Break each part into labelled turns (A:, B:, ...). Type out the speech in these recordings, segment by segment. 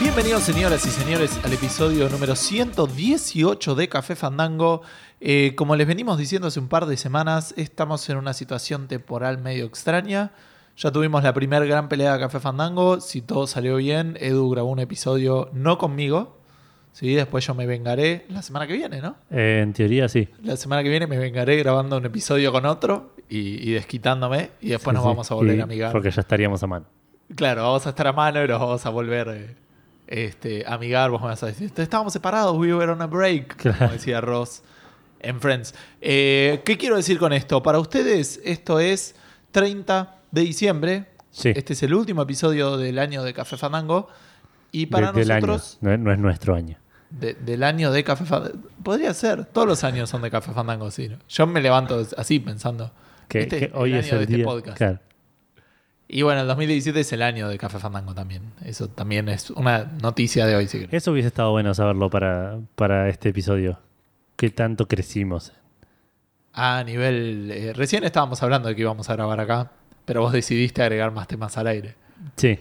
A: Bienvenidos, señoras y señores, al episodio número 118 de Café Fandango. Eh, como les venimos diciendo hace un par de semanas, estamos en una situación temporal medio extraña. Ya tuvimos la primera gran pelea de Café Fandango. Si todo salió bien, Edu grabó un episodio no conmigo. Sí, después yo me vengaré la semana que viene, ¿no?
B: Eh, en teoría sí.
A: La semana que viene me vengaré grabando un episodio con otro y, y desquitándome y después nos
B: Sí,
A: vamos a volver
B: y-
A: a amigar.
B: Porque ya estaríamos a mano.
A: Claro, vamos a estar a mano y nos vamos a volver eh, este, a amigar. Vos me vas a decir, estábamos separados, we were on a break, como decía Ross en Friends. Eh, ¿Qué quiero decir con esto? Para ustedes, esto es 30 de diciembre.
B: Sí.
A: Este es el último episodio del año de Café Fandango. Y para
B: De- del año.
A: nosotros,
B: No, es- no es nuestro año.
A: de- del año de Café Fandango. Podría ser, todos los años son de Café Fandango, sí. ¿no? Yo me levanto así pensando.
B: Que,
A: este
B: que
A: es
B: hoy
A: el
B: es
A: año
B: el
A: de este
B: día.
A: podcast.
B: claro.
A: Y bueno, el 2017 es el año de Café Fandango también. Eso también es una noticia de hoy, si querés.
B: Eso hubiese estado bueno saberlo para, para este episodio. ¿Qué tanto crecimos?
A: A nivel. eh, recién estábamos hablando de que íbamos a grabar acá, pero vos decidiste agregar más temas al aire.
B: Sí.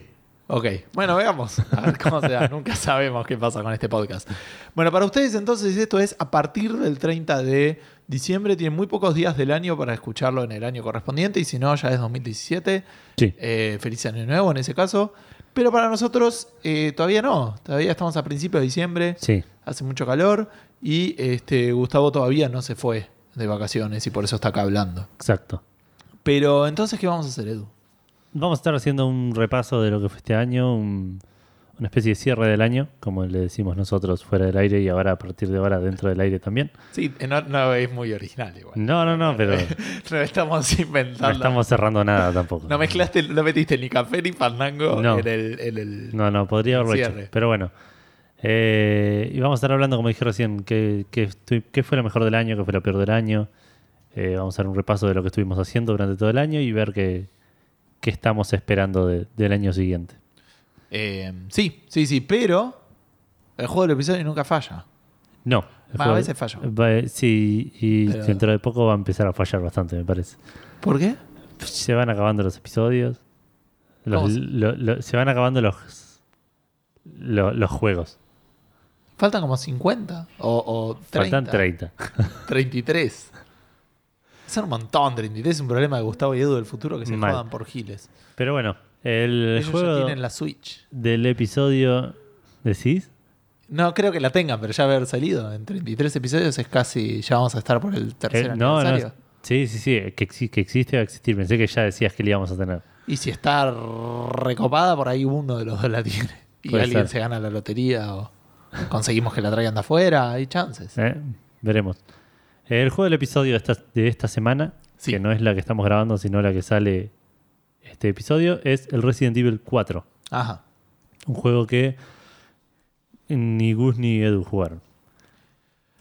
A: Ok, bueno, veamos. A ver cómo se da. Nunca sabemos qué pasa con este podcast. Bueno, para ustedes entonces esto es a partir del 30 de diciembre. Tienen muy pocos días del año para escucharlo en el año correspondiente y si no, ya es 2017.
B: Sí.
A: Eh, feliz año nuevo en ese caso. Pero para nosotros eh, todavía no. Todavía estamos a principios de diciembre.
B: Sí.
A: hace mucho calor y este, Gustavo todavía no se fue de vacaciones y por eso está acá hablando.
B: Exacto.
A: Pero entonces, ¿qué vamos a hacer, Edu?
B: Vamos a estar haciendo un repaso de lo que fue este año, un- una especie de cierre del año, como le decimos nosotros fuera del aire y ahora a partir de ahora dentro del aire también.
A: Sí, eh, no, no es muy original igual.
B: No, no, no, pero
A: No estamos inventando.
B: no Mm. estamos cerrando nada tampoco.
A: No mezclaste, no metiste ni café ni fandango
B: No.
A: en el. en el-
B: No, no, podría haberlo
A: Cierre.
B: hecho. Pero bueno. Eh, y vamos a estar hablando, como dije recién, qué, qué estu- qué fue lo mejor del año, qué fue lo peor del año. Eh, vamos a hacer un repaso de lo que estuvimos haciendo durante todo el año y ver qué, qué estamos esperando de- del año siguiente.
A: Eh, sí, sí, sí, pero el juego del episodio nunca falla.
B: No. el
A: Va, a veces falla.
B: va- eh, sí, y
A: Pero-
B: dentro de poco va a empezar a fallar bastante, me parece.
A: ¿Por qué?
B: Se van acabando los episodios. Los-
A: ¿Cómo se-
B: lo- lo- se van acabando los, lo- los juegos.
A: Faltan como 50 o, o 30.
B: Faltan 30.
A: 33. Son un montón, 33. Es un problema de Gustavo y Edu del futuro que se
B: Mal.
A: jodan por giles.
B: Pero bueno, el
A: Ellos
B: juego...
A: ya tienen la Switch.
B: del episodio. ¿Decís?
A: No, creo que la tengan, pero ya haber salido en 33 episodios es casi. Ya vamos a estar por el tercer
B: Eh, no, no.
A: aniversario.
B: Sí, sí, sí. Que, exi- que existe va a existir. Pensé que ya decías que le íbamos a tener.
A: Y si está recopada, por ahí uno de los dos la tiene. Y
B: Puede
A: alguien
B: ser.
A: se gana la lotería o conseguimos que la traigan de afuera. Hay chances.
B: Eh, Veremos. El juego del episodio de esta, de esta semana,
A: Sí.
B: que no es la que estamos grabando, sino la que sale este episodio, es el Resident Evil 4.
A: Ajá.
B: Un juego que ni Gus ni Edu jugaron.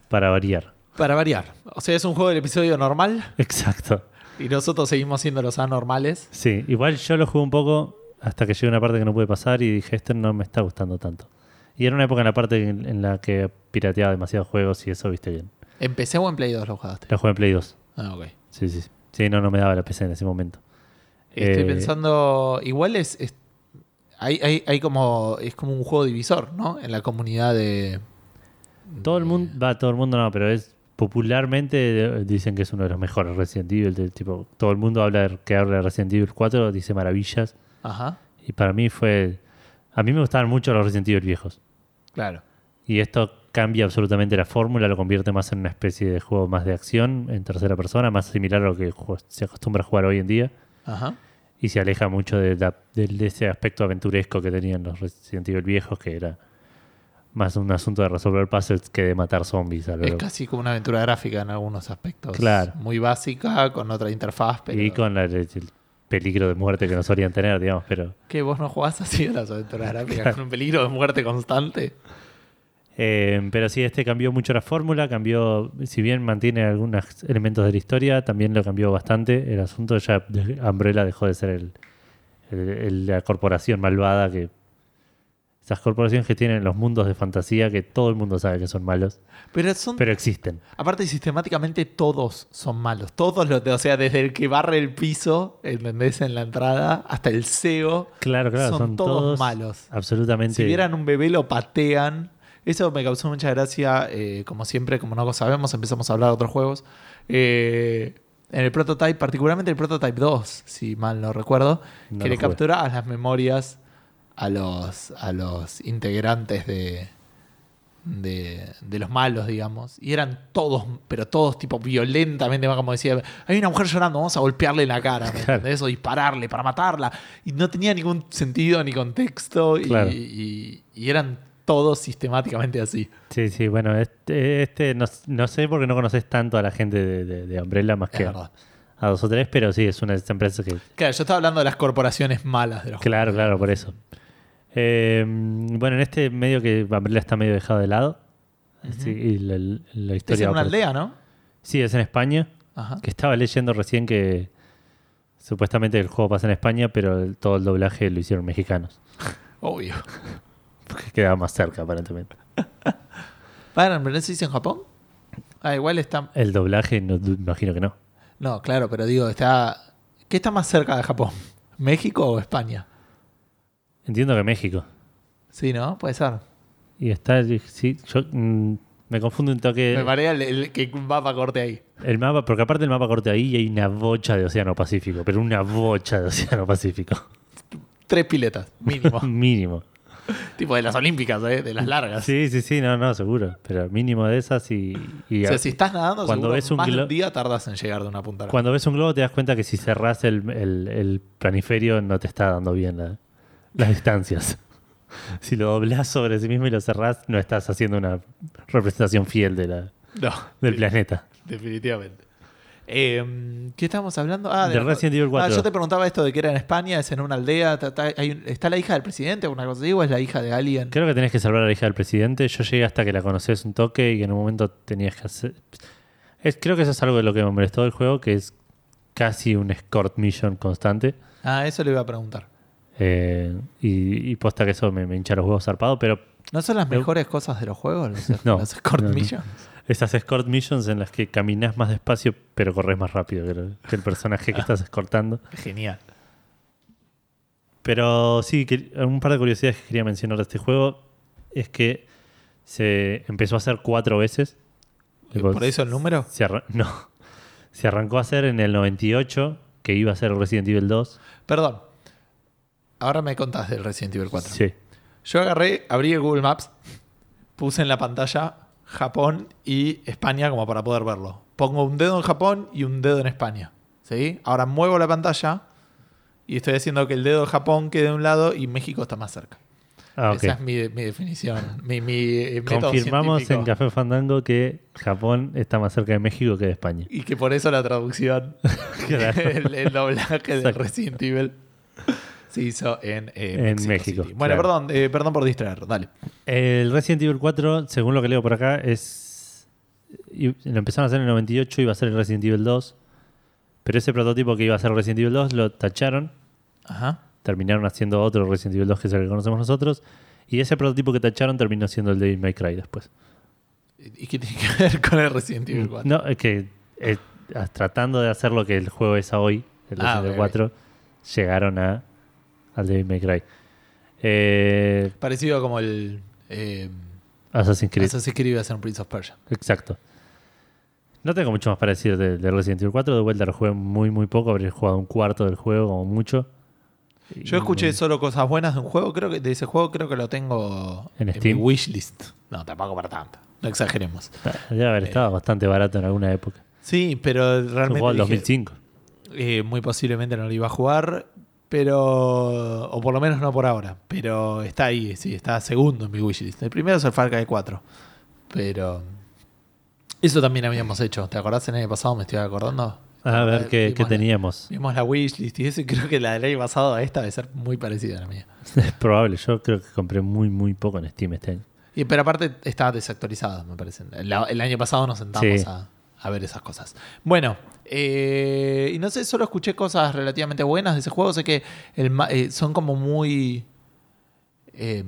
B: Para variar.
A: Para variar. O sea, es un juego del episodio normal
B: Exacto.
A: y nosotros seguimos siendo los anormales.
B: Sí, igual yo lo jugué un poco hasta que llegué a una parte que no pude pasar y dije, este no me está gustando tanto. Y era una época en la parte en, en la que pirateaba demasiados juegos y eso, viste bien.
A: ¿Empecé o en Play 2 lo jugaste?
B: Lo jugué en Play 2.
A: Ah, ok.
B: Sí, sí. Sí, no, no me daba la PC en ese momento.
A: Estoy
B: Eh,
A: pensando, igual es, es- hay, hay- hay como es como un juego divisor, ¿no? En la comunidad de
B: Todo el mundo, va, todo el mundo no, pero es popularmente eh, dicen que es uno de los mejores Resident Evil. del tipo, todo el mundo habla de- que habla de Resident Evil 4, dice maravillas.
A: ajá,
B: Y para mí fue... A mí me gustaban mucho los Resident Evil viejos.
A: claro.
B: Y esto cambia absolutamente la fórmula, lo convierte más en una especie de juego más de acción, en tercera persona, más similar a lo que ju- se acostumbra a jugar hoy en día.
A: Ajá.
B: Y se aleja mucho de, la- de- de ese aspecto aventuresco que tenían los Resident Evil viejos, que era más un asunto de resolver puzzles que de matar zombies. a lo
A: Es
B: loco.
A: casi como una aventura gráfica en algunos aspectos.
B: Claro.
A: Muy básica, con otra interfaz, pero
B: Y con la- el peligro de muerte que no solían tener, digamos, pero...
A: que vos no jugás así a las aventuras gráficas con un peligro de muerte constante.
B: Eh, pero sí, este cambió mucho la fórmula, cambió, si bien mantiene algunos elementos de la historia, también lo cambió bastante. El asunto ya, de- Umbrella dejó de ser el, el- el- la corporación malvada que Esas corporaciones que tienen los mundos de fantasía que todo el mundo sabe que son malos,
A: Pero son.
B: pero existen.
A: Aparte, sistemáticamente todos son malos. Todos los. O sea, desde el que barre el piso, ¿entendés? En la entrada, hasta el E CEO.
B: Claro, claro,
A: Son
B: son,
A: todos malos.
B: Absolutamente.
A: Si vieran un bebé, lo patean. Eso me causó mucha gracia. eh, como siempre, como no lo sabemos, empezamos a hablar de otros juegos. Eh, en el Prototype, particularmente el Prototype 2, si mal no recuerdo,
B: No
A: que
B: lo
A: le
B: jugué.
A: capturabas las memorias a los, a los integrantes de, de, de los malos, digamos. Y eran todos, pero todos tipo violentamente, como decía, hay una mujer llorando, vamos a golpearle la cara, ¿me
B: Claro.
A: entendés? O dispararle para matarla. Y no tenía ningún sentido ni contexto. y-
B: Claro.
A: Y, y eran todos sistemáticamente así.
B: Sí, sí, bueno, este, este no, no sé porque no conoces tanto a la gente de, de- de Umbrella más
A: Es
B: que a,
A: verdad.
B: a dos o tres, pero sí, es una de esas empresas que...
A: Claro, yo estaba hablando de las corporaciones malas de los
B: Claro, claro, por eso. Eh, bueno, en este medio que Umbrella está medio dejado de lado. sí, y la, la
A: Es
B: historia...
A: en
B: va
A: una
B: por-
A: aldea, Ah. ¿no?
B: Sí, es en España.
A: Ajá.
B: Que estaba leyendo recién que supuestamente el juego pasa en España, pero el- todo el doblaje lo hicieron mexicanos.
A: Obvio.
B: Porque quedaba más cerca, aparentemente.
A: ¿Para Umbrella se dice en Japón? Ah, igual está.
B: El doblaje, no, du- imagino que no.
A: No, claro, pero digo, está. ¿Qué está más cerca de Japón? ¿México o España?
B: Entiendo que México.
A: Sí, ¿no? Puede ser.
B: Y está. el- Sí, yo mm, me confundo un toque.
A: Me marea el, el que va para corte ahí.
B: El mapa, porque aparte el mapa corta ahí y hay una bocha de Océano Pacífico, pero una bocha de Océano Pacífico.
A: Tres piletas, mínimo.
B: mínimo.
A: tipo de las olímpicas, ¿eh? de las largas.
B: Sí, sí, sí, no, no, seguro. Pero mínimo de esas y. y
A: O sea, si estás nadando,
B: Cuando
A: seguro
B: ves un
A: más de
B: glo-
A: un día tardas en llegar de una punta a la
B: Cuando ves un globo te das cuenta que si cerrás el, el- el planiferio no te está dando bien la- las distancias. Si lo doblás sobre sí mismo y lo cerrás, no estás haciendo una representación fiel de la-
A: otra. No,
B: del planeta.
A: definitivamente. Eh, ¿Qué estábamos hablando? Ah,
B: De
A: la-
B: Resident Evil 4.
A: Ah, yo te preguntaba esto de que era en España, es en una aldea. ta- ta- hay un- ¿Está la hija del presidente o una cosa así? ¿O es la hija de alguien?
B: Creo que tenés que salvar a la hija del presidente. Yo llegué hasta que la conoces un toque y en un momento tenías que hacer. es- creo que eso es algo de lo que me molestó del juego, que es casi un escort mission constante.
A: Ah, eso le iba a preguntar.
B: Eh, y, y posta que eso me, me hincha los huevos zarpados, pero
A: ¿No son las
B: Me-
A: mejores cosas de los juegos? Los,
B: No.
A: los escort
B: No, no.
A: missions?
B: Esas escort missions en las que caminás más despacio, pero corres más rápido creo, que el personaje que estás escortando.
A: Genial.
B: Pero sí, que, un par de curiosidades que quería mencionar de este juego es que se empezó a hacer cuatro veces.
A: Eh, ¿Por eso el número?
B: Se arran- no. Se arrancó a hacer en el 98, que iba a ser Resident Evil 2.
A: Perdón. Ahora me contás del Resident Evil 4.
B: Sí.
A: Yo agarré, abrí el Google Maps, puse en la pantalla Japón y España como para poder verlo. Pongo un dedo en Japón y un dedo en España. ¿Sí? Ahora muevo la pantalla y estoy haciendo que el dedo de Japón quede de un lado y México está más cerca.
B: Ah, ok.
A: Esa es mi, de- mi definición. Mi, mi, eh, método
B: Confirmamos en
A: científico.
B: Café Fandango que Japón está más cerca de México que de España.
A: Y que por eso la traducción,
B: Claro.
A: el, el doblaje del
B: Exacto.
A: Resident Evil se hizo en, eh,
B: En México,
A: City. Bueno,
B: claro.
A: perdón, eh, perdón por distraer. Dale.
B: El Resident Evil 4, según lo que leo por acá, es. y- Lo empezaron a hacer en el 98, iba a ser el Resident Evil 2. Pero ese prototipo que iba a ser Resident Evil 2 lo tacharon.
A: Ajá.
B: Terminaron haciendo otro Resident Evil 2 que es el que conocemos nosotros. Y ese prototipo que tacharon terminó siendo el de May Cry después.
A: ¿Y qué tiene que ver con el Resident Evil 4?
B: Mm, No, es que eh, tratando de hacer lo que el juego es a hoy, el
A: Ah,
B: Resident Evil
A: ok,
B: 4, llegaron a, al Devil May Cry. Eh,
A: Parecido como el. Eh,
B: Assassin's Creed.
A: Assassin's Creed iba a ser un Prince of Persia.
B: Exacto. No tengo mucho más para decir de, de Resident Evil 4. De vuelta lo jugué muy, muy poco. Habré jugado un cuarto del juego, como mucho.
A: Yo
B: Y-
A: escuché solo cosas buenas de un juego, creo que de ese juego creo que lo tengo
B: ¿En
A: mi
B: Steam?
A: wishlist. No, tampoco para tanto. No exageremos.
B: Debe haber estado bastante barato en alguna época.
A: Sí, pero
B: Lo
A: Eh, realmente.
B: jugó en
A: dije,
B: 2005.
A: eh, muy posiblemente no lo iba a jugar, pero. O por lo menos no por ahora. Pero está ahí, sí, está segundo en mi wishlist. El primero es el Far Cry 4. Pero. mm, Eso también habíamos hecho. ¿Te acordás en el año pasado? Me estoy acordando.
B: A ver qué,
A: Vimos
B: qué
A: la-
B: teníamos.
A: Vimos la wishlist y ese creo que la del año pasado a esta debe ser muy parecida a la mía.
B: Es probable. Yo creo que compré muy, muy poco en Steam este año.
A: Y, pero aparte está desactualizada, me parece. La- el año pasado nos sentamos
B: Sí.
A: a, a ver esas cosas. Bueno, eh, y no sé, solo escuché cosas relativamente buenas de ese juego. Sé que el ma- eh, son como muy... em,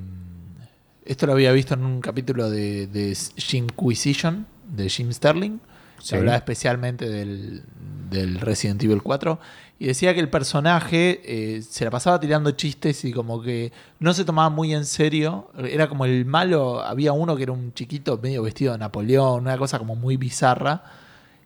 A: Esto lo había visto en un capítulo de, de Jimquisition, de Jim Sterling.
B: Sí.
A: Se hablaba especialmente del, del Resident Evil 4. Y decía que el personaje eh, se la pasaba tirando chistes y como que no se tomaba muy en serio. Era como el malo, había uno que era un chiquito medio vestido de Napoleón, una cosa como muy bizarra.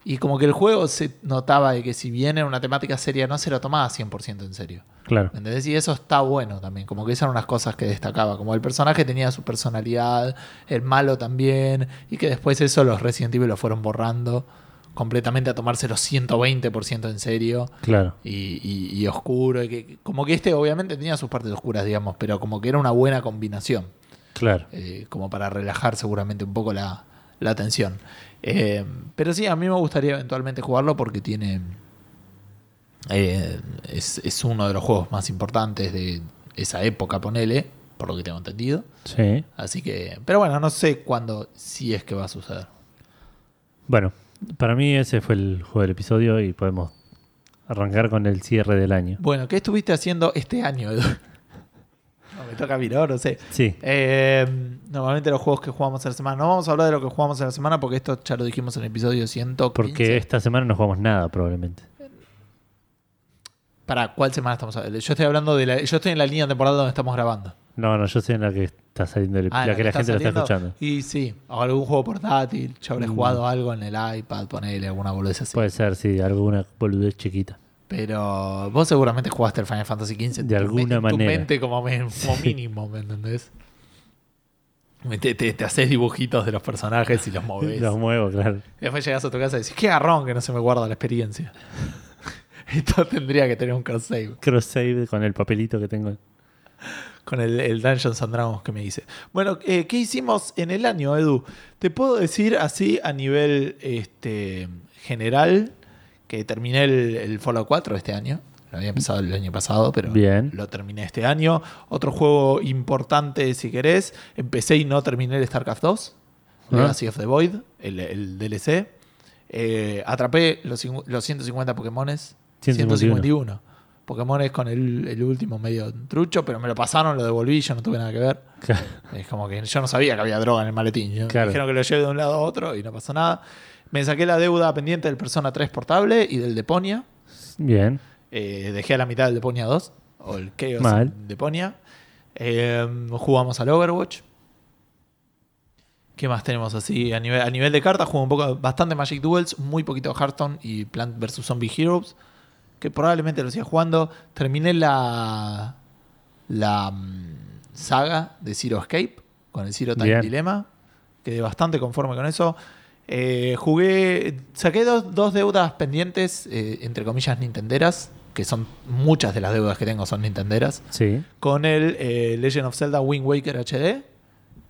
A: Y como que el juego se notaba de que si bien era una temática seria, no se lo tomaba 100% en serio.
B: Claro.
A: ¿Me entendés? Y eso está bueno también. Como que esas eran unas cosas que destacaba. Como el personaje tenía su personalidad, el malo también, y que después eso los Resident Evil lo fueron borrando completamente a tomárselo 120% en serio
B: Claro.
A: y, y- y oscuro. Y que, como que este obviamente tenía sus partes oscuras, digamos, pero como que era una buena combinación
B: Claro.
A: eh, como para relajar seguramente un poco la, la tensión. Eh, pero sí, a mí me gustaría eventualmente jugarlo porque tiene. eh, es, es uno de los juegos más importantes de esa época, ponele, por lo que tengo entendido.
B: Sí.
A: Así que. Pero bueno, no sé cuándo, si es que va a suceder.
B: Bueno, para mí ese fue el juego del episodio y podemos arrancar con el cierre del año.
A: Bueno, ¿qué estuviste haciendo este año, Edu? No, me toca mirar, no sé.
B: Sí.
A: Eh, normalmente los juegos que jugamos en la semana. No vamos a hablar de lo que jugamos en la semana porque esto ya lo dijimos en el episodio 115.
B: Porque esta semana no jugamos nada, probablemente.
A: ¿Para cuál semana estamos hablando? Yo estoy hablando de la, yo estoy en la línea temporal donde estamos grabando.
B: No, no, yo sé en la que está saliendo, el,
A: Ah,
B: la que la
A: está
B: gente lo está
A: saliendo.
B: escuchando. Mm.
A: Y sí, o algún juego portátil, yo habré jugado algo en el iPad, ponele alguna boludez así.
B: Puede ser, sí, alguna boludez chiquita.
A: Pero vos seguramente jugaste el Final Fantasy XV.
B: De
A: en tu me-
B: alguna
A: en
B: manera.
A: Tu mente como, me- como
B: Sí.
A: mínimo, ¿me entendés? Te, te- te haces dibujitos de los personajes y los movés.
B: Los muevo, claro.
A: Después llegas a tu casa y decís, qué garrón que no se me guarda la experiencia. Esto tendría que tener un cross save.
B: Cross save con el papelito que tengo.
A: con el, el Dungeons and Dragons que me hice. Bueno, eh, ¿qué hicimos en el año, Edu? Te puedo decir así a nivel este, general que terminé el, el Fallout 4 este año. Lo había empezado el año pasado, pero
B: Bien.
A: lo terminé este año. Otro juego importante, si querés, empecé y no terminé el StarCraft 2,
B: Ah.
A: Legacy of the Void, el, el DLC. Eh, atrapé los, cincu- los 150 Pokémones.
B: 151.
A: 151. Pokémon es con el, el último medio trucho, pero me lo pasaron, lo devolví, yo no tuve nada que ver. Es como que yo no sabía que había droga en el maletín. ¿no?
B: Claro.
A: Dijeron que lo lleve de un lado a otro y no pasó nada. Me saqué la deuda pendiente del Persona 3 portable y del Deponia.
B: Bien.
A: Eh, dejé a la mitad del Deponia 2, o el Chaos
B: Mal.
A: Deponia. Eh, jugamos al Overwatch. ¿Qué más tenemos así? A nivel, a nivel de cartas jugué un poco, bastante Magic Duels, muy poquito Hearthstone y Plant vs. Zombie Heroes, que probablemente lo siga jugando. Terminé la, la mm, saga de Zero Escape con el Zero Time
B: Bien.
A: Dilemma. Quedé bastante conforme con eso. Eh, jugué, saqué dos, dos deudas pendientes, eh, entre comillas, nintenderas, que son muchas de las deudas que tengo son nintenderas
B: Sí.
A: con el eh, Legend of Zelda Wind Waker HD,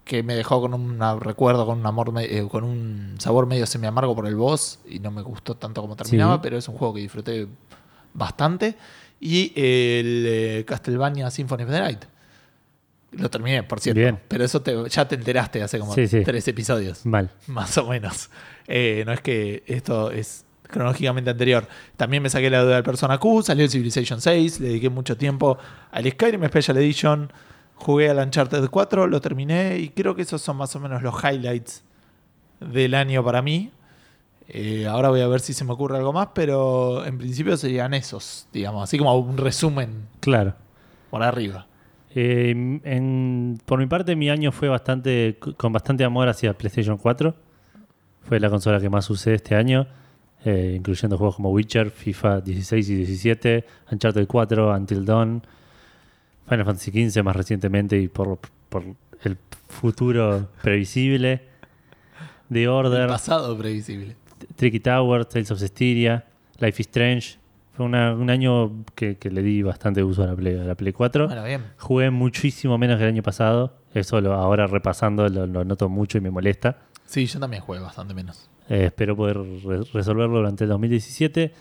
A: que me dejó con un recuerdo, con un amor, me- eh, con un sabor medio semi amargo por el boss y no me gustó tanto como terminaba,
B: Sí.
A: pero es un juego que disfruté bastante. Y el eh, Castlevania Symphony of the Night. Lo terminé, por cierto.
B: Bien.
A: Pero eso te- ya te enteraste hace como
B: Sí, sí.
A: tres episodios.
B: Mal.
A: Más o menos. Eh, no es que esto es cronológicamente anterior. También me saqué la duda del Persona Q, salió el Civilization 6, le dediqué mucho tiempo al Skyrim Special Edition, jugué al Uncharted 4, lo terminé y creo que esos son más o menos los highlights del año para mí. Eh, ahora voy a ver si se me ocurre algo más, pero en principio serían esos, digamos, así como un resumen
B: Claro.
A: por arriba.
B: Eh, en- por mi parte, mi año fue bastante con bastante amor hacia PlayStation 4. Fue la consola que más usé este año, eh, incluyendo juegos como Witcher, FIFA 16 y 17, Uncharted 4, Until Dawn, Final Fantasy 15 más recientemente y por, por el futuro previsible, The
A: El
B: Order,
A: pasado previsible.
B: Tricky Tower, Tales of Cestiria, Life is Strange. Fue una- un año que, que le di bastante uso a la Play, a la Play 4.
A: Bueno, bien.
B: Jugué muchísimo menos que el año pasado. Eso lo- ahora repasando lo, lo noto mucho y me molesta.
A: Sí, yo también jugué bastante menos.
B: Eh, espero poder re- resolverlo durante el 2017.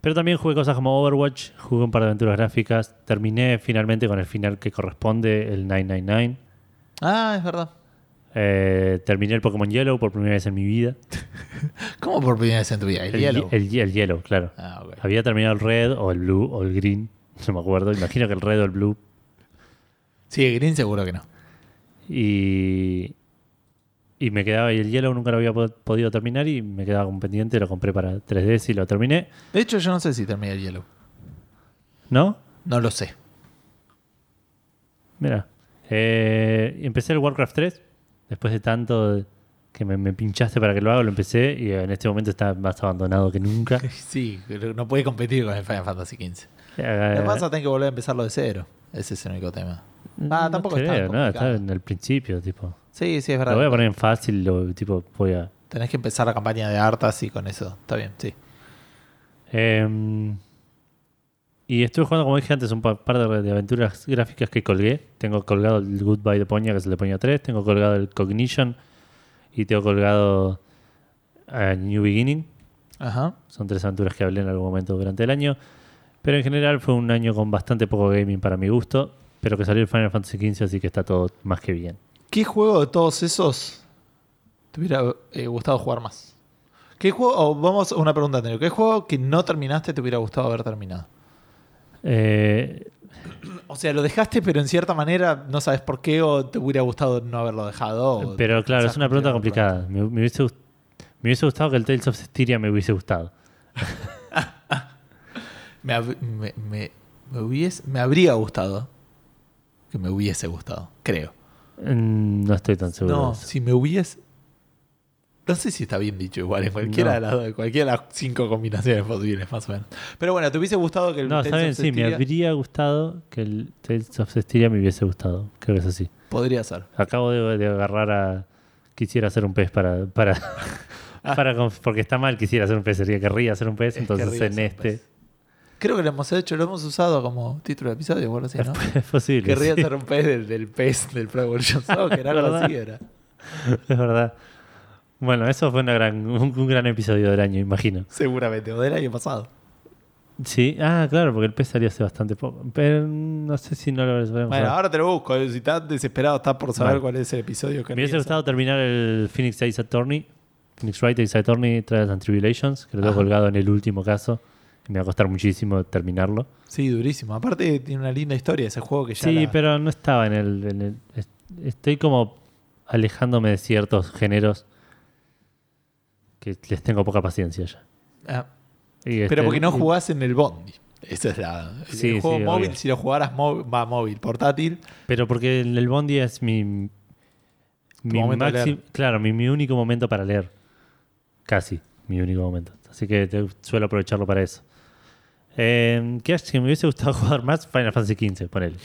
B: Pero también jugué cosas como Overwatch, jugué un par de aventuras gráficas. Terminé finalmente con el final que corresponde, el 999.
A: Ah, es verdad.
B: Eh, terminé el Pokémon Yellow por primera vez en mi vida.
A: ¿Cómo por primera vez en tu vida? El, hielo.
B: El, el Yellow, claro.
A: Ah, ok.
B: Había terminado el Red o el Blue o el Green. No me acuerdo. Imagino que el Red o el Blue
A: Sí, Green seguro que no.
B: Y, y me quedaba, y el hielo nunca lo había pod- podido terminar y me quedaba con pendiente, lo compré para 3DS y lo terminé.
A: De hecho, yo no sé si terminé el Yellow.
B: ¿No?
A: No lo sé.
B: Mira. Eh, y empecé el Warcraft 3, después de tanto de- que me, me pinchaste para que lo haga, lo empecé y en este momento está más abandonado que nunca.
A: Sí, pero no puede competir con el Final Fantasy XV.
B: Eh,
A: Además, vas a tener que volver a empezarlo de cero. Ese es el único tema.
B: Mm, no
A: Ah, tampoco está
B: creo, no,
A: complicado.
B: está en el principio, tipo.
A: Sí, sí, es
B: Lo voy a
A: verdad.
B: poner en fácil, lo, tipo, voy a...
A: Tenés que empezar la campaña de Artas y con eso. Está bien, sí.
B: Em, y estuve jugando, como dije antes, un pa- par de, de aventuras gráficas que colgué. Tengo colgado el Goodbye de Poña, que es el de Poña 3. Tengo colgado el Cognition. Y tengo colgado eh, New Beginning.
A: Ajá.
B: Son tres aventuras que hablé en algún momento durante el año. Pero en general fue un año con bastante poco gaming para mi gusto. Pero que salió el Final Fantasy XV, así que está todo más que bien.
A: ¿Qué juego de todos esos te hubiera eh, gustado jugar más? ¿Qué juego, o vamos a una pregunta anterior, ¿qué juego que no terminaste te hubiera gustado haber terminado?
B: Eh,
A: O sea, lo dejaste, pero en cierta manera no sabes por qué, o te hubiera gustado no haberlo dejado. o
B: pero claro,
A: quizás
B: es una pregunta
A: continuarlo.
B: complicada. Me, me hubiese, gust- me hubiese gustado que el Tales of Styria me hubiese gustado.
A: Me, hab- me- me- me hubiese- me habría gustado que me hubiese gustado, creo.
B: Mm, No estoy tan seguro. de
A: No,
B: eso.
A: si me hubiese. No sé si está bien dicho igual, en cualquiera,
B: No.
A: de, las, dos- cualquiera de las cinco combinaciones posibles, más o menos. Pero bueno, ¿te hubiese gustado que el
B: No, está
A: Tales
B: bien,
A: of
B: sí, me
A: Styria-
B: habría gustado que el Tales of Cestiria me hubiese gustado. Creo que es así.
A: Podría ser.
B: Acabo de, de agarrar a. Quisiera hacer un pez para. para, para conf- porque está mal, quisiera hacer un pez, sería querría hacer un pez,
A: Ah. Es
B: entonces
A: querría
B: en
A: hacer un
B: este.
A: pez. Creo que lo hemos hecho, lo hemos usado como título de episodio, o algo así, ¿no?
B: Es posible.
A: Querría
B: sí,
A: hacer un pez del, del pez del Pro Evolution Soccer, algo
B: ¿Verdad?
A: así era.
B: Es verdad. Bueno, eso fue una gran, un, un gran episodio del año, imagino.
A: Seguramente, o del año pasado.
B: Sí, ah, claro, porque el pez salió hace bastante poco. Pero no sé si no lo habremos
A: Bueno,
B: hablado.
A: ahora te lo busco. eh, Si estás desesperado, estás por saber
B: Vale.
A: cuál es el episodio que
B: Me hubiese gustado terminar el Phoenix Ace Attorney, Phoenix Wright Ace Attorney Trials and Tribulations, que lo tengo
A: Ajá.
B: colgado en el último caso. y Me va a costar muchísimo terminarlo.
A: Sí, durísimo. Aparte, tiene una linda historia ese juego que ya.
B: Sí,
A: la-
B: pero no estaba en el, en el- es- Estoy como alejándome de ciertos géneros que les tengo poca paciencia ya.
A: Ah,
B: Y este-
A: pero porque no
B: y-
A: jugás en el Bondi. Esa es la. el
B: Sí,
A: juego
B: sí,
A: móvil,
B: obvio.
A: si lo jugaras móvil, va móvil, portátil.
B: Pero porque el el Bondi es mi. Mi
A: momento de
B: máximo.
A: leer.
B: Claro, mi, mi único momento para leer. Casi, mi único momento. Así que te- suelo aprovecharlo para eso. Eh, ¿Qué hace? que me hubiese gustado jugar más? Final Fantasy XV, ponele.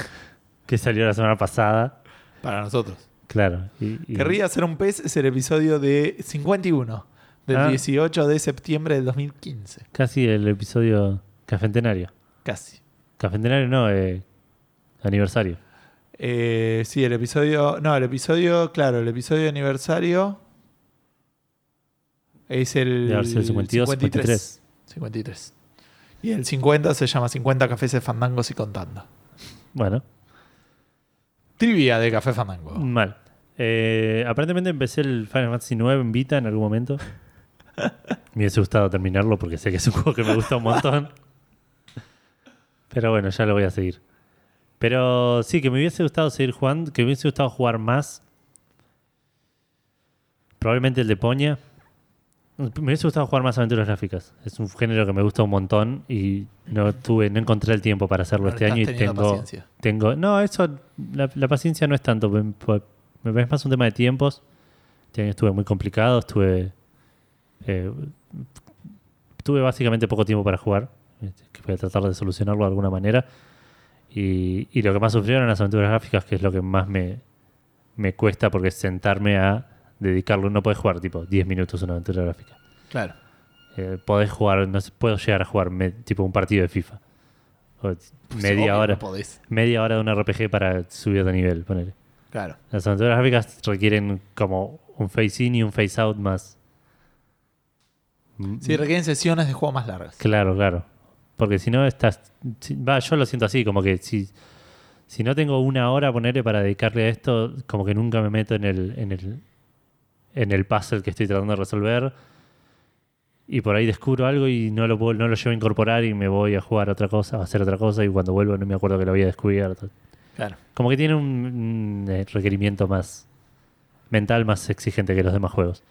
B: Que salió la semana pasada.
A: Para nosotros.
B: Claro. y- y-
A: Querría hacer un pez es el episodio de 51, del
B: Ah.
A: 18 de septiembre del 2015,
B: Casi el episodio Cafentenario.
A: casi.
B: Cafentenario no, eh, aniversario.
A: Eh, sí, el episodio, no, el episodio, claro, el episodio de aniversario es el
B: Debe haber sido el 52,
A: 53. 53. Y el 50 se llama 50 cafés de fandangos y contando.
B: Bueno,
A: Trivia de café fandango.
B: mal. Eh, aparentemente empecé el Final Fantasy IX en Vita en algún momento. me hubiese gustado terminarlo porque sé que es un juego que me gusta un montón. Pero bueno, ya lo voy a seguir. Pero sí, que me hubiese gustado seguir jugando, que me hubiese gustado jugar más. Probablemente el de Poña. Me hubiese gustado jugar más aventuras gráficas. Es un género que me gusta un montón y no tuve, no encontré el tiempo para
A: No
B: hacerlo
A: le
B: este
A: estás
B: año y
A: teniendo
B: tengo,
A: paciencia.
B: tengo. No, eso, la, la paciencia no es tanto. Me, pues, me parece más un tema de tiempos. Este año estuve muy complicado, estuve. eh, tuve básicamente poco tiempo para jugar. este, Que voy a tratar de solucionarlo de alguna manera. Y, y lo que más sufrieron las aventuras gráficas, que es lo que más me, me cuesta, porque es sentarme a dedicarlo. No puedes jugar tipo 10 minutos una aventura gráfica.
A: Claro.
B: Eh, podés jugar, no sé, puedo llegar a jugar me- tipo un partido de FIFA. O media
A: Pues Obvio
B: hora.
A: no podés.
B: Media hora de un RPG para subir de nivel, ponele.
A: Claro.
B: Las aventuras gráficas requieren como un face in y un face out más.
A: Sí, requieren sesiones de juego más largas.
B: Claro, claro. Porque si no estás. si- Va, yo lo siento así, como que si, si no tengo una hora ponerle para dedicarle a esto, como que nunca me meto en el, en el. en el puzzle que estoy tratando de resolver. Y por ahí descubro algo y no lo puedo- no lo llevo a incorporar y me voy a jugar a otra cosa, a hacer otra cosa, y cuando vuelvo no me acuerdo que lo había descubierto.
A: Claro.
B: Como que tiene un, mm, eh, requerimiento más mental, más exigente que los demás juegos.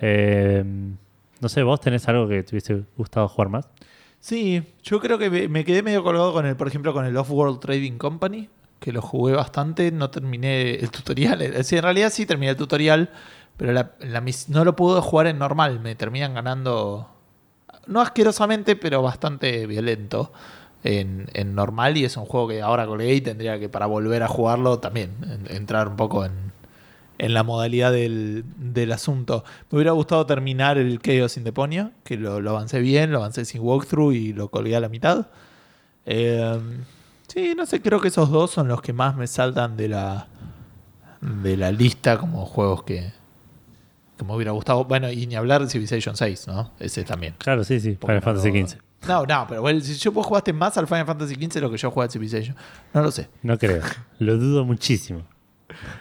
B: Eh, no sé, ¿vos tenés algo que te hubiese gustado jugar más?
A: Sí, yo creo que me- me quedé medio colgado con el, por ejemplo, con el Off-World Trading Company, que lo jugué bastante, no terminé el tutorial. Es decir, en realidad sí terminé el tutorial, pero la- la mis- no lo pude jugar en normal, me terminan ganando, no asquerosamente, pero bastante violento en, en normal y es un juego que ahora colgué y tendría que para volver a jugarlo también, en- entrar un poco en, en la modalidad del, del asunto. Me hubiera gustado terminar el Chaos sin Deponia, que lo, lo avancé bien, lo avancé sin walkthrough y lo colgué a la mitad. Eh, sí, no sé, creo que esos dos son los que más me saltan de la, de la lista como juegos que, que me hubiera gustado. Bueno, y ni hablar de Civilization 6, ¿no? Ese también.
B: Claro, sí, sí,
A: Porque
B: Final Fantasy
A: no-
B: XV.
A: No, no, pero bueno, si yo vos jugaste más al Final Fantasy XV de lo que yo jugué al Civilization. No lo sé.
B: No creo. Lo dudo muchísimo.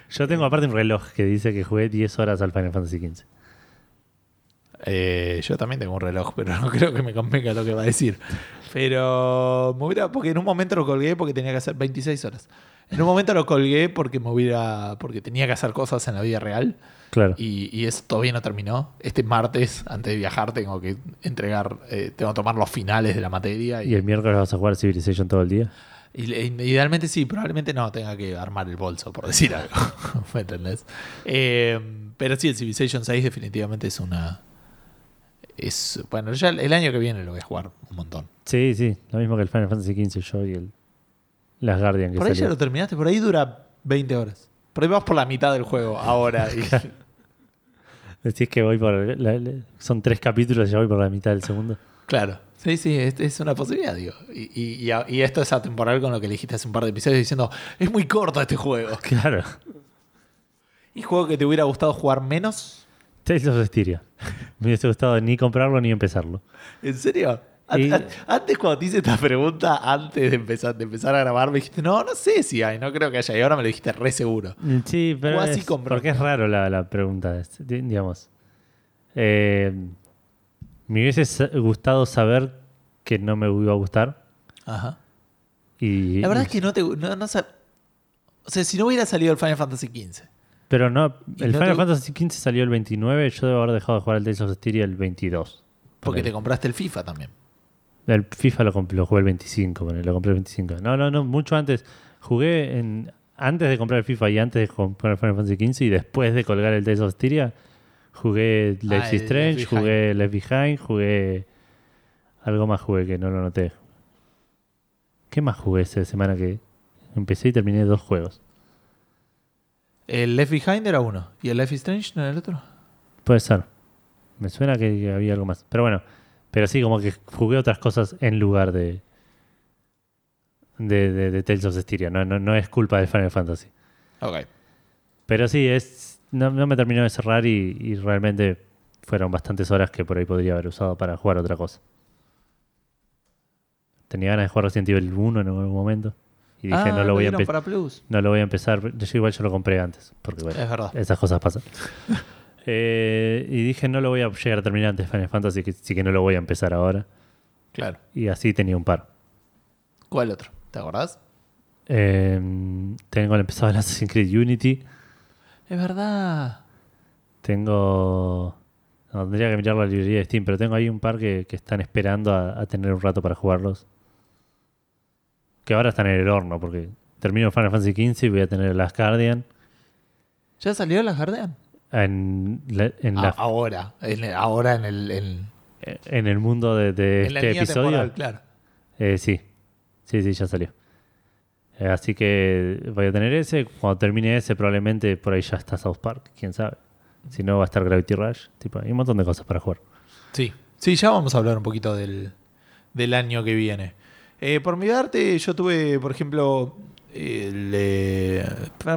B: Yo tengo aparte un reloj que dice que jugué 10 horas al Final Fantasy XV.
A: Eh, yo también tengo un reloj, pero no creo que me convenga lo que va a decir. Pero me hubiera, porque en un momento lo colgué porque tenía que hacer 26 horas. En un momento lo colgué porque me hubiera, porque tenía que hacer cosas en la vida real
B: Claro.
A: y, y eso todavía no terminó. Este martes, antes de viajar, tengo que entregar, eh, tengo que tomar los finales de la materia
B: ¿Y
A: y,
B: el miércoles vas a jugar Civilization todo el día?
A: y le- idealmente sí, probablemente no tenga que armar el bolso, por decir algo. ¿Me entendés? Eh, pero sí, el Civilization 6 definitivamente es una. Es, bueno, ya el el año que viene lo voy a jugar un montón.
B: Sí, sí. Lo mismo que el Final Fantasy XV yo y el Las Guardian que
A: Por ahí ya
B: salió.
A: lo terminaste, por ahí dura 20 horas. Por ahí vas por la mitad del juego ahora. y-
B: Decís que voy por... la- la- son tres capítulos y ya voy por la mitad del segundo.
A: claro. Sí, sí, es, es una posibilidad, digo. Y, y- y a- y esto es atemporal con lo que le dijiste hace un par de episodios diciendo: es muy corto este juego.
B: Claro.
A: ¿Y juego que te hubiera gustado jugar menos?
B: Tales of Estiria. Me hubiese gustado ni comprarlo ni empezarlo.
A: ¿En serio? An-
B: Y-
A: an- Antes cuando te hice esta pregunta, antes de empezar, de empezar a grabar, me dijiste, no, no sé si hay, no creo que haya. Y ahora me lo dijiste re seguro.
B: Mm, Sí, pero
A: así
B: es-
A: con bronca.
B: porque es raro la, la pregunta, es- di- digamos. Eh, me hubiese sa- gustado saber que no me iba a gustar.
A: Ajá.
B: Y,
A: La verdad es
B: y-
A: que no te... No, no sa- o sea, si no hubiera salido el Final Fantasy XV.
B: Pero no,
A: y
B: el
A: no
B: Final
A: te-
B: Fantasy XV salió el 29, yo debo haber dejado de jugar el Tales of Styria el 22.
A: Porque te
B: Ponele.
A: compraste el FIFA también.
B: El FIFA lo, comp- lo jugué el 25, ponele, lo compré el 25. No, no, no, mucho antes. Jugué en, antes de comprar el FIFA y antes de comprar el Final Fantasy XV y después de colgar el Tales of Styria, jugué Life
A: Ah, el
B: is Strange,
A: Left Behind.
B: jugué Left Behind, jugué... Algo más jugué que no lo noté. ¿Qué más jugué esa semana que empecé y terminé dos juegos?
A: El Left Behind era uno. ¿Y el Left is Strange no era el otro?
B: Puede ser. Me suena que que había algo más. Pero bueno, pero sí, como que jugué otras cosas en lugar de. de, de- de Tales of Styria. No, no, no es culpa de Final Fantasy.
A: Ok.
B: Pero sí, es. No, no me terminó de cerrar y, y realmente fueron bastantes horas que por ahí podría haber usado para jugar otra cosa. Tenía ganas de jugar Resident Evil 1 en algún momento. Y dije,
A: Ah,
B: no, lo voy a
A: dieron
B: empe-
A: para Plus.
B: no lo voy a empezar. Yo igual yo lo compré antes. Porque bueno,
A: Es verdad.
B: esas cosas pasan. Eh, y dije, no lo voy a llegar a terminar antes de Final Fantasy, que, sí que no lo voy a empezar ahora.
A: Claro.
B: Y así tenía un par.
A: ¿Cuál otro? ¿Te acordás?
B: Eh, tengo el empezado el Assassin's Creed Unity.
A: Es verdad.
B: Tengo. no, tendría que mirar la librería de Steam, pero tengo ahí un par que, que están esperando a, a tener un rato para jugarlos. Que ahora están en el horno, porque termino Final Fantasy XV y voy a tener las Guardian.
A: ¿Ya salió la Guardian?
B: En, la- en, la-
A: Ah, ahora. En el- ahora en el... En,
B: en el mundo de, de
A: en la
B: este
A: línea
B: episodio.
A: temporal, claro.
B: Eh, sí, sí, sí, ya salió. Eh, así que voy a tener ese. Cuando termine ese, probablemente por ahí ya está South Park, quién sabe. Si no, va a estar Gravity Rush. Tipo, hay un montón de cosas para jugar.
A: Sí, sí, ya vamos a hablar un poquito del, del año que viene. Eh, por mi parte, yo tuve, por ejemplo, el, eh,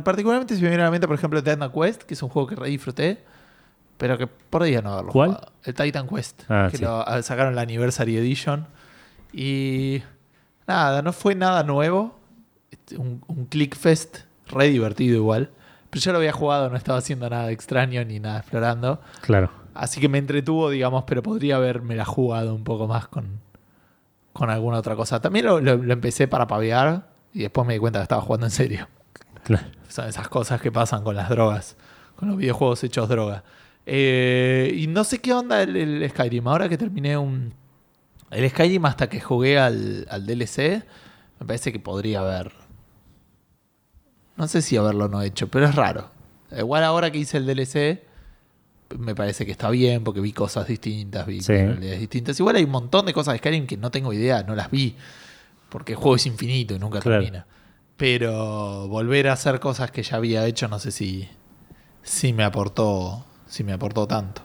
A: particularmente si me viene a la mente, por ejemplo, Titan Quest, que es un juego que re disfruté, pero que por día no haberlo
B: ¿Cuál?
A: jugado. El Titan Quest,
B: Ah,
A: que
B: sí.
A: lo ah, sacaron la Anniversary Edition. Y nada, no fue nada nuevo. Este, Un, un click fest re divertido igual. Pero yo lo había jugado, no estaba haciendo nada extraño ni nada explorando.
B: Claro.
A: Así que me entretuvo, digamos, pero podría haberme la jugado un poco más con, con alguna otra cosa. También lo, lo- lo empecé para pavear, Y después me di cuenta que estaba jugando en serio.
B: Claro.
A: Son esas cosas que pasan con las drogas, con los videojuegos hechos droga. Eh, y no sé qué onda el, el Skyrim. Ahora que terminé un. El Skyrim hasta que jugué al, al DLC, me parece que podría haber. No sé si haberlo no hecho, pero es raro. Igual ahora que hice el DLC, me parece que está bien porque vi cosas distintas, vi
B: Sí.
A: realidades distintas. Igual hay un montón de cosas de Skyrim que no tengo idea, no las vi. Porque el juego es infinito y nunca
B: Claro.
A: termina. Pero volver a hacer cosas que ya había hecho, no sé si, si me aportó. Si me aportó tanto.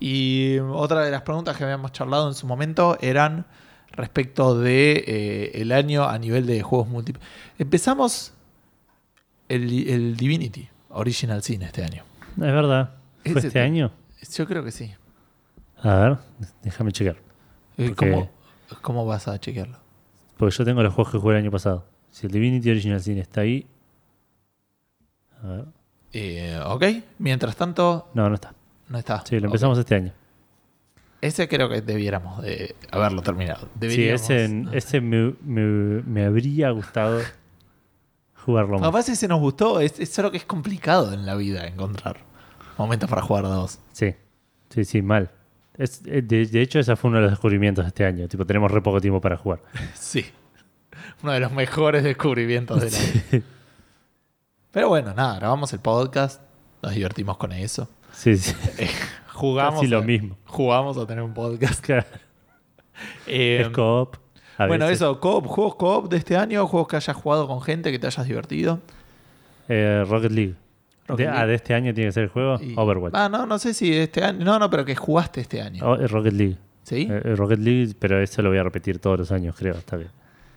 A: Y otra de las preguntas que habíamos charlado en su momento eran respecto de eh, el año a nivel de juegos múltiples. Empezamos el, el Divinity Original Sin este año.
B: Es verdad. ¿Fue
A: Ese
B: este
A: te-
B: año?
A: Yo creo que sí.
B: A ver, déjame checar.
A: Eh,
B: Porque-
A: ¿Cómo, ¿Cómo vas a chequearlo?
B: Porque yo tengo los juegos que jugué el año pasado. Si el Divinity Original Sin está ahí. A ver.
A: Eh, ok, mientras tanto,
B: No, no está.
A: no está.
B: Sí, lo
A: Ok.
B: empezamos este año.
A: Ese creo que debiéramos de haberlo terminado.
B: Sí,
A: Deberíamos.
B: ese, ese me, me- me habría gustado jugarlo más.
A: Capaz ese nos gustó, es, es solo que es complicado en la vida encontrar momentos para jugar dos.
B: Sí, sí, sí, mal. Es, eh, de, de hecho, ese fue uno de los descubrimientos de este año. Tipo, tenemos re poco tiempo para jugar.
A: Sí. Uno de los mejores descubrimientos de la vida. Pero bueno, nada, grabamos el podcast, nos divertimos con eso.
B: Sí, sí.
A: Eh, jugamos.
B: Casi lo
A: a-
B: mismo.
A: Jugamos a tener un podcast.
B: Claro.
A: Eh,
B: es co-op. a
A: bueno,
B: veces.
A: eso, co juegos co-op de este año, juegos que hayas jugado con gente, que te hayas divertido.
B: Eh, Rocket League.
A: Rocket
B: De-
A: League.
B: Ah, de este año tiene que ser el juego.
A: Y-
B: Overwatch.
A: Ah, no, no sé si este año. No, no, pero que jugaste este año.
B: O- eh, Rocket League.
A: ¿Sí?
B: Eh, eh, Rocket League, pero eso lo voy a repetir todos los años, creo, hasta que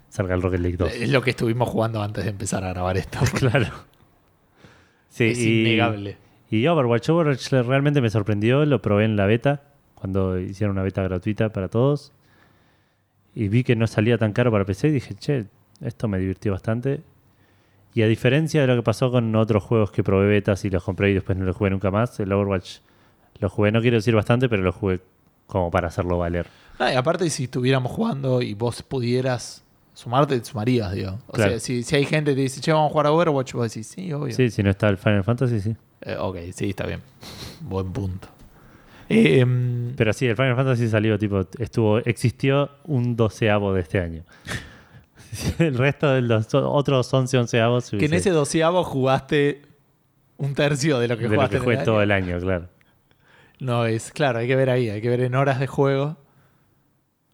B: salga el Rocket League 2.
A: Es lo que estuvimos jugando antes de empezar a grabar esto.
B: claro. Sí,
A: es
B: y-
A: innegable.
B: Y Overwatch, Overwatch realmente me sorprendió, lo probé en la beta, cuando hicieron una beta gratuita para todos. Y vi que no salía tan caro para PC y dije, che, esto me divirtió bastante. Y a diferencia de lo que pasó con otros juegos que probé betas y los compré y después no los jugué nunca más, el Overwatch lo jugué, no quiero decir bastante, pero lo jugué como para hacerlo valer.
A: No, y aparte, si estuviéramos jugando y vos pudieras sumarte, te sumarías, digo. O
B: Claro.
A: sea, si, si hay gente que te dice, che, vamos a jugar a Overwatch, vos decís, sí, obvio.
B: Sí, si no está el Final Fantasy, sí.
A: Eh, ok, sí, está bien. Buen punto. Eh, em,
B: Pero sí, el Final Fantasy salió, tipo, estuvo, existió un doceavo de este año. el resto de los o- otros 11 onceavos
A: que en ese doceavo jugaste un tercio de lo que
B: de lo
A: jugaste
B: que
A: en
B: fue
A: el
B: todo
A: año.
B: el año, claro.
A: No, es claro, hay que ver ahí, hay que ver en horas de juego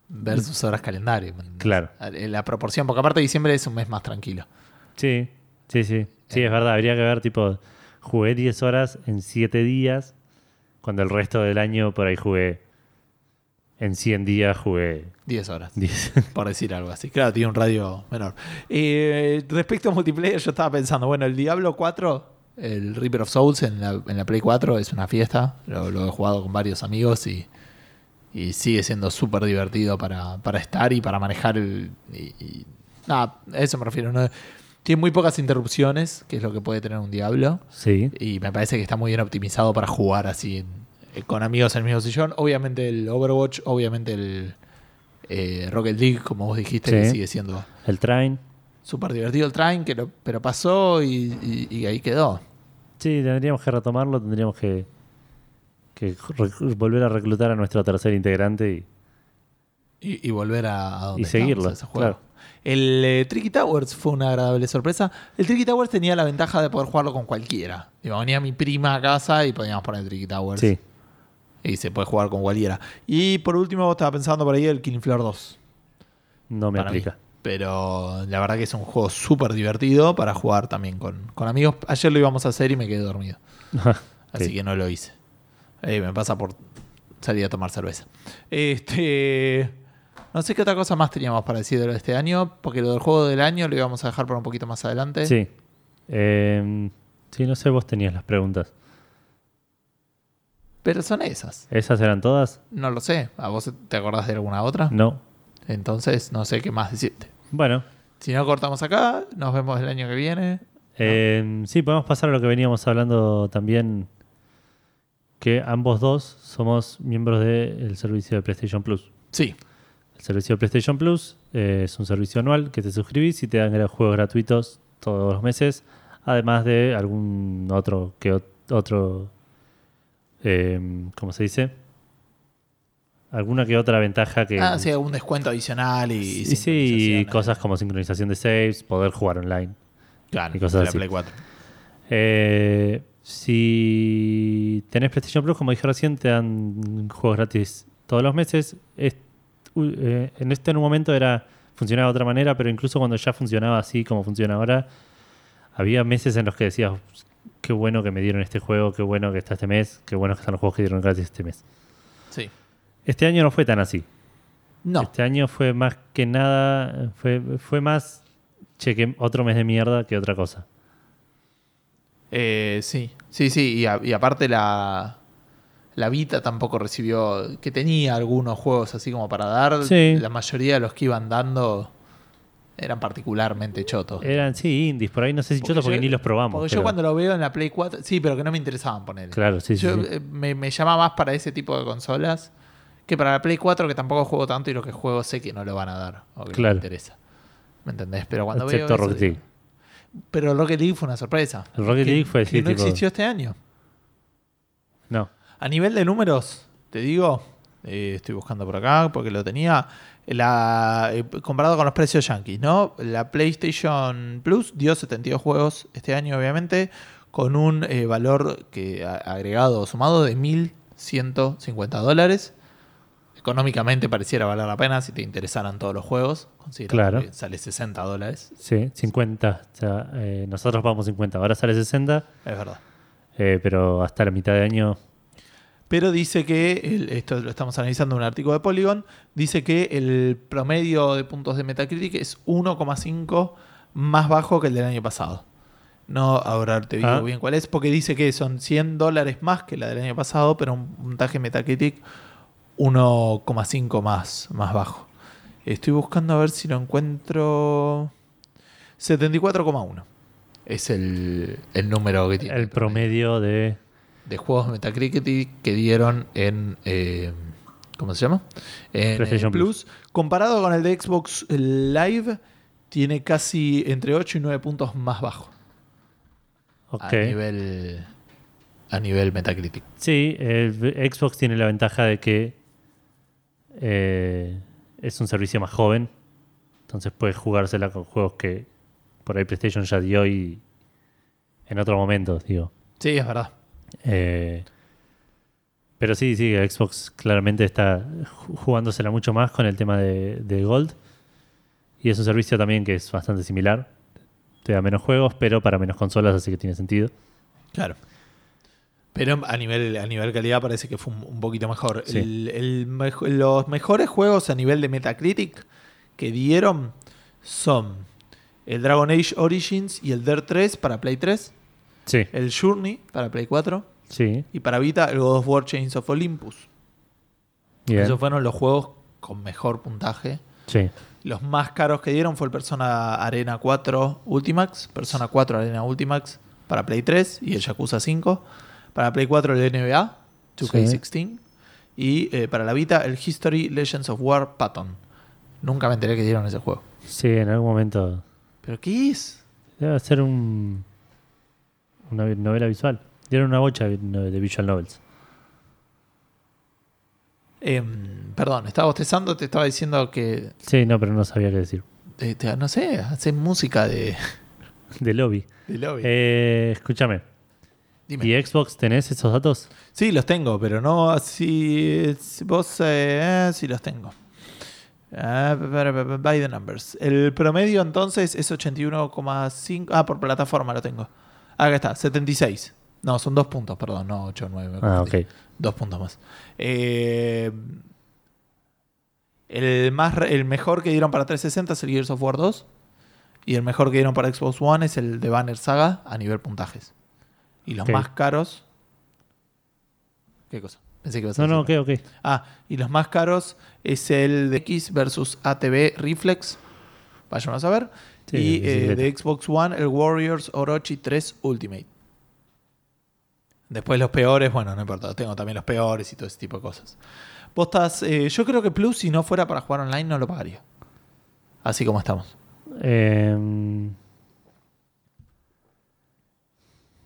A: versus horas calendario. ¿me entendés? Eh,
B: Claro.
A: La proporción, porque aparte diciembre es un mes más tranquilo.
B: Sí, sí, sí. Sí,
A: Eh.
B: es verdad, habría que ver, tipo, jugué 10 horas en 7 días, cuando el resto del año por ahí jugué, en 100 días jugué
A: 10 horas,
B: 10.
A: por decir algo así. Claro, tiene un radio menor. Eh, respecto a multiplayer, yo estaba pensando, bueno, el Diablo 4, el Reaper of Souls en la, en la Play 4 es una fiesta. Lo, lo he jugado con varios amigos y, y sigue siendo súper divertido para, para estar y para manejar el... y- y- nada, a eso me refiero. ¿no? Tiene muy pocas interrupciones, que es lo que puede tener un Diablo.
B: Sí,
A: Y me parece que está muy bien optimizado para jugar así en- eh, con amigos en el mismo sillón. Obviamente el Overwatch, obviamente el eh, Rocket League, como vos dijiste,
B: Sí.
A: que sigue siendo
B: el train.
A: súper divertido el train, que lo- pero pasó y, y- y ahí quedó.
B: Sí, tendríamos que retomarlo, tendríamos que, que rec- volver a reclutar a nuestro tercer integrante y...
A: Y, y volver a, a donde
B: Y
A: estábamos,
B: seguirlo,
A: a ese juego.
B: claro.
A: El eh, Tricky Towers fue una agradable sorpresa. El Tricky Towers tenía la ventaja de poder jugarlo con cualquiera. Digo, venía mi prima a casa y podíamos poner Tricky Towers.
B: Sí.
A: Y se puede jugar con cualquiera. Y por último, vos estaba pensando por ahí el Killing Floor 2.
B: No me
A: para mí.
B: aplica.
A: Pero la verdad que es un juego súper divertido para jugar también con, con amigos. Ayer lo íbamos a hacer y me quedé dormido. Así
B: Sí.
A: que no lo hice. Eh, me pasa por salir a tomar cerveza. Este. No sé qué otra cosa más teníamos para decir de lo de este año, porque lo del juego del año lo íbamos a dejar para un poquito más adelante.
B: Sí. Eh, sí, no sé, vos tenías las preguntas.
A: Pero son esas.
B: ¿Esas eran todas?
A: No lo sé. ¿A vos te acordás de alguna otra?
B: No.
A: Entonces no sé qué más decirte.
B: Bueno,
A: Si no cortamos acá, nos vemos el año que viene.
B: eh, sí, podemos pasar a lo que veníamos hablando también, que ambos dos somos miembros del servicio de PlayStation Plus.
A: Sí.
B: El servicio de PlayStation Plus. eh, es un servicio anual que te suscribís y te dan gra- juegos gratuitos todos los meses, además de algún otro que ot- otro, em, ¿cómo se dice? Alguna que otra ventaja que...
A: Ah, sí, algún descuento adicional y,
B: Eh, y,
A: y
B: sí, y
A: sincronizaciones.
B: cosas como sincronización de saves, poder jugar online.
A: Claro,
B: y cosas
A: de la
B: así.
A: Play 4.
B: Eh, si tenés PlayStation Plus, como dije recién, te dan juegos gratis todos los meses. Es- u- eh, en este en un momento era funcionaba de otra manera, pero incluso cuando ya funcionaba así como funciona ahora, había meses en los que decías, qué bueno que me dieron este juego, qué bueno que está este mes, qué bueno que están los juegos que dieron gratis este mes.
A: Sí.
B: Este año no fue tan así.
A: No,
B: Este año fue más que nada, fue, fue más, cheque, otro mes de mierda que otra cosa.
A: eh, sí, sí, sí. Y, a- y aparte la, la Vita tampoco recibió, que tenía algunos juegos así como para dar.
B: Sí.
A: La mayoría de los que iban dando eran particularmente chotos.
B: Eran, sí, indies, por ahí no Eh, sé si chotos porque
A: yo-
B: ni los probamos.
A: Porque yo
B: pero-
A: cuando lo veo en la Play 4, sí, pero que no me interesaban poner.
B: Claro, sí, sí,
A: Yo,
B: sí.
A: eh, Me, me llama más para ese tipo de consolas que para la Play 4, que tampoco juego tanto y lo que juego sé que no lo van a dar o que no
B: Claro.
A: me interesa. ¿Me entendés? Pero cuando
B: Excepto
A: veo. eso,
B: Rocket League.
A: digo- pero Rocket League fue una sorpresa.
B: El Rocket
A: Que-
B: League fue,
A: que
B: sí,
A: no
B: tipo-
A: existió este año.
B: No.
A: A nivel de números, te digo, eh, estoy buscando por acá porque lo tenía. La, eh, comparado con los precios yankees, ¿no? La PlayStation Plus dio 72 juegos este año, obviamente, con un eh, valor que a- agregado o sumado de 1.150 dólares. Económicamente pareciera valer la pena si te interesaran todos los juegos. Considerando
B: Claro.
A: que sale 60 dólares.
B: Sí, 50. O sea, eh, nosotros pagamos 50. Ahora sale 60,
A: Es verdad.
B: eh, pero hasta la mitad de año.
A: Pero dice que, el- esto lo estamos analizando en un artículo de Polygon, dice que el promedio de puntos de Metacritic es 1,5 más bajo que el del año pasado. No, ahora te digo
B: Ah.
A: bien cuál es, porque dice que son 100 dólares más que la del año pasado, pero un puntaje Metacritic 1,5 más, más bajo. Estoy buscando a ver si lo encuentro. 74,1 es el, el número que tiene.
B: El promedio de.
A: de juegos Metacritic que dieron en. eh, ¿Cómo se llama? En
B: PlayStation
A: eh, Plus. Comparado con el de Xbox Live, tiene casi entre 8 y 9 puntos más bajo.
B: Ok.
A: A nivel. A nivel Metacritic.
B: Sí, el Xbox tiene la ventaja de que eh, es un servicio más joven. Entonces puedes jugársela con juegos que por ahí PlayStation ya dio y en otro momento, digo.
A: Sí, es verdad.
B: Eh, pero sí, sí, Xbox claramente está ju- jugándosela mucho más con el tema de, de Gold. Y es un servicio también que es bastante similar. Te da menos juegos, pero para menos consolas, así que tiene sentido.
A: Claro. Pero a nivel, a nivel calidad parece que fue un, un poquito mejor.
B: Sí.
A: El- el mejo- los mejores juegos a nivel de Metacritic que dieron son el Dragon Age Origins y el Dirt 3 para Play 3.
B: Sí,
A: el Journey para Play 4
B: sí.
A: y para Vita el God of War Chains of Olympus.
B: bien,
A: Esos fueron los juegos con mejor puntaje.
B: sí.
A: Los más caros que dieron fue el Persona Arena 4 Ultimax, Persona 4 Arena Ultimax para Play 3 y el Yakuza 5. Para Play 4 el NBA 2K16 y eh, para la Vita el History Legends of War Pattern. Nunca me enteré que dieron ese juego.
B: Sí, en algún momento.
A: ¿Pero qué es?
B: Debe ser un, una vi- novela visual. Dieron una bocha de no- de visual novels.
A: Em, perdón, estaba bostezando, te estaba diciendo que
B: Sí, no, pero no sabía qué decir.
A: eh, te- no sé, haces música de,
B: De lobby.
A: de lobby.
B: Eh, escúchame.
A: Dime.
B: ¿Y Xbox tenés esos datos?
A: Sí, los tengo, pero no así. si Vos eh, eh, sí los tengo. Ah, pa, pa, pa, pa, By the numbers. El promedio entonces es 81,5. Ah, por plataforma lo tengo. Acá está, 76. No, son dos puntos, perdón, no 8, 9.
B: Ah, ok.
A: Dos puntos más. Eh, el, más re- el mejor que dieron para 360 es el Gears of War 2. Y el mejor que dieron para Xbox One es el de Banner Saga a nivel puntajes. Y los
B: Ok.
A: más caros. ¿Qué cosa? Pensé que ibas a
B: No, no, ok,
A: decir.
B: ok.
A: Ah, y los más caros es el de X versus ATV Reflex. Vayan a saber.
B: Sí,
A: y
B: de
A: eh,
B: bicicleta.
A: de Xbox One, el Warriors Orochi 3 Ultimate. Después los peores, bueno, no importa, tengo también los peores y todo ese tipo de cosas. Postas, eh, yo creo que Plus, si no fuera para jugar online, no lo pagaría. Así como estamos.
B: Eh,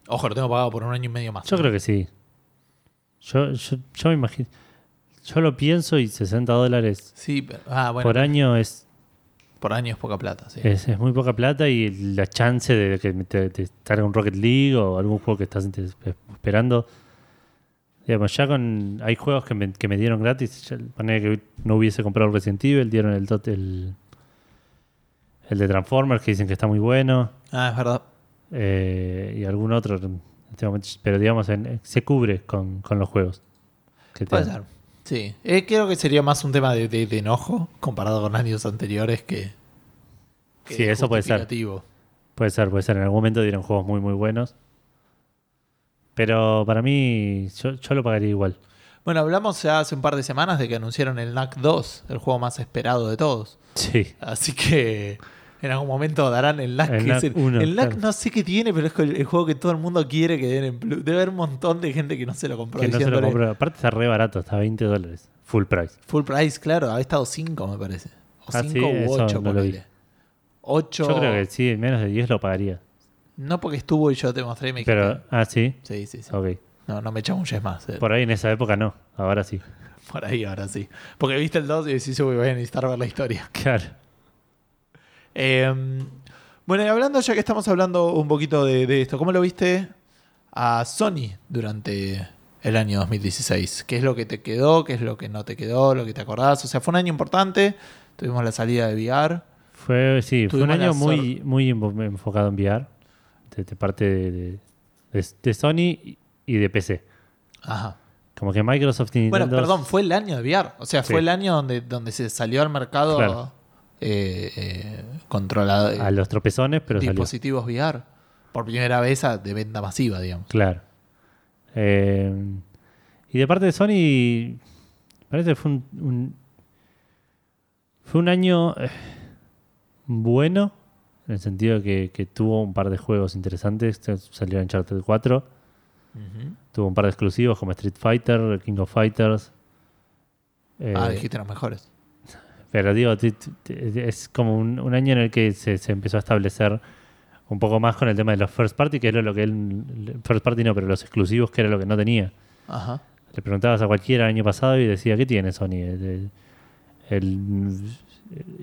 A: Ojo, lo tengo pagado por un año y medio más.
B: yo creo que sí. Yo, yo, yo me imagino. Yo lo pienso y 60 dólares
A: Sí, pero- ah, bueno,
B: por
A: por,
B: Eh. año es
A: año es poca plata, sí.
B: Es, es muy poca plata y la chance de que te, te salga un Rocket League o algún juego que estás ente- esperando. Digamos, ya con. Hay juegos que me, que me dieron gratis. ya ponele que no hubiese comprado Resident Evil, dieron el, tot- el, el de Transformers que dicen que está muy bueno.
A: Ah, es verdad.
B: eh, y algún otro. en este momento, pero digamos, en- eh, se cubre con, con los juegos. que te
A: Puede
B: dan.
A: ser. Sí. Eh, creo que sería más un tema de, de- de enojo comparado con años anteriores que.
B: Sí, eso puede ser.
A: justificativo.
B: Puede ser, puede ser. En algún momento dieron juegos muy, muy buenos. Pero para mí, yo, yo lo pagaría igual.
A: Bueno, hablamos ya hace un par de semanas de que anunciaron el NAC 2, el juego más esperado de todos.
B: Sí.
A: Así que en algún momento darán el LAC.
B: El
A: es
B: LAC
A: decir,
B: uno,
A: el LAC
B: claro.
A: no sé qué tiene, pero es el, el juego que todo el mundo quiere que den en Plus. Debe haber un montón de gente que no se lo compró
B: Que no se lo
A: diciéndole,
B: compró. Aparte está re barato, está 20 dólares. Full price.
A: Full price, claro. Ha estado 5, me parece. O
B: Ah, sí,
A: 5 u
B: eso
A: 8,
B: no lo vi.
A: ponele. 8.
B: Yo creo que sí, menos de 10 lo pagaría.
A: No porque estuvo y yo te mostré y me dijiste,
B: Pero, ah, sí.
A: Sí, sí, sí.
B: Ok.
A: No, no me chamulles más. eh. Por,
B: Por ahí en esa época no. Ahora sí.
A: ahí ahora sí. Porque viste el 2 y decís, uy, voy a necesitar ver la historia.
B: Claro.
A: Eh, bueno, y hablando, ya que estamos hablando un poquito de, de esto, ¿cómo lo viste a Sony durante el año 2016? ¿Qué es lo que te quedó? ¿Qué es lo que no te quedó? ¿Lo que te acordás? O sea, fue un año importante. Tuvimos la salida de VR.
B: Fue, sí, fue un
A: Tuvimos la
B: año muy, muy invo- enfocado en VR. De, de parte de, de- de Sony y de PC.
A: Ajá.
B: Como que Microsoft y Nintendo...
A: Bueno, perdón, fue el año de VR. O sea,
B: Sí.
A: fue el año donde, donde se salió al mercado
B: Claro.
A: eh, eh, controlado. eh,
B: A los tropezones, pero salió.
A: dispositivos VR. Por primera vez a- de venta masiva, digamos.
B: Claro. Eh, y de parte de Sony, parece que fue un, un- fue un año eh, bueno, en el sentido que, que tuvo un par de juegos interesantes. Este Salió Uncharted 4, tuvo un par de exclusivos como Street Fighter, King of Fighters. Eh,
A: ah, dijiste los mejores.
B: pero digo, ti- ti- ti- es como un, un año en el que se, se empezó a establecer un poco más con el tema de los first party, que era lo que él. First party no, pero los exclusivos, que era lo que no tenía.
A: Ajá.
B: Le preguntabas a cualquiera el año pasado y decía, ¿qué tiene Sony? El, el- el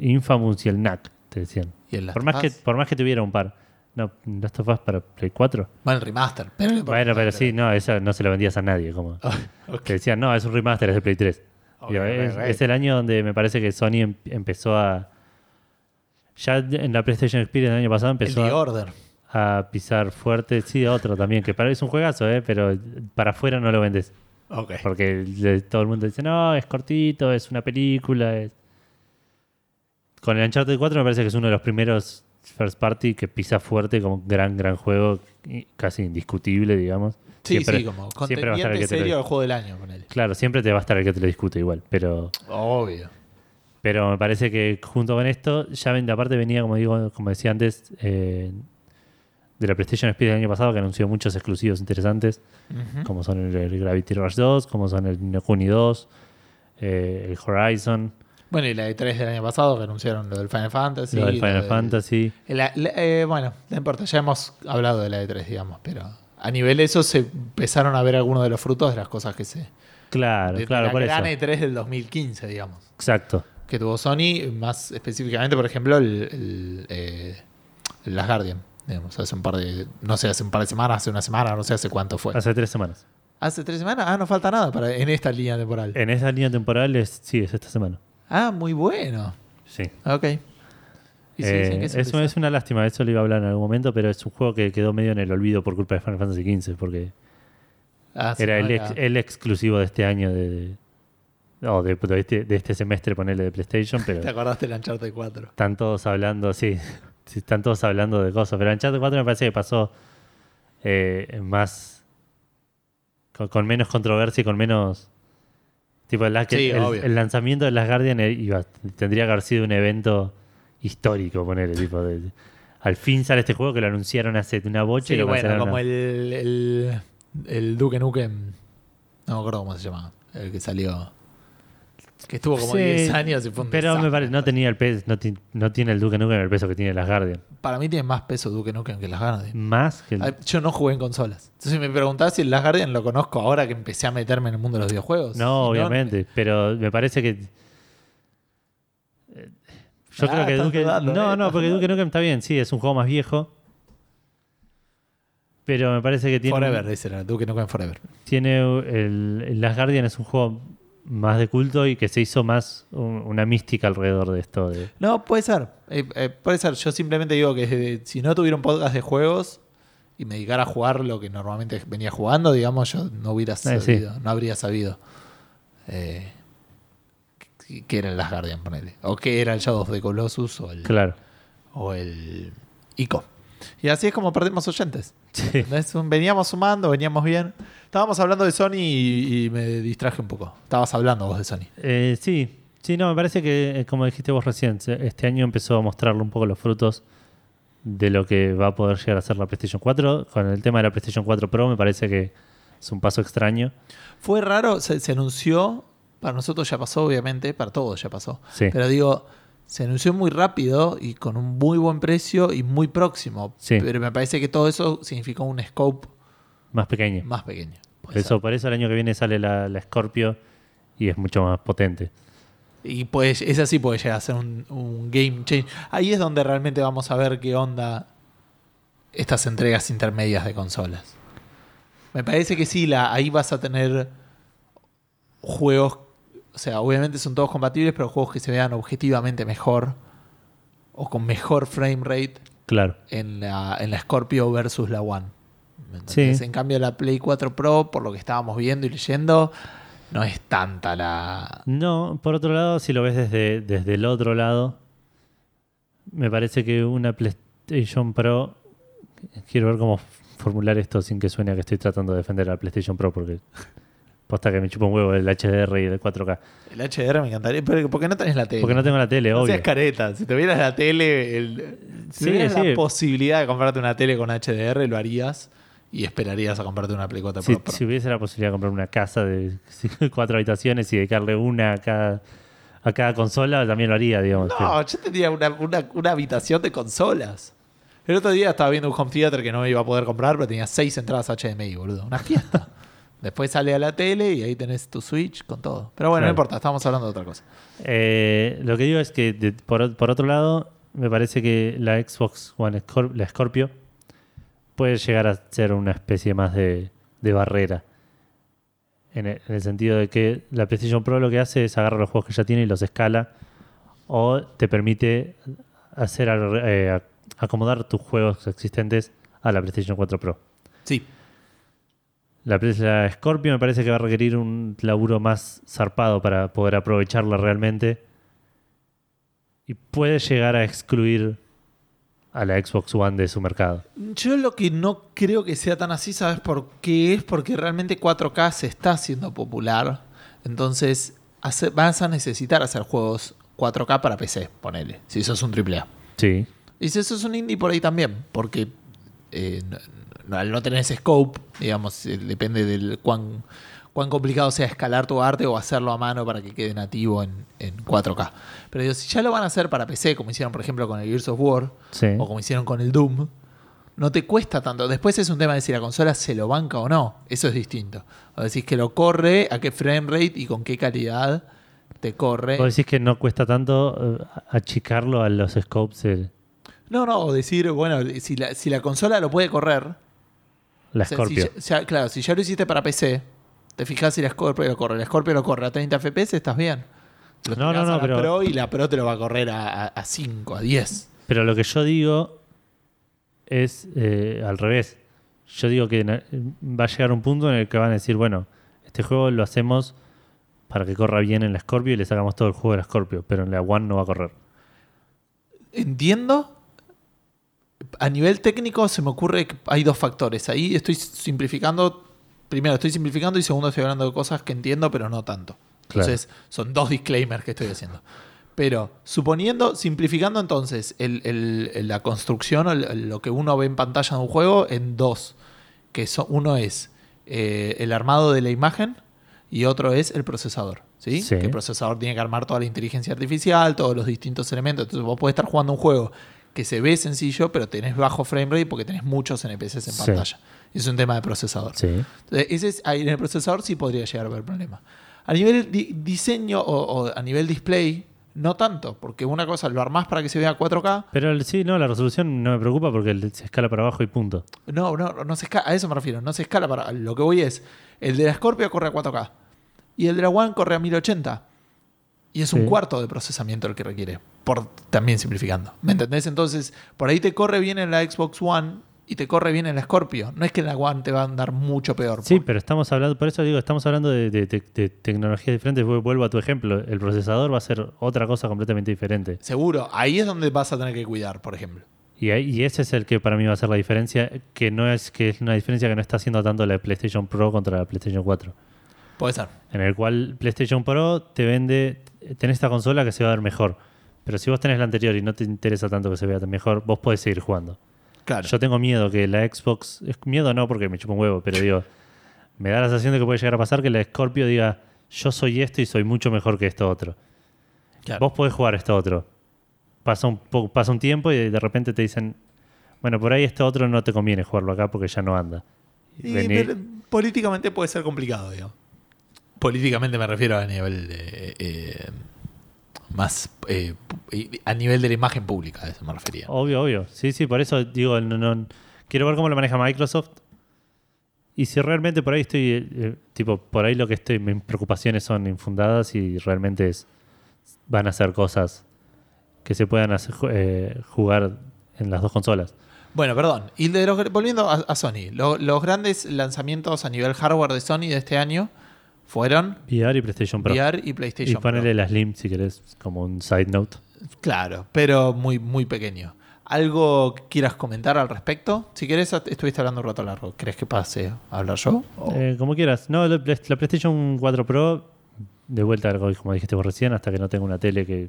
B: Infamous y el NAC, te decían.
A: Y el Last
B: Por más,
A: of
B: que,
A: Us.
B: por más que tuviera un par. No, Last of Us para Play 4.
A: Bueno, el remaster. Pero no importa.
B: Bueno, pero sí, no, eso no se lo vendías a nadie. Como.
A: Ah, ok.
B: Te decían, no, es un remaster, es de Play 3.
A: Ok,
B: Digo, es,
A: ok, ok.
B: es el año donde me parece que Sony em- empezó a. Ya en la PlayStation Experience el año pasado
A: El
B: empezó
A: The
B: a,
A: Order.
B: a pisar fuerte. Sí, otro también, que para es un juegazo, ¿eh? pero para afuera no lo vendes.
A: Ok.
B: Porque le- todo el mundo dice, no, es cortito, es una película. es-". Con el Uncharted 4 me parece que es uno de los primeros first party que pisa fuerte como un gran, gran juego, y casi indiscutible, digamos.
A: Sí,
B: Siempre-
A: sí, como
B: siempre va a estar
A: contendiente
B: el que te lo-
A: serio al juego del año con él.
B: Claro, siempre te va a estar el que te lo discute igual, pero...
A: Obvio.
B: Pero me parece que junto con esto, ya ven- aparte venía, como digo, como decía antes, eh, de la PlayStation Speed del año pasado, que anunció muchos exclusivos interesantes, como son el, el Gravity Rush 2, como son el Ni no Kuni 2, eh, el Horizon,
A: Bueno, y la de 3 del año pasado que anunciaron lo del Final Fantasy.
B: lo del
A: lo
B: Final
A: del-
B: Fantasy.
A: La- la- eh, bueno, no importa, ya hemos hablado de la de 3, digamos, pero a nivel de eso se empezaron a ver algunos de los frutos de las cosas que se.
B: Claro,
A: de
B: claro,
A: la
B: por eso.
A: gran e- E3 del 2015, digamos.
B: Exacto.
A: que tuvo Sony, más específicamente, por ejemplo, el, el, eh, el Last Guardian. Digamos, hace un par de. No sé, hace un par de semanas, hace una semana, no sé hace cuánto fue.
B: Hace tres semanas.
A: ¿Hace tres semanas? Ah, no falta nada para, en esta línea temporal.
B: En esa línea temporal es, sí, es esta semana.
A: Ah, muy bueno.
B: Sí.
A: Ok. Y sí, dicen que
B: Eh,
A: es
B: es, es una lástima, eso lo iba a hablar en algún momento, pero es un juego que quedó medio en el olvido por culpa de Final Fantasy XV, porque
A: Ah, sí,
B: Era
A: no
B: el, ex- el exclusivo de este año de. de- no, de, de este, de este semestre, ponerle de PlayStation,
A: Te
B: pero
A: acordaste del Uncharted 4.
B: están todos hablando, sí, sí, están todos hablando de cosas. Pero Uncharted 4 me parece que pasó eh, más. Con, con menos controversia y con menos. Tipo, la que-
A: Sí,
B: el,
A: obvio.
B: el lanzamiento de las Guardian eh, iba- tendría que haber sido un evento histórico, ponerle, tipo, de- de- al fin sale este juego que lo anunciaron hace una bocha
A: Sí,
B: y lo
A: bueno,
B: cancelaron
A: como
B: a-
A: el, el el Duque Nukem. No me acuerdo cómo se llama. El que salió. Que estuvo como
B: Sí,
A: 10 años y fue un
B: Pero me
A: desastre.
B: parece, no tenía el peso, no, ti- no tiene el Duke Nukem el peso que tiene las Guardian.
A: Para mí tiene más peso Duque Nukem que las Guardian.
B: Más que el-
A: Ay, Yo no jugué en consolas. Entonces, si me preguntás si el Last Guardian lo conozco ahora que empecé a meterme en el mundo de los videojuegos.
B: No, obviamente,
A: eh,
B: pero me parece que. Eh, Yo
A: Ah,
B: creo que
A: estás
B: Duke.
A: dudando, eh,
B: no,
A: estás
B: no, porque Duke Nukem está bien, sí, es un juego más viejo. Pero me parece que tiene.
A: Forever, dice la Duque Nukem Forever.
B: Tiene el, el Last Guardian es un juego más de culto y que se hizo más un- una mística alrededor de esto. de-
A: No, puede ser. Eh, eh, puede ser. Yo simplemente digo que eh, si no tuviera un podcast de juegos y me dedicara a jugar lo que normalmente venía jugando, digamos, yo no hubiera
B: Eh, sí.
A: sabido, no habría sabido eh, qué- qué eran las Guardian, ponele. O qué era el Shadow of the Colossus o el,
B: Claro.
A: o el ICO. Y así es como perdemos oyentes.
B: Sí.
A: ¿Entendés? Un- Veníamos sumando, veníamos bien. Estábamos hablando de Sony y, y me distraje un poco. Estabas hablando vos de Sony.
B: Eh, sí, sí, no, me parece que, eh, como dijiste vos recién, se- este año empezó a mostrarle un poco los frutos de lo que va a poder llegar a ser la PlayStation 4. Con el tema de la PlayStation 4 Pro, me parece que es un paso extraño.
A: Fue raro, se, se anunció, para nosotros ya pasó, obviamente, para todos ya pasó.
B: Sí.
A: Pero digo, se anunció muy rápido y con un muy buen precio y muy próximo.
B: Sí.
A: Pero me parece que todo eso significó un scope
B: Más pequeño.
A: más pequeño.
B: Por
A: Puede ser.
B: eso, por eso el año que viene sale la, la Scorpio y es mucho más potente.
A: Y pues esa sí puede llegar a ser un, un game change. Ahí es donde realmente vamos a ver qué onda estas entregas intermedias de consolas. Me parece que sí, la, ahí vas a tener juegos, o sea, obviamente son todos compatibles, pero juegos que se vean objetivamente mejor o con mejor frame rate
B: Claro.
A: en la, en la Scorpio versus la One. ¿Me entendés?
B: Sí.
A: En cambio, la Play 4 Pro, por lo que estábamos viendo y leyendo, no es tanta la,
B: No, por otro lado, si lo ves desde, desde el otro lado, me parece que una PlayStation Pro. Quiero ver cómo formular esto sin que suene a que estoy tratando de defender a la PlayStation Pro, porque posta que me chupa un huevo el HDR y el 4K.
A: El HDR me encantaría, pero porque no tenés la tele.
B: Porque no tengo la tele,
A: No
B: obvio.
A: seas careta. Si tuvieras la tele, el- si
B: Sí,
A: tuvieras la
B: sí.
A: posibilidad de comprarte una tele con HDR, lo harías y esperarías a comprarte una Play 4
B: Si,
A: Pro. Pro.
B: si hubiese la posibilidad de comprar una casa de cuatro habitaciones y dedicarle una a cada, a cada consola, también lo haría, digamos.
A: No, yo tenía una, una- una habitación de consolas. El otro día estaba viendo un home theater que no me iba a poder comprar, pero tenía seis entradas HDMI, boludo. Una fiesta. Después sale a la tele y ahí tenés tu Switch con todo. Pero bueno, no
B: Claro.
A: importa, estamos hablando de otra cosa.
B: Eh, lo que digo es que, de- por, o- por otro lado, me parece que la Xbox One, Scor- la Scorpio, puede llegar a ser una especie más de, de barrera. En el, en el sentido de que la PlayStation Pro lo que hace es agarrar los juegos que ya tiene y los escala. O te permite hacer al- eh, a- acomodar tus juegos existentes a la PlayStation 4 Pro.
A: Sí.
B: La, Play- la Scorpio me parece que va a requerir un laburo más zarpado para poder aprovecharla realmente. Y puede llegar a excluir a la Xbox One de su mercado.
A: Yo lo que no creo que sea tan así, ¿sabes por qué? Es porque realmente 4K se está haciendo popular. Entonces, hace- vas a necesitar hacer juegos 4K para PC, ponele. Si sos un AAA.
B: Sí.
A: Y si sos un indie por ahí también, porque eh, no- no- al no tener ese scope, digamos, eh, depende del cuán, cuán complicado sea escalar tu arte o hacerlo a mano para que quede nativo en, en 4K. Pero digo, si ya lo van a hacer para PC, como hicieron por ejemplo con el Gears of War,
B: Sí.
A: o como hicieron con el Doom, no te cuesta tanto. Después es un tema de si la consola se lo banca o no. Eso es distinto. O decís que lo corre, a qué frame rate y con qué calidad te corre.
B: Vos decís que no cuesta tanto eh, achicarlo a los scopes de
A: No, no, o decir, bueno, si la, si la consola lo puede correr.
B: la
A: o sea,
B: Scorpio.
A: si ya- ya- claro, si ya lo hiciste para PC, te fijas si la Scorpio lo corre. La Scorpio lo corre a 30 FPS, estás bien. Lo
B: No, no,
A: tirás a
B: no,
A: la
B: pero-
A: Pro y la Pro te lo va a correr a, a- a 5, a 10.
B: Pero lo que yo digo es eh, al revés. Yo digo que na- va a llegar un punto en el que van a decir, bueno, este juego lo hacemos para que corra bien en la Scorpio y le sacamos todo el juego de la Scorpio, pero en la One no va a correr.
A: Entiendo. A nivel técnico se me ocurre que hay dos factores. Ahí estoy simplificando. Primero, estoy simplificando y segundo, estoy hablando de cosas que entiendo, pero no tanto.
B: Claro.
A: Entonces, son dos disclaimers que estoy haciendo. Pero, suponiendo, simplificando entonces el- el- el- la construcción o el- el- lo que uno ve en pantalla de un juego en dos. Que so- uno es eh, el armado de la imagen y otro es el procesador. ¿sí?
B: Sí.
A: Que el procesador tiene que armar toda la inteligencia artificial, todos los distintos elementos. Entonces vos podés estar jugando un juego que se ve sencillo, pero tenés bajo frame rate porque tenés muchos NPCs en
B: Sí.
A: pantalla. Y es un tema de procesador.
B: Sí.
A: Entonces, ese es- ahí en el procesador sí podría llegar a haber problema. A nivel di- diseño o, o a nivel display, no tanto, porque una cosa lo armás para que se vea 4K.
B: Pero el- sí, no, la resolución no me preocupa porque el- se escala para abajo y punto.
A: No, no, no se escala, a eso me refiero, no se escala para. Lo que voy es, el de la Scorpio corre a 4K y el de la One corre a 1080. Y es un
B: Sí.
A: cuarto de procesamiento el que requiere, por también simplificando. ¿Me entendés? Entonces, por ahí te corre bien en la Xbox One y te corre bien en la Scorpio. No es que en la One te va a andar mucho peor.
B: Sí,
A: por-
B: pero estamos hablando, por eso digo, estamos hablando de, de- de- de tecnologías diferentes. Vu- Vuelvo a tu ejemplo, el procesador va a ser otra cosa completamente diferente.
A: Seguro, ahí es donde vas a tener que cuidar, por ejemplo.
B: Y, ahí- y ese es el que para mí va a ser la diferencia, que no es que es una diferencia que no está haciendo tanto la PlayStation Pro contra la PlayStation 4.
A: Puede ser.
B: en el cual PlayStation Pro te vende, tenés esta consola que se va a ver mejor. Pero si vos tenés la anterior y no te interesa tanto que se vea tan mejor, vos podés seguir jugando.
A: Claro.
B: Yo tengo miedo que la Xbox, es- miedo no porque me chupa un huevo, pero digo, me da la sensación de que puede llegar a pasar que la Scorpio diga, yo soy esto y soy mucho mejor que esto otro.
A: Claro.
B: Vos podés jugar esto otro. Pasa un, po- pasa un tiempo y de repente te dicen, bueno, por ahí esto otro no te conviene jugarlo acá porque ya no anda.
A: Y,
B: Vení-
A: pero, políticamente puede ser complicado, digo. Políticamente me refiero a nivel de, eh, más eh, pu- a nivel de la imagen pública, a eso me refería.
B: Obvio, obvio. Sí, sí, por eso digo, no, no- quiero ver cómo lo maneja Microsoft. Y si realmente por ahí estoy, eh, eh, tipo, por ahí lo que estoy, mis preocupaciones son infundadas y realmente es- van a hacer cosas que se puedan hacer ju- eh, jugar en las dos consolas.
A: Bueno, perdón. Y de los- volviendo a, a Sony, Lo- los grandes lanzamientos a nivel hardware de Sony de este año fueron
B: VR y PlayStation Pro.
A: VR y
B: y
A: PlayStation Pro.
B: ponerle las Slim si querés, como un side note.
A: Claro, pero muy, muy pequeño. ¿Algo que quieras comentar al respecto? Si querés, est- estuviste hablando un rato largo. ¿Crees que pase a hablar yo? O-
B: Eh, como quieras. No, la, Play- la PlayStation 4 Pro, de vuelta, algo como dijiste vos recién, hasta que no tenga una tele que,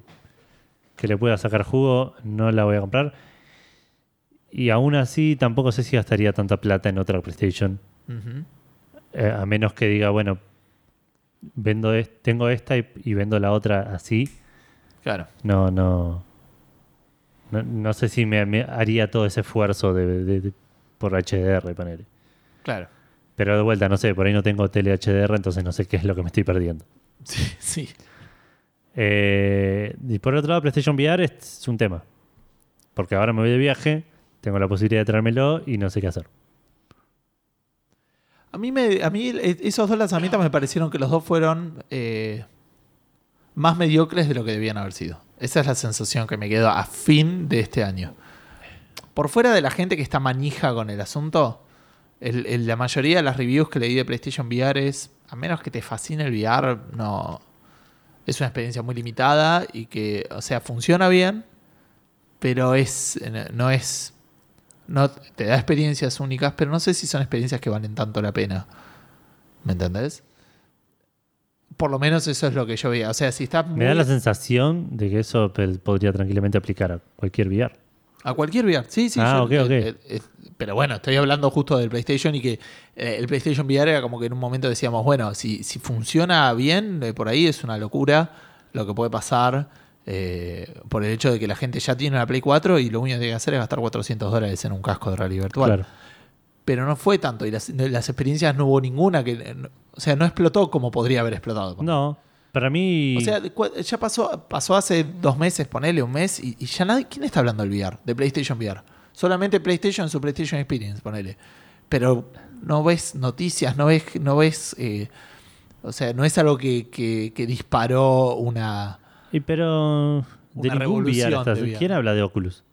B: que le pueda sacar jugo, no la voy a comprar. Y aún así, tampoco sé si gastaría tanta plata en otra PlayStation.
A: Ujú.
B: Eh, a menos que diga, bueno, vendo es- tengo esta y, y vendo la otra así.
A: Claro.
B: No, no. No, no sé si me, me haría todo ese esfuerzo de, de- de- por HDR, poner.
A: Claro.
B: Pero de vuelta, no sé, por ahí no tengo tele HDR, entonces no sé qué es lo que me estoy perdiendo.
A: Sí, sí.
B: Eh, y por otro lado, PlayStation VR es es un tema. Porque ahora me voy de viaje, tengo la posibilidad de traérmelo y no sé qué hacer.
A: A mí, me, a mí eh, esos dos lanzamientos me parecieron que los dos fueron eh, más mediocres de lo que debían haber sido. Esa es la sensación que me quedó a fin de este año. Por fuera de la gente que está manija con el asunto, el- el- la mayoría de las reviews que leí de PlayStation VR es, a menos que te fascine el VR, no. Es una experiencia muy limitada y que, o sea, funciona bien, pero es no es no te da experiencias únicas, pero no sé si son experiencias que valen tanto la pena. ¿Me entendés? Por lo menos eso es lo que yo veía. O sea, si estás
B: Me da
A: muy-
B: la sensación de que eso pe- podría tranquilamente aplicar a cualquier VR.
A: A cualquier VR, sí, sí.
B: Ah, ok, ok.
A: eh, pero bueno, estoy hablando justo del PlayStation y que eh, el PlayStation VR era como que en un momento decíamos, bueno, si, si funciona bien, eh, por ahí es una locura lo que puede pasar eh, por el hecho de que la gente ya tiene una Play 4 y lo único que tiene que hacer es gastar 400 dólares en un casco de realidad virtual.
B: Claro.
A: Pero no fue tanto y las, no- las experiencias no hubo ninguna que... eh, no- o sea, no explotó como podría haber explotado.
B: No, para mí.
A: O sea, cu- ya pasó, pasó hace dos meses, ponele un mes, y, y ya nadie. ¿Quién está hablando del VR? De PlayStation VR. Solamente PlayStation, su PlayStation Experience, ponele. Pero no ves noticias, no ves. No ves eh, o sea, no es algo que, que- que disparó una.
B: y pero. De
A: Una
B: ningún
A: revolución
B: VR, estás-
A: de VR.
B: ¿Quién habla de Oculus?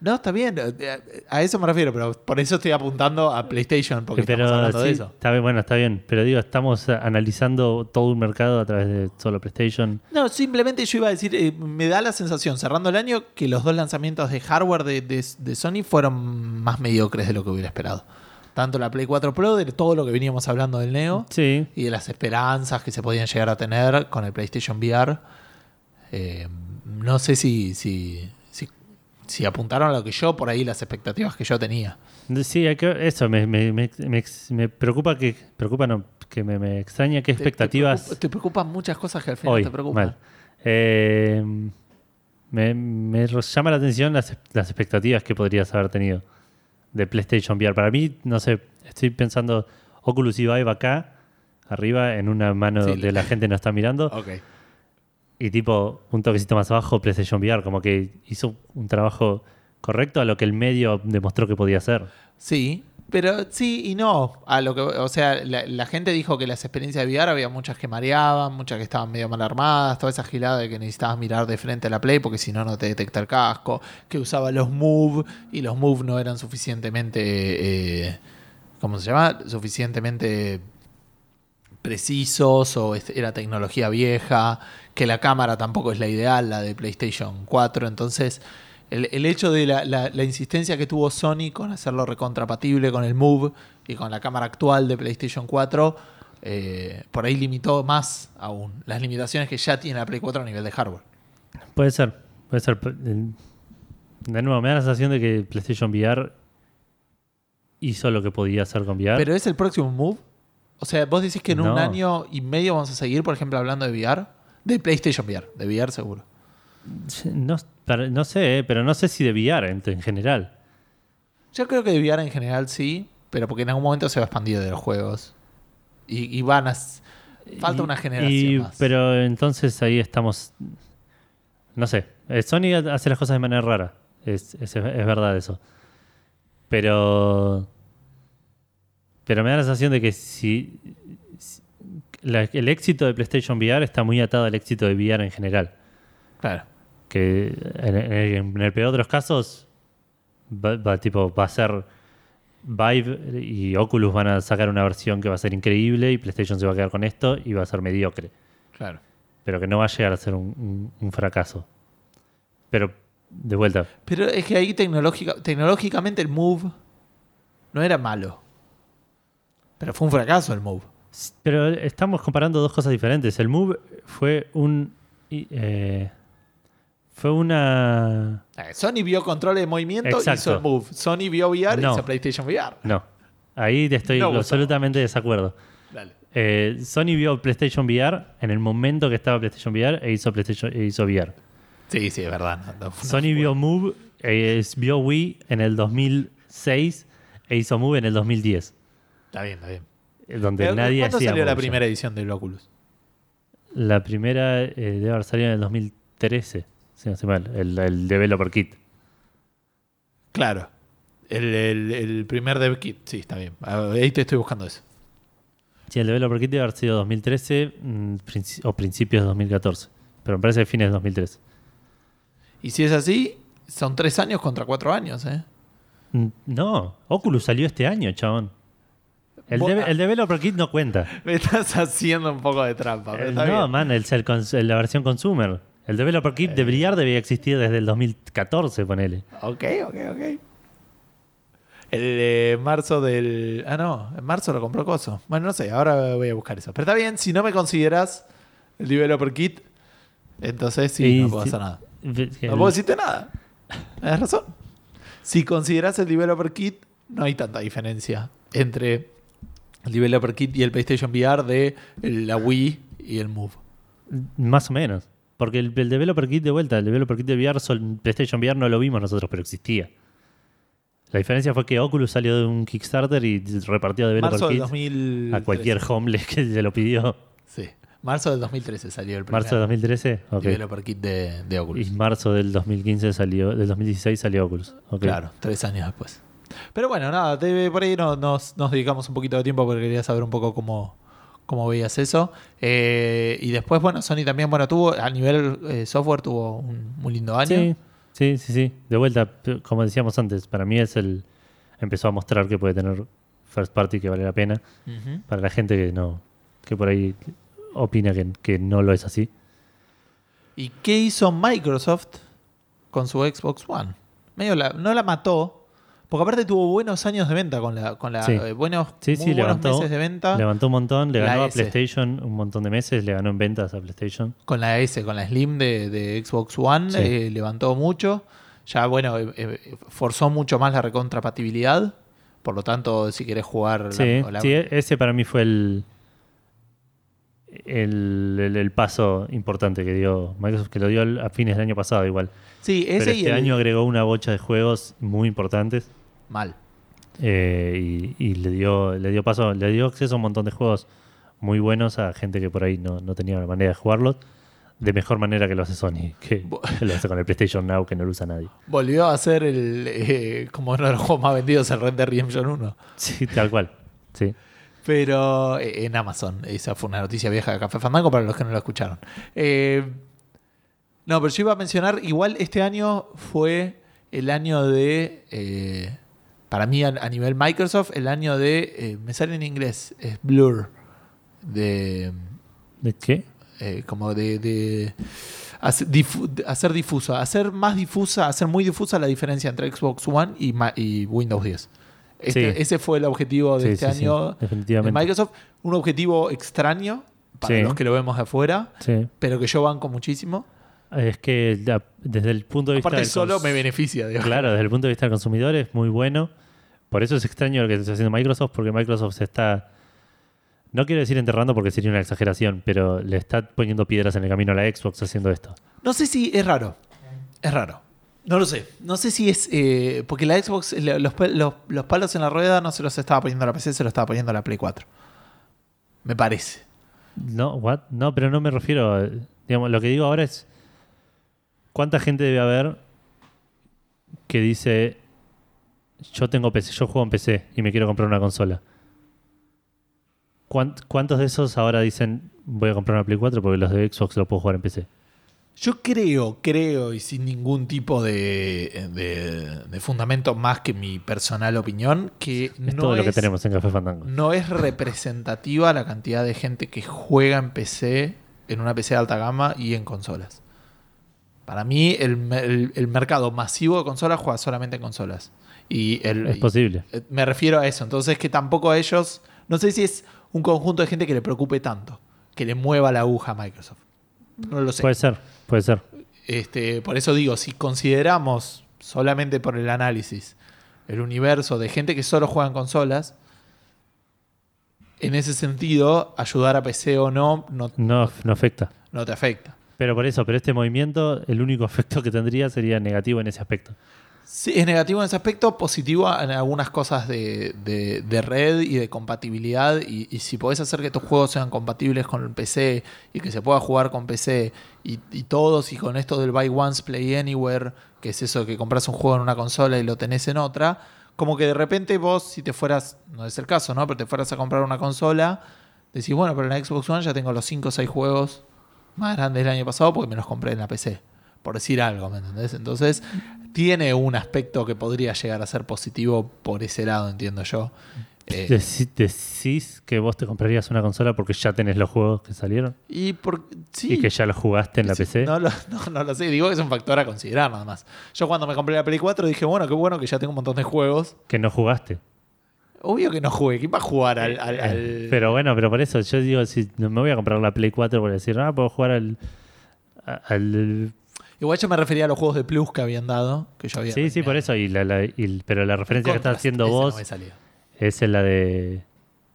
A: No, está bien, eh, a eso me refiero, pero por eso estoy apuntando a PlayStation, porque
B: pero
A: estamos hablando de
B: sí,
A: eso.
B: Está bien, bueno, está bien. Pero digo, estamos eh, analizando todo un mercado a través de solo PlayStation.
A: No, simplemente yo iba a decir, eh, me da la sensación, cerrando el año, que los dos lanzamientos de hardware de, de- de Sony fueron más mediocres de lo que hubiera esperado. Tanto la Play 4 Pro, de todo lo que veníamos hablando del Neo,
B: Sí.
A: y de las esperanzas que se podían llegar a tener con el PlayStation VR. Eh, no sé si, si, si, si apuntaron a lo que yo, por ahí las expectativas que yo tenía.
B: Sí, hay que- eso me, me- me- me- me preocupa que. Preocupa, no, que me, me extraña qué
A: Te-
B: expectativas.
A: Te, preocupa- te preocupan muchas cosas que al final
B: hoy.
A: te preocupan.
B: mal. Eh, me, me llama la atención las, las expectativas que podrías haber tenido de PlayStation VR. Para mí, no sé, estoy pensando Oculus y Vive acá, arriba, en una mano
A: Sí,
B: donde
A: la-
B: la gente no está mirando.
A: Ok.
B: Y tipo, un toquecito más abajo, PlayStation VR, como que hizo un trabajo correcto a lo que el medio demostró que podía hacer.
A: Sí, pero sí y no. A lo que, o sea, la, la gente dijo que las experiencias de VR había muchas que mareaban, muchas que estaban medio mal armadas, toda esa gilada de que necesitabas mirar de frente a la Play porque si no, no te detecta el casco, que usaba los Move y los Move no eran suficientemente, eh, ¿cómo se llama? Suficientemente precisos o es- era tecnología vieja, que la cámara tampoco es la ideal, la de PlayStation 4. Entonces, el, el hecho de la, la- la insistencia que tuvo Sony con hacerlo recontrapatible con el Move y con la cámara actual de PlayStation 4, eh, por ahí limitó más aún las limitaciones que ya tiene la Play 4 a nivel de hardware.
B: Puede ser, puede ser. P- el- De nuevo, me da la sensación de que PlayStation VR hizo lo que podía hacer con VR.
A: Pero es el próximo Move. O sea, vos decís que en
B: No.
A: un año y medio vamos a seguir, por ejemplo, hablando de VR, de PlayStation VR, de VR seguro.
B: No, para- no sé, eh, pero no sé si de VR en, en general.
A: Yo creo que de VR en general sí, pero porque en algún momento se va a expandir de los juegos. Y, y van a. s- Falta
B: Y-
A: una generación
B: y-
A: más.
B: Pero entonces ahí estamos. No sé. eh, Sony ha- hace las cosas de manera rara. Es, es- es verdad eso. Pero. Pero me da la sensación de que si. si- la- el éxito de PlayStation VR está muy atado al éxito de VR en general.
A: Claro.
B: que en, en el, en el peor de los casos va, va- tipo, va a ser Vive y Oculus van a sacar una versión que va a ser increíble y PlayStation se va a quedar con esto y va a ser mediocre,
A: Claro.
B: pero que no va a llegar a ser un, un- un fracaso. Pero de vuelta,
A: Pero es que ahí tecnológica, tecnológicamente el Move no era malo. Pero fue un fracaso el Move.
B: s- pero estamos comparando dos cosas diferentes. El Move fue un y- eh, fue una
A: Eh, Sony vio controles de movimiento y hizo
B: Exacto.
A: el Move. Sony vio VR
B: No.
A: y hizo PlayStation VR.
B: no. Ahí estoy
A: No, Gustavo.
B: absolutamente de desacuerdo.
A: Dale.
B: Eh, Sony vio PlayStation VR en el momento que estaba PlayStation VR e hizo, PlayStation, e hizo VR.
A: Sí, sí, es verdad. no, no, no
B: Sony
A: fue-
B: vio Move, eh, es- vio Wii en el 2006 e hizo Move en el 2010,
A: Está bien, está bien.
B: eh, donde
A: Pero,
B: nadie
A: ¿Cuándo
B: hacía
A: salió la
B: Move ya.
A: primera edición del Oculus?
B: La primera eh, debe haber salido en el 2013, si no estoy mal, el, el Developer Kit.
A: Claro. El, el- el primer dev kit, sí, está bien. Ah, Ahí te estoy buscando eso.
B: Sí, el Developer Kit debe haber sido 2013 mm, princi- o principios de 2014, pero me parece fines de 2013.
A: Y si es así, son tres años contra cuatro años, ¿eh?
B: Mm, No, Oculus salió este año, chabón. El,
A: Vos-
B: deve- el Developer Kit no cuenta.
A: Me estás haciendo un poco de trampa, pero
B: Eh,
A: está
B: no,
A: bien.
B: man, el, el cons- la versión consumer. El developer kit
A: Eh.
B: de Briar debía existir desde el 2014, ponele.
A: Ok, ok, ok. El eh, marzo del. Ah, no, en marzo lo compró Coso. Bueno, no sé, ahora voy a buscar eso. Pero está bien, si no me consideras el developer kit, entonces sí,
B: Y
A: no puedo
B: si-
A: hacer nada.
B: El-
A: No puedo decirte nada. Tienes razón. Si consideras el Developer Kit, no hay tanta diferencia entre el Developer Kit y el PlayStation VR de la Wii y el Move.
B: Más o menos. Porque el, el developer kit de vuelta, el developer kit de VR, sol- PlayStation VR no lo vimos nosotros, pero existía. La diferencia fue que Oculus salió de un Kickstarter y repartió developer
A: Marzo del
B: kits
A: 2013.
B: a cualquier homeless que se lo pidió.
A: Sí. Marzo del 2013 salió el primer
B: Marzo de 2013, ok.
A: Developer Kit de, de Oculus.
B: Y marzo del 2015 salió, del 2016 salió Oculus. ok.
A: Claro, tres años después. Pero bueno, nada, te- por ahí no- nos, nos dedicamos un poquito de tiempo porque quería saber un poco cómo, cómo veías eso. Eh, y después, bueno, Sony también, bueno, tuvo, a nivel eh, software tuvo un muy lindo año.
B: Sí, sí, sí, sí. De vuelta, p- como decíamos antes, para mí es el. Empezó a mostrar que puede tener first party que vale la pena.
A: Ujú.
B: Para la gente que no. que por ahí opina que, que no lo es así.
A: ¿Y qué hizo Microsoft con su Xbox One? Medio la- no la mató, porque aparte tuvo buenos años de venta con la, con la
B: Sí.
A: eh, buenos,
B: Sí,
A: muy
B: sí,
A: buenos
B: levantó.
A: meses de venta
B: Levantó un montón, le
A: La
B: ganó a
A: S.
B: PlayStation un montón de meses, le ganó en ventas a PlayStation.
A: con la S, con la Slim de, de Xbox One,
B: Sí.
A: eh, levantó mucho. ya, bueno, eh, eh, forzó mucho más la recontrapatibilidad. Por lo tanto, si querés jugar la-
B: Sí,
A: o la-
B: sí, eh. ese para mí fue el, el, el- el paso importante que dio Microsoft, que lo dio al- a fines del año pasado igual.
A: Sí, ese
B: Pero
A: y
B: este
A: el-
B: año agregó una bocha de juegos muy importantes
A: Mal.
B: eh, y, y le dio le dio paso, le dio acceso a un montón de juegos muy buenos a gente que por ahí no, no tenía la manera de jugarlos de mejor manera que lo hace Sony, que
A: Bu-
B: lo hace con el PlayStation Now que no lo usa nadie.
A: Volvió a ser el, eh, como uno de los juegos más vendidos, el Red Dead Redemption 1.
B: Sí, tal cual. Sí.
A: Pero eh, en Amazon, esa fue una noticia vieja de Café Fandango para los que no lo escucharon. Eh, no, pero yo iba a mencionar, igual este año fue el año de, eh, para mí a, a nivel Microsoft, el año de, eh, me sale en inglés, es Blur, de,
B: ¿De qué?
A: eh, como de, de hace- difu- de hacer difusa, hacer más difusa, hacer muy difusa la diferencia entre Xbox One y, ma- y Windows 10. Este-
B: Sí.
A: Ese fue el objetivo de
B: Sí,
A: este
B: sí, sí,
A: año de
B: definitivamente.
A: Microsoft. Un objetivo extraño para
B: Sí.
A: los que lo vemos de afuera,
B: Sí.
A: pero que yo banco muchísimo.
B: Es que la- desde el punto de vista.
A: Aparte,
B: del
A: solo
B: cons-
A: me beneficia. digo.
B: Claro, desde el punto de vista del consumidor es muy bueno. Por eso es extraño lo que está haciendo Microsoft, porque Microsoft se está. No quiero decir enterrando porque sería una exageración, pero le está poniendo piedras en el camino a la Xbox haciendo esto.
A: No sé si es raro. Es raro. No lo sé. No sé si es. eh, porque la Xbox, la- los, pa- los- los palos en la rueda no se los estaba poniendo la PC, se los estaba poniendo la Play 4. Me parece.
B: No, what? No, pero no me refiero. a- Digamos, lo que digo ahora es. ¿Cuánta gente debe haber que dice. Yo tengo PC, yo juego en PC y me quiero comprar una consola? ¿Cuán- ¿Cuántos de esos ahora dicen voy a comprar una Play 4 porque los de Xbox lo puedo jugar en PC?
A: Yo creo, creo, y sin ningún tipo de, de- de fundamento más que mi personal opinión, que
B: Es
A: no
B: todo
A: es,
B: lo que tenemos en Café Fandango.
A: no es representativa la cantidad de gente que juega en PC, en una PC de alta gama y en consolas. Para mí, el, me- el- el mercado masivo de consolas juega solamente en consolas. Y el,
B: Es
A: y-
B: posible.
A: eh, me refiero a eso. Entonces, que tampoco a ellos. No sé si es un conjunto de gente que le preocupe tanto, que le mueva la aguja a Microsoft. No lo sé.
B: Puede ser, puede ser.
A: Este, por eso digo, si consideramos solamente por el análisis el universo de gente que solo juega en consolas, en ese sentido, ayudar a PC o no no,
B: No, no afecta.
A: no te afecta.
B: Pero por eso, pero este movimiento, el único efecto que tendría sería negativo en ese aspecto.
A: Sí, es negativo en ese aspecto, positivo en algunas cosas de, de- de red y de compatibilidad. Y, y si podés hacer que tus juegos sean compatibles con el PC y que se pueda jugar con PC y, y todos, y con esto del Buy Once, Play Anywhere, que es eso que compras un juego en una consola y lo tenés en otra, como que de repente vos, si te fueras, no es el caso, ¿no? Pero te fueras a comprar una consola, decís, bueno, pero en la Xbox One ya tengo los 5 o 6 juegos más grandes del año pasado porque me los compré en la PC. Por decir algo, ¿me entendés? Entonces, tiene un aspecto que podría llegar a ser positivo por ese lado, entiendo yo. Eh,
B: Deci- decís que vos te comprarías una consola porque ya tenés los juegos que salieron
A: y por, sí,
B: y que ya los jugaste en la
A: Sí,
B: PC.
A: No lo, no, no lo sé, digo que es un factor a considerar nada más. Yo cuando me compré la Play 4 dije, bueno, qué bueno que ya tengo un montón de juegos.
B: Que no jugaste.
A: Obvio que no jugué, ¿quién va a jugar al... al- al-
B: Eh, Pero bueno, pero por eso yo digo, si no me voy a comprar la Play 4 por decir, ah, puedo jugar al... a- al-
A: Igual yo me refería a los juegos de Plus que habían dado, que yo había...
B: sí, sí, por eso. Y la- la- y- pero la referencia que estás haciendo vos es la de...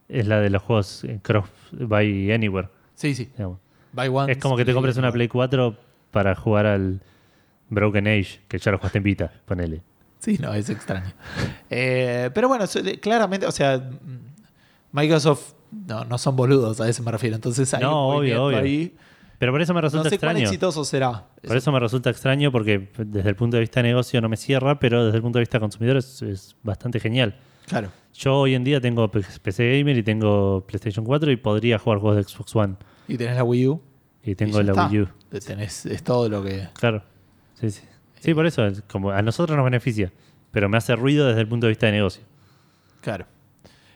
B: Es la de los juegos eh, Cross by Anywhere.
A: Sí, sí.
B: digamos.
A: Buy once,
B: Es como que te
A: play
B: compres una
A: anywhere.
B: Play 4 para jugar al Broken Age, que ya lo jugaste en Vita, ponele.
A: Sí, no, es extraño. Eh, pero bueno, so- de- claramente, o sea, mm, Microsoft no, no son boludos, a eso me refiero. Entonces hay
B: No,
A: un
B: obvio,
A: movimiento
B: obvio.
A: ahí.
B: Pero por eso me resulta
A: No sé cuán
B: extraño.
A: exitoso será.
B: Por eso me resulta extraño porque desde el punto de vista de negocio no me cierra, pero desde el punto de vista consumidor es, es bastante genial.
A: Claro.
B: Yo hoy en día tengo P- PC Gamer y tengo PlayStation 4 y podría jugar juegos de Xbox One.
A: Y tenés la Wii U.
B: Y
A: y
B: tengo
A: ya
B: la
A: está.
B: Wii U.
A: Tenés, es todo lo que.
B: Claro. Sí, sí. Sí, por eso. es Como a nosotros nos beneficia, pero me hace ruido desde el punto de vista de negocio.
A: Claro.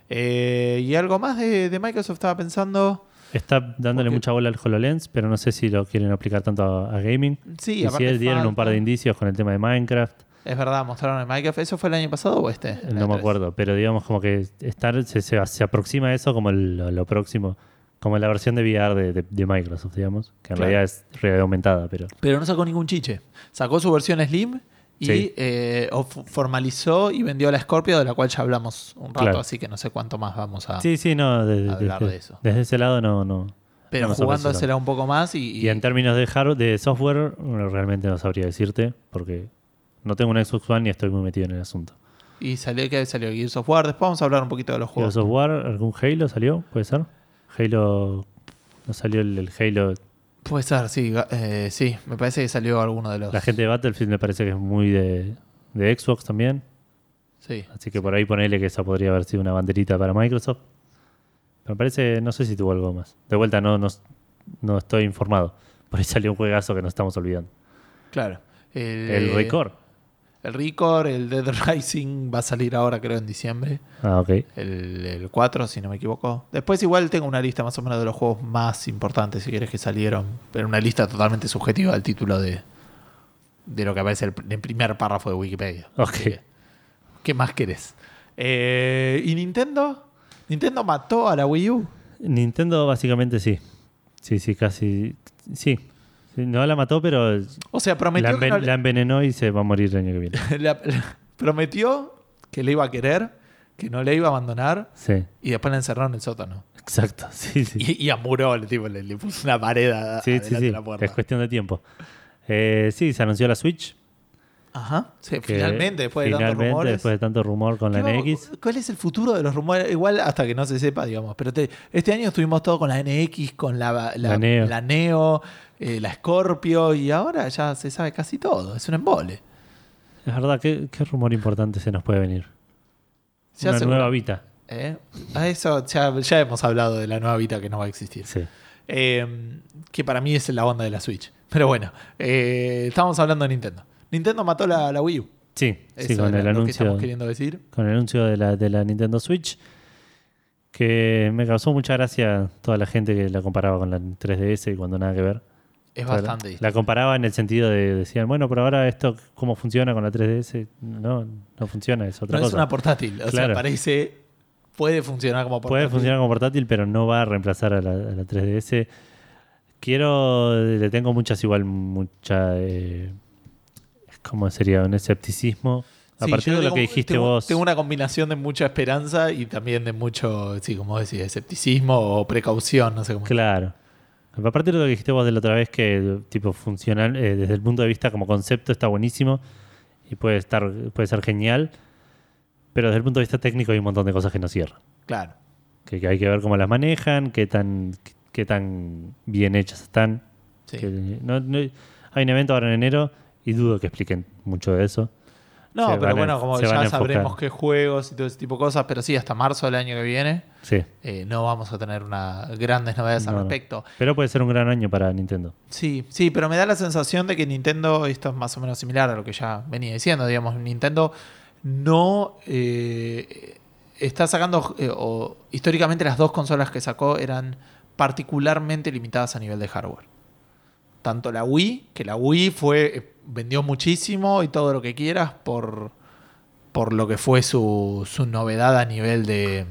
A: Eh, y algo más de, de Microsoft estaba pensando.
B: Está dándole
A: Porque-
B: mucha bola al HoloLens, pero no sé si lo quieren aplicar tanto a, a gaming.
A: Sí,
B: y si
A: aparte
B: dieron un par de
A: falta.
B: indicios con el tema de Minecraft,
A: Es verdad, mostraron el Minecraft. ¿Eso fue el año pasado o este?
B: no me acuerdo, pero digamos como que estar, se, se- se aproxima a eso como lo, lo próximo, como la versión de VR de, de- de Microsoft, digamos, que en
A: Claro.
B: realidad es realidad aumentada, pero
A: Pero no sacó ningún chiche. Sacó su versión Slim y
B: Sí.
A: eh, o fu- formalizó y vendió la Scorpio, de la cual ya hablamos un rato,
B: Claro.
A: así que no sé cuánto más vamos Ah. a...
B: Sí, sí, no. de- de-
A: Hablar de
B: de-
A: eso.
B: Desde ese lado no. no
A: pero
B: no nos apareció
A: jugándosela un poco más y...
B: Y en términos de hardware, de software, bueno, realmente no sabría decirte, porque no tengo una Xbox One y estoy muy metido en el asunto.
A: Y salió que salió Gears of War. Después vamos a hablar un poquito de los
B: ¿Halo
A: juegos.
B: software? ¿Algún Halo salió? ¿Puede ser? Halo. No salió el, el Halo.
A: Puede ser, sí, ga- eh, sí. Me parece que salió alguno de los.
B: La gente de Battlefield me parece que es muy de, de Xbox también.
A: Sí.
B: Así que por ahí ponele que esa podría haber sido una banderita para Microsoft. Pero me parece, no sé si tuvo algo más. De vuelta, no, no, no estoy informado. Por ahí salió un juegazo que nos estamos olvidando.
A: Claro. El,
B: el Record.
A: El Record, el Dead Rising va a salir ahora, creo, en diciembre.
B: Ah, ok.
A: El, el 4, si no me equivoco. Después, igual tengo una lista más o menos de los juegos más importantes, si quieres que salieron. Pero una lista totalmente subjetiva al título de, de lo que aparece el- en el primer párrafo de Wikipedia.
B: Ok.
A: Así que, ¿Qué más querés? Eh, ¿Y Nintendo? ¿Nintendo mató a la Wii U?
B: Nintendo básicamente sí. Sí, sí, casi. Sí. Sí, No la mató, pero
A: O sea,
B: la,
A: prometió que
B: enven-
A: no le-
B: la envenenó y se va a morir el año que viene.
A: La- la- prometió que le iba a querer, que no le iba a abandonar,
B: Sí,
A: y después la encerraron en el sótano.
B: exacto. Sí, sí.
A: Y, y amuró, le, tipo, le, le puso una pared a,
B: Sí,
A: adelante
B: sí, sí.
A: la puerta.
B: Es cuestión de tiempo. Eh, sí, se anunció la Switch.
A: Ajá. Sí,
B: que
A: finalmente, después de
B: finalmente,
A: tantos rumores.
B: después de tanto rumor con la
A: Claro,
B: NX.
A: ¿Cuál es el futuro de los rumores? Igual hasta que no se sepa, digamos. Pero te- este año estuvimos todo con la NX, con la, la,
B: La Neo.
A: la Neo, eh, la Scorpio, y ahora ya se sabe casi todo. Es un embole.
B: Es verdad, ¿qué, qué rumor importante se nos puede venir?
A: Ya
B: Una
A: se-
B: nueva Vita.
A: ¿eh? A eso ya, ya hemos hablado de la nueva vida que no va a existir.
B: Sí.
A: Eh, que para mí es la onda de la Switch. Pero bueno, eh, estábamos hablando de Nintendo. Nintendo mató la, la Wii U.
B: Sí, sí,
A: Eso
B: con
A: era
B: el
A: lo que
B: anuncio.
A: estamos queriendo decir.
B: con el anuncio de la, de la Nintendo Switch, que me causó mucha gracia toda la gente que la comparaba con la 3DS y cuando nada que ver.
A: Es
B: O sea,
A: bastante
B: La comparaba en el sentido de, decían, bueno, pero ahora esto, ¿cómo funciona con la 3DS? No, no funciona, es
A: No
B: otra
A: es
B: cosa.
A: una portátil. O sea,
B: Claro.
A: parece. Puede funcionar como portátil.
B: Puede funcionar como portátil, pero no va a reemplazar a la, a la 3DS. Quiero, le tengo muchas igual, mucha, eh, ¿cómo sería? Un escepticismo. A
A: Sí,
B: partir
A: yo
B: de lo
A: tengo-
B: que dijiste
A: tengo-
B: vos.
A: Tengo una combinación de mucha esperanza y también de mucho, sí, como decís, escepticismo o precaución, no sé cómo.
B: Claro. Aparte de lo que dijiste vos de la otra vez, que tipo funcional, eh, desde el punto de vista como concepto está buenísimo y puede estar, puede ser genial, pero desde el punto de vista técnico hay un montón de cosas que no cierran.
A: Claro.
B: Que, que hay que ver cómo las manejan, qué tan, qué tan bien hechas están.
A: sí.
B: Que no- no- hay un evento ahora en enero y dudo que expliquen mucho de eso.
A: No,
B: se van
A: pero
B: a-
A: bueno, como
B: se van a
A: ya
B: enfocar.
A: sabremos qué juegos y todo ese tipo de cosas, pero sí, hasta marzo del año que viene
B: Sí.
A: eh, no vamos a tener una, grandes novedades al
B: No, no.
A: respecto.
B: Pero puede ser un gran año para Nintendo.
A: Sí, sí, pero me da la sensación de que Nintendo, esto es más o menos similar a lo que ya venía diciendo, digamos, Nintendo no eh, está sacando, eh, o históricamente las dos consolas que sacó eran particularmente limitadas a nivel de hardware. Tanto la Wii, que la Wii fue, eh, vendió muchísimo y todo lo que quieras por, por lo que fue su, su novedad a nivel de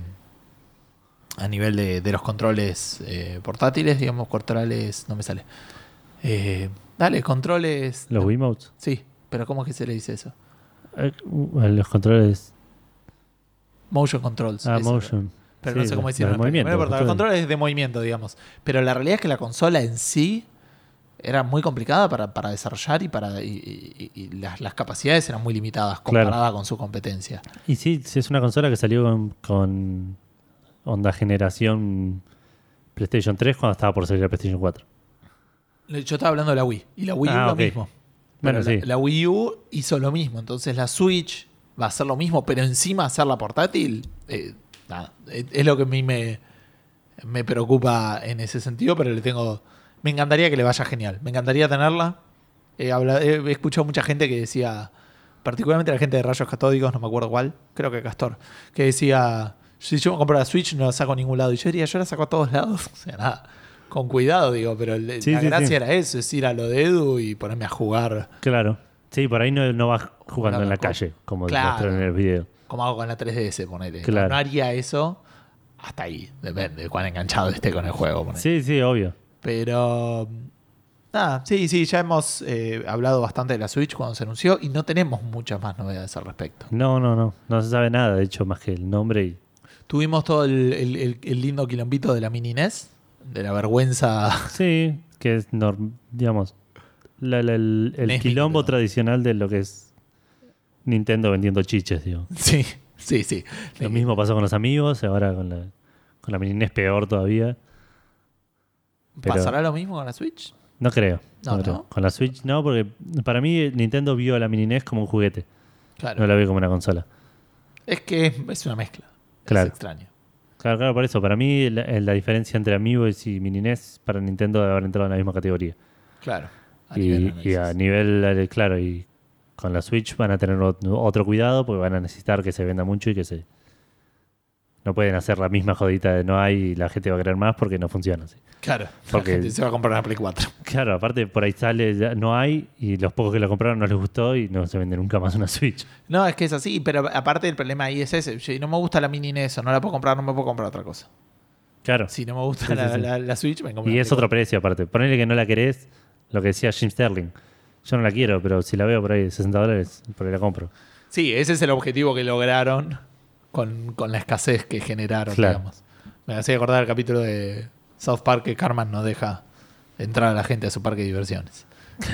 A: a nivel de, de los controles eh, portátiles, digamos, controles, no me sale. Eh, dale, controles.
B: Los Wiimotes,
A: Sí, pero ¿cómo es que se le dice eso?
B: eh, los controles.
A: Motion controls.
B: Ah,
A: eso.
B: motion.
A: Pero
B: Sí,
A: no sé cómo
B: los-
A: decirlo. en
B: los
A: español.
B: movimientos,
A: No importa,
B: los
A: los controles de movimiento, digamos. Pero la realidad es que la consola en sí era muy complicada para, para desarrollar y para y, y- y las, las capacidades eran muy limitadas
B: Claro.
A: comparada con su competencia.
B: Y sí, sí, es una consola que salió con, con onda generación PlayStation 3 cuando estaba por salir la PlayStation 4.
A: Yo estaba hablando de la Wii. Y la Wii U
B: Ah,
A: lo
B: ok.
A: mismo.
B: Bueno,
A: Pero la,
B: sí.
A: la Wii U hizo lo mismo. Entonces la Switch va a hacer lo mismo, pero encima hacerla portátil, eh, nada. Es, es lo que a mí me, me preocupa en ese sentido, pero le tengo. Me encantaría que le vaya genial. Me encantaría tenerla. He, habla- he escuchado mucha gente que decía, particularmente la gente de rayos catódicos, no me acuerdo cuál, creo que Castor, que decía: Si yo me compro la Switch, no la saco a ningún lado. Y yo diría: Yo la saco a todos lados. O sea, nada. Con cuidado, digo, pero el-
B: Sí,
A: la
B: sí,
A: gracia
B: sí.
A: era eso: es ir a lo de Edu y ponerme a jugar.
B: Claro. Sí, por ahí no, no vas jugando en la
A: con-
B: calle, como
A: Claro.
B: mostraron en el video.
A: como hago con la 3DS, ponele.
B: Claro.
A: No haría eso hasta ahí, depende de cuán enganchado esté con el juego. ponele.
B: Sí, sí, obvio.
A: Pero, Nada, sí, sí, ya hemos eh, hablado bastante de la Switch cuando se anunció y no tenemos muchas más novedades al respecto.
B: No, no, no. No se sabe nada, de hecho, más que el nombre y.
A: Tuvimos todo el, el- el- el lindo quilombito de la mini NES, de la vergüenza.
B: Sí, que es, nor- digamos, la- la- el, el
A: Nintendo.
B: quilombo tradicional de lo que es Nintendo vendiendo chiches, digo.
A: Sí, sí, sí.
B: Lo
A: Eh,
B: mismo pasó con los amigos, ahora con la, con la mini es peor todavía. pero-
A: ¿Pasará lo mismo con la Switch?
B: No creo.
A: No,
B: creo.
A: ¿no?
B: Con la Switch no, porque para mí Nintendo vio a la mini NES como un juguete,
A: Claro.
B: no la vio como una consola.
A: Es que es, es una mezcla.
B: Claro.
A: Es extraño.
B: Claro, claro, por eso. Para mí la, la diferencia entre Amiibos y mini NES para Nintendo debe haber entrado en la misma categoría.
A: Claro. A nivel
B: y, y
A: análisis.
B: a nivel, eh, claro, y con la Switch van a tener ot- otro cuidado porque van a necesitar que se venda mucho y que se... No pueden hacer la misma jodita de no hay y la gente va a querer más porque no funciona así.
A: Claro.
B: Porque-
A: La gente se va a comprar una Play 4.
B: Claro, aparte por ahí sale ya no hay y los pocos que la compraron no les gustó y no se vende nunca más una Switch.
A: No, es que es así, pero aparte el problema ahí es ese. Yo, no me gusta la mini NES, o no la puedo comprar, no me puedo comprar otra cosa.
B: Claro.
A: Si no me gusta
B: Sí, sí,
A: la,
B: sí.
A: la- la Switch, me compro
B: y
A: una
B: es
A: Play
B: otro precio aparte. Ponele que no la querés, lo que decía Jim Sterling. Yo no la quiero, pero si la veo por ahí de 60 dólares, por ahí la compro.
A: Sí, ese es el objetivo que lograron con, con la escasez que generaron,
B: Claro.
A: digamos. Me hacía acordar el capítulo de South Park que Carmen no deja entrar a la gente a su parque de diversiones.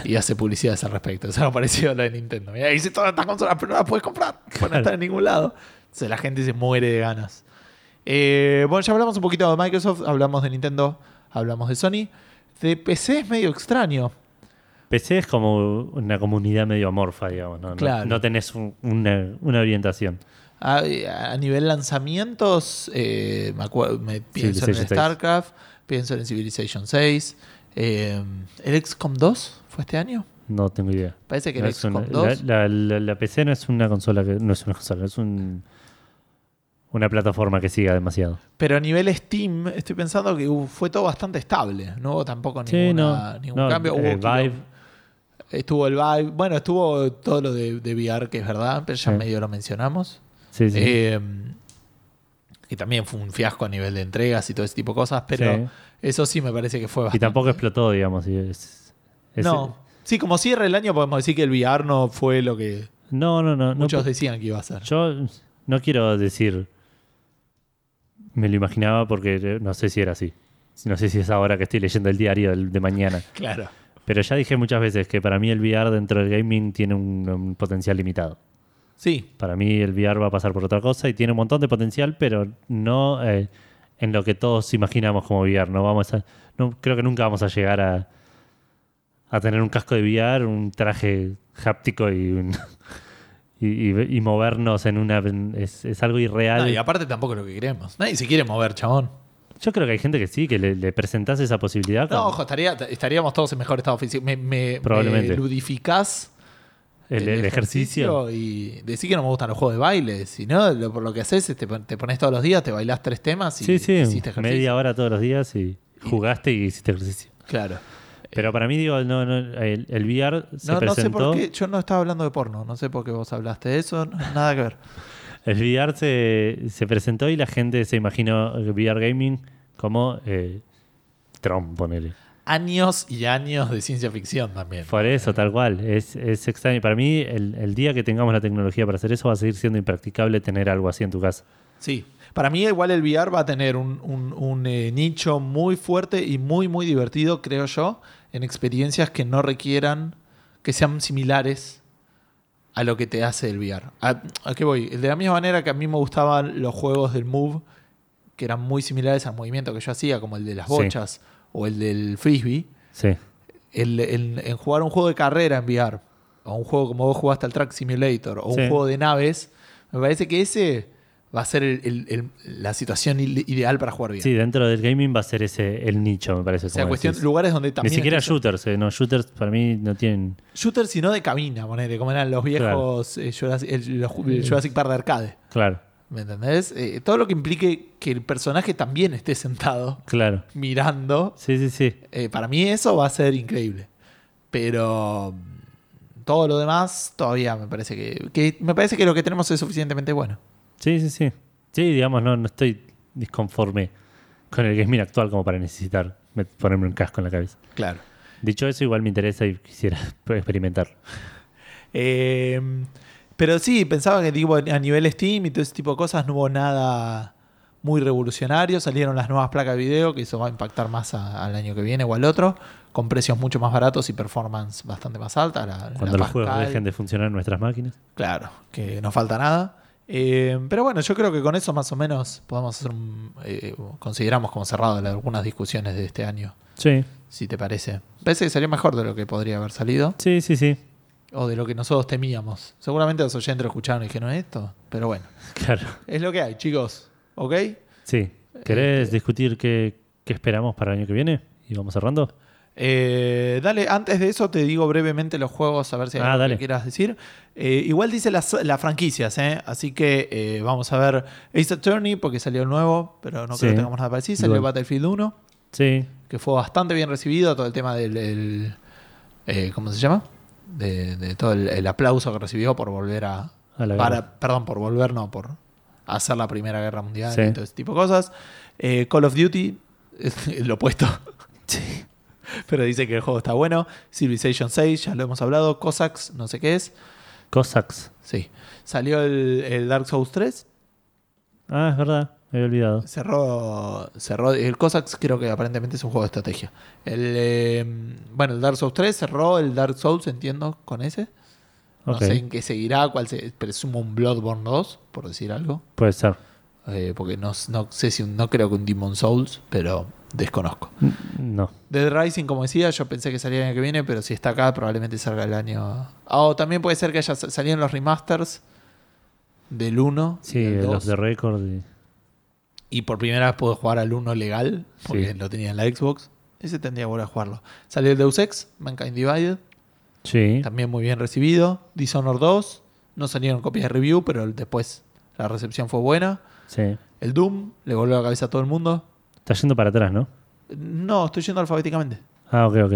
A: Y hace publicidades al respecto. Eso me pareció lo de Nintendo. Mira, hice todas estas consolas, pero no las puedes comprar. porque No están en ningún lado. Entonces la gente se muere de ganas. Eh, bueno, ya hablamos un poquito de Microsoft, hablamos de Nintendo, hablamos de Sony. De PC es medio extraño.
B: PC es como una comunidad medio amorfa, digamos. No, No-
A: Claro.
B: no tenés un- una, una orientación.
A: A, a nivel lanzamientos, eh, me, acuer- me pienso en
B: Civilization
A: el
B: 6.
A: StarCraft, pienso en el Civilization 6. eh, ¿El XCOM 2 fue este año?
B: No tengo idea.
A: Parece que
B: No
A: el
B: es una-
A: XCOM
B: la,
A: 2.
B: la- la- la PC no es una consola que. No es una consola, es un, una plataforma que siga demasiado.
A: Pero a nivel Steam, estoy pensando que hubo- fue todo bastante estable. No hubo tampoco
B: Sí,
A: ninguna-
B: no.
A: ningún
B: No,
A: cambio.
B: eh,
A: Hubo quilom-
B: Vive,
A: Estuvo el Vive. Bueno, estuvo todo lo de, de VR, que es verdad, pero ya
B: Sí.
A: medio lo mencionamos.
B: sí, sí.
A: Eh, que también fue un fiasco a nivel de entregas y todo ese tipo de cosas, pero
B: Sí.
A: eso sí me parece que fue
B: y
A: bastante.
B: tampoco explotó, digamos. y es- es-
A: No. Sí, como cierre el año podemos decir que el VR no fue lo que
B: no, no, no. no
A: muchos
B: pu-
A: decían que iba a ser.
B: Yo no quiero decir. Me lo imaginaba porque eh, no sé si era así. No sé si es ahora que estoy leyendo el diario del- de mañana.
A: Claro.
B: Pero ya dije muchas veces que para mí el VR dentro del gaming tiene un, un potencial limitado.
A: Sí,
B: Para mí el VR va a pasar por otra cosa y tiene un montón de potencial, pero no eh, en lo que todos imaginamos como VR. No vamos a, no, creo que nunca vamos a llegar a, a tener un casco de VR, un traje háptico y, un- y, y- y movernos en una... Es, es algo irreal.
A: No, y aparte tampoco es lo que queremos. Nadie se quiere mover, chabón.
B: Yo creo que hay gente que sí, que le, le presentás esa posibilidad.
A: No,
B: con
A: ojo, estaría- estaríamos todos en mejor estado físico. Me, me,
B: Probablemente.
A: me ludificás
B: el, el ejercicio.
A: y decís que no me gustan los juegos de baile. Si no, lo- por lo que haces es te, pon- te pones todos los días, te bailás tres temas y
B: Sí, sí,
A: hiciste ejercicio. Eh,
B: media hora todos los días y jugaste y hiciste ejercicio.
A: Claro.
B: Pero para mí, digo, no, no, el, el VR se
A: No, no sé
B: presentó.
A: por qué. Yo no estaba hablando de porno. No sé por qué vos hablaste de eso. no- Nada que ver.
B: El VR se, se presentó y la gente se imaginó el VR Gaming como eh, Trump, ponele.
A: Años y años de ciencia ficción también.
B: Por eso, tal cual. Es, es extraño. Para mí, el, el día que tengamos la tecnología para hacer eso, va a seguir siendo impracticable tener algo así en tu casa.
A: Sí. Para mí, igual el VR va a tener un, un- un, eh, nicho muy fuerte y muy, muy divertido, creo yo, en experiencias que no requieran que sean similares a lo que te hace el VR. ¿A, a qué voy? De la misma manera que a mí me gustaban los juegos del Move, que eran muy similares al movimiento que yo hacía, como el de las
B: Sí.
A: bochas o el del frisbee,
B: Sí.
A: el- el- en jugar un juego de carrera en VR, o un juego como vos jugaste al Track Simulator, o
B: Sí.
A: un juego de naves, me parece que ese va a ser el- el- el- la situación ide- ideal para jugar bien.
B: Sí, dentro del gaming va a ser ese el nicho, me parece.
A: o sea,
B: como
A: cuestión,
B: decís.
A: lugares donde
B: Ni
A: también.
B: siquiera
A: estés-
B: shooters. eh, No, shooters para mí no tienen.
A: shooters, sino de cabina, ponele, como eran los viejos eh, Jurassic, el, los ju- el Jurassic Park de arcade.
B: Claro,
A: ¿Me entendés? Eh, todo lo que implique que el personaje también esté sentado,
B: claro.
A: mirando.
B: Sí, sí, sí.
A: eh, para mí eso va a ser increíble. Pero mm, todo lo demás todavía me parece que, que- me parece que lo que tenemos es suficientemente bueno.
B: Sí, sí, sí. Sí, digamos, no, no estoy disconforme con el gaming actual como para necesitar met- ponerme un casco en la cabeza.
A: Claro.
B: Dicho eso, igual me interesa y quisiera experimentar.
A: Eh, pero sí, pensaba que digo, a nivel Steam y todo ese tipo de cosas no hubo nada muy revolucionario. Salieron las nuevas placas de video, que eso va a impactar más a- al año que viene o al otro, con precios mucho más baratos y performance bastante más alta. La, la
B: Cuando los juegos
A: Pascal.
B: dejen de funcionar en nuestras máquinas.
A: Claro, que no falta nada. Eh, pero bueno, yo creo que con eso más o menos podemos hacer un, eh, consideramos como cerrado la- algunas discusiones de este año,
B: Sí,
A: si te parece. Parece que salió mejor de lo que podría haber salido
B: sí, sí, sí.
A: o de lo que nosotros temíamos. Seguramente los oyentes lo escucharon y dijeron esto, pero bueno,
B: Claro.
A: es lo que hay, chicos. ¿Ok?
B: Sí.
A: Eh,
B: ¿Querés discutir qué, qué esperamos para el año que viene? ¿Y vamos cerrando?
A: Eh, dale, antes de eso te digo brevemente los juegos, a ver si hay
B: Ah,
A: algo
B: dale.
A: que quieras decir. Eh, igual dice las, las franquicias, ¿eh? así que eh, vamos a ver Ace Attorney porque salió el nuevo, pero no creo
B: Sí.
A: que tengamos nada parecido. Salió
B: Dual.
A: Battlefield 1,
B: Sí.
A: que fue bastante bien recibido, todo el tema del... el, eh, ¿Cómo se llama? De, de todo el, el aplauso que recibió por volver a...
B: A la
A: para-
B: guerra.
A: perdón, por volver, no, por hacer la Primera Guerra Mundial
B: Sí.
A: y todo ese tipo de cosas. Eh, Call of Duty, es lo opuesto. Pero dice que el juego está bueno. Civilization 6, ya lo hemos hablado. Cossacks, no sé qué es.
B: Cossacks.
A: Sí. Salió el, el Dark Souls 3.
B: Ah, es verdad. Me había olvidado.
A: Cerró, cerró. El Cossacks creo que aparentemente es un juego de estrategia. El, eh, bueno, el Dark Souls 3 cerró el Dark Souls, entiendo, con ese. No
B: Ok.
A: sé en qué seguirá, cuál se, presumo un Bloodborne 2, por decir algo.
B: Puede ser.
A: Eh, porque no, no sé si un- no creo que un Demon Souls, pero desconozco.
B: No.
A: Dead Rising, como decía, yo pensé que salía el año que viene, pero si está acá, probablemente salga el año. Ah, o también puede ser que haya sa- salieron los remasters del 1 y
B: Sí,
A: del
B: los
A: 2.
B: de récord. y-
A: Y por primera vez puedo jugar al 1 legal, porque
B: Sí.
A: lo tenía en la Xbox. Ese tendría que volver a jugarlo. Salió el Deus Ex, Mankind Divided,
B: Sí.
A: también muy bien recibido. Dishonored 2, no salieron copias de review, pero después la recepción fue buena.
B: Sí.
A: El Doom, le volvió la cabeza a todo el mundo.
B: Está yendo para atrás, ¿no?
A: No, estoy yendo alfabéticamente.
B: Ah, ok, ok.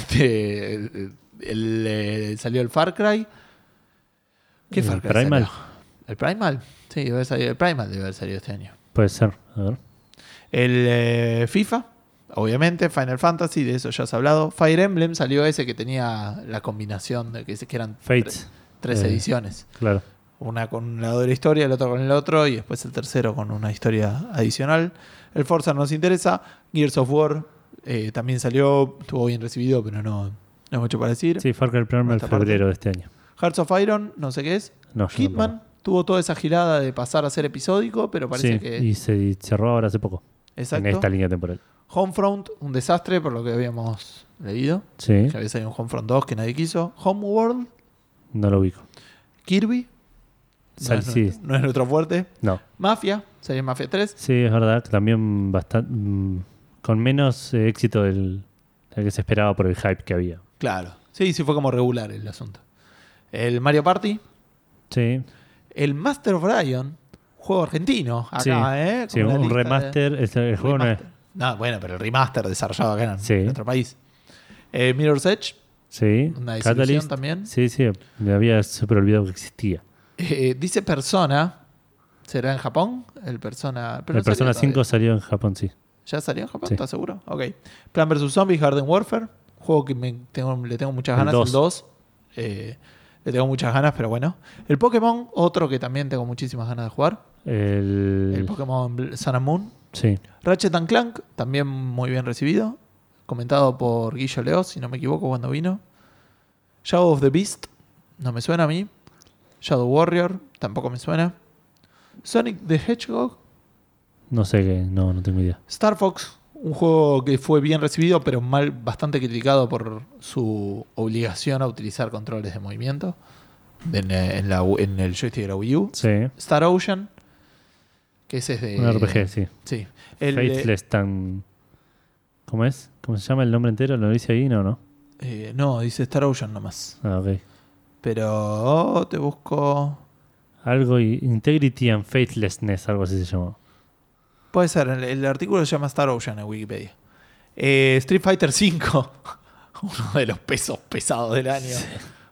A: Este, el- el, eh, salió el Far Cry. ¿Qué
B: El
A: Far Cry?
B: Primal.
A: salió? El Primal. Sí, debe haber salido- el Primal debe haber salido este año.
B: Puede ser. A ver.
A: El eh, FIFA, obviamente, Final Fantasy, de eso ya has hablado. Fire Emblem salió ese que tenía la combinación de que, que eran tre-
B: Fates.
A: tres
B: Eh.
A: ediciones.
B: Claro.
A: Una con un lado de la historia, el otro con el otro, y después el tercero con una historia adicional. El Forza no nos interesa. Gears of War eh, también salió, estuvo bien recibido, pero no, no es mucho para decir.
B: Sí, Far Cry Primal en
A: Esta parte.
B: febrero de este año.
A: Hearts of Iron, no sé qué es.
B: No, yo
A: Hitman
B: tampoco.
A: tuvo toda esa girada de pasar a ser episódico, pero parece
B: sí,
A: que.
B: y se cerró ahora hace poco.
A: Exacto.
B: En esta línea temporal.
A: Homefront, un desastre por lo que habíamos leído.
B: Sí,
A: Que había salido un Homefront 2 que nadie quiso. Homeworld,
B: no lo ubico.
A: Kirby. No
B: Sal-
A: es,
B: sí,
A: nuestro, no es nuestro fuerte.
B: no.
A: Mafia, sería Mafia 3.
B: Sí, es verdad. que También bastante. con menos eh, éxito del, del que se esperaba por el hype que había.
A: Claro. Sí, sí fue como regular el asunto. El Mario Party.
B: Sí,
A: El Master of Orion, juego argentino. Acá,
B: sí.
A: ¿eh? Con
B: Sí,
A: una
B: un
A: lista de-
B: remaster. es- el juego no es.
A: Remaster. No, bueno, pero el remaster desarrollado acá en
B: Sí.
A: en otro país. Eh, Mirror's Edge,
B: Sí,
A: Una desilusión
B: Catalyst.
A: también.
B: Sí, sí, me había súper olvidado que existía.
A: eh, dice Persona. ¿Será en Japón? El Persona. pero
B: el
A: no salió
B: Persona
A: todavía.
B: 5 salió en Japón, sí.
A: ¿Ya salió en Japón?
B: Sí.
A: ¿Estás seguro? Ok. Plan vs. Zombies, Garden Warfare. Juego que me tengo- le tengo muchas
B: El
A: ganas. El
B: 2.
A: 2. eh, le tengo muchas ganas, pero bueno. El Pokémon, otro que también tengo muchísimas ganas de jugar.
B: El,
A: El Pokémon Bl- Sun and Moon.
B: sí,
A: Ratchet and Clank, también muy bien recibido. Comentado por Guillo Leos, si no me equivoco, cuando vino. Shadow of the Beast, no me suena a mí. Shadow Warrior, tampoco me suena. Sonic the Hedgehog.
B: no sé qué, no, no tengo idea.
A: Star Fox, un juego que fue bien recibido, pero mal, bastante criticado por su obligación a utilizar controles de movimiento en, eh, en la- en el joystick de la Wii U.
B: Sí,
A: Star Ocean, que ese es de.
B: un RPG, sí.
A: Sí. Eh, El, eh,
B: Faithless tan. ¿Cómo es? ¿Cómo se llama el nombre entero? ¿Lo dice ahí? No, no.
A: Eh, no, dice Star Ocean nomás.
B: Ah, ok.
A: Pero oh, te busco.
B: Algo y- Integrity and Faithlessness, algo así se llamó.
A: Puede ser, el, el artículo se llama Star Ocean en Wikipedia. Eh, Street Fighter V, uno de los pesos pesados del año.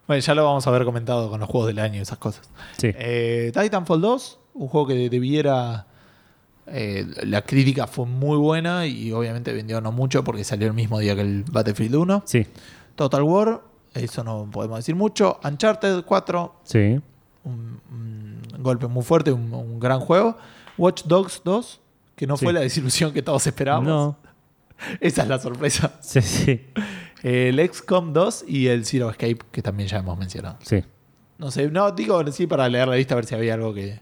A: Bueno, ya lo vamos a haber comentado con los juegos del año y esas cosas.
B: Sí.
A: Eh, Titanfall 2, un juego que debiera Eh, la crítica fue muy buena y obviamente vendió no mucho porque salió el mismo día que el Battlefield 1.
B: Sí,
A: Total War, eso no podemos decir mucho. Uncharted 4,
B: sí.
A: un, un golpe muy fuerte, un, un gran juego. Watch Dogs 2, que no
B: Sí.
A: fue la desilusión que todos esperábamos.
B: No,
A: Esa es la sorpresa.
B: sí, sí.
A: El XCOM 2 y el Zero Escape, que también ya hemos mencionado.
B: Sí,
A: No sé, no, digo sí para leer la lista a ver si había algo que,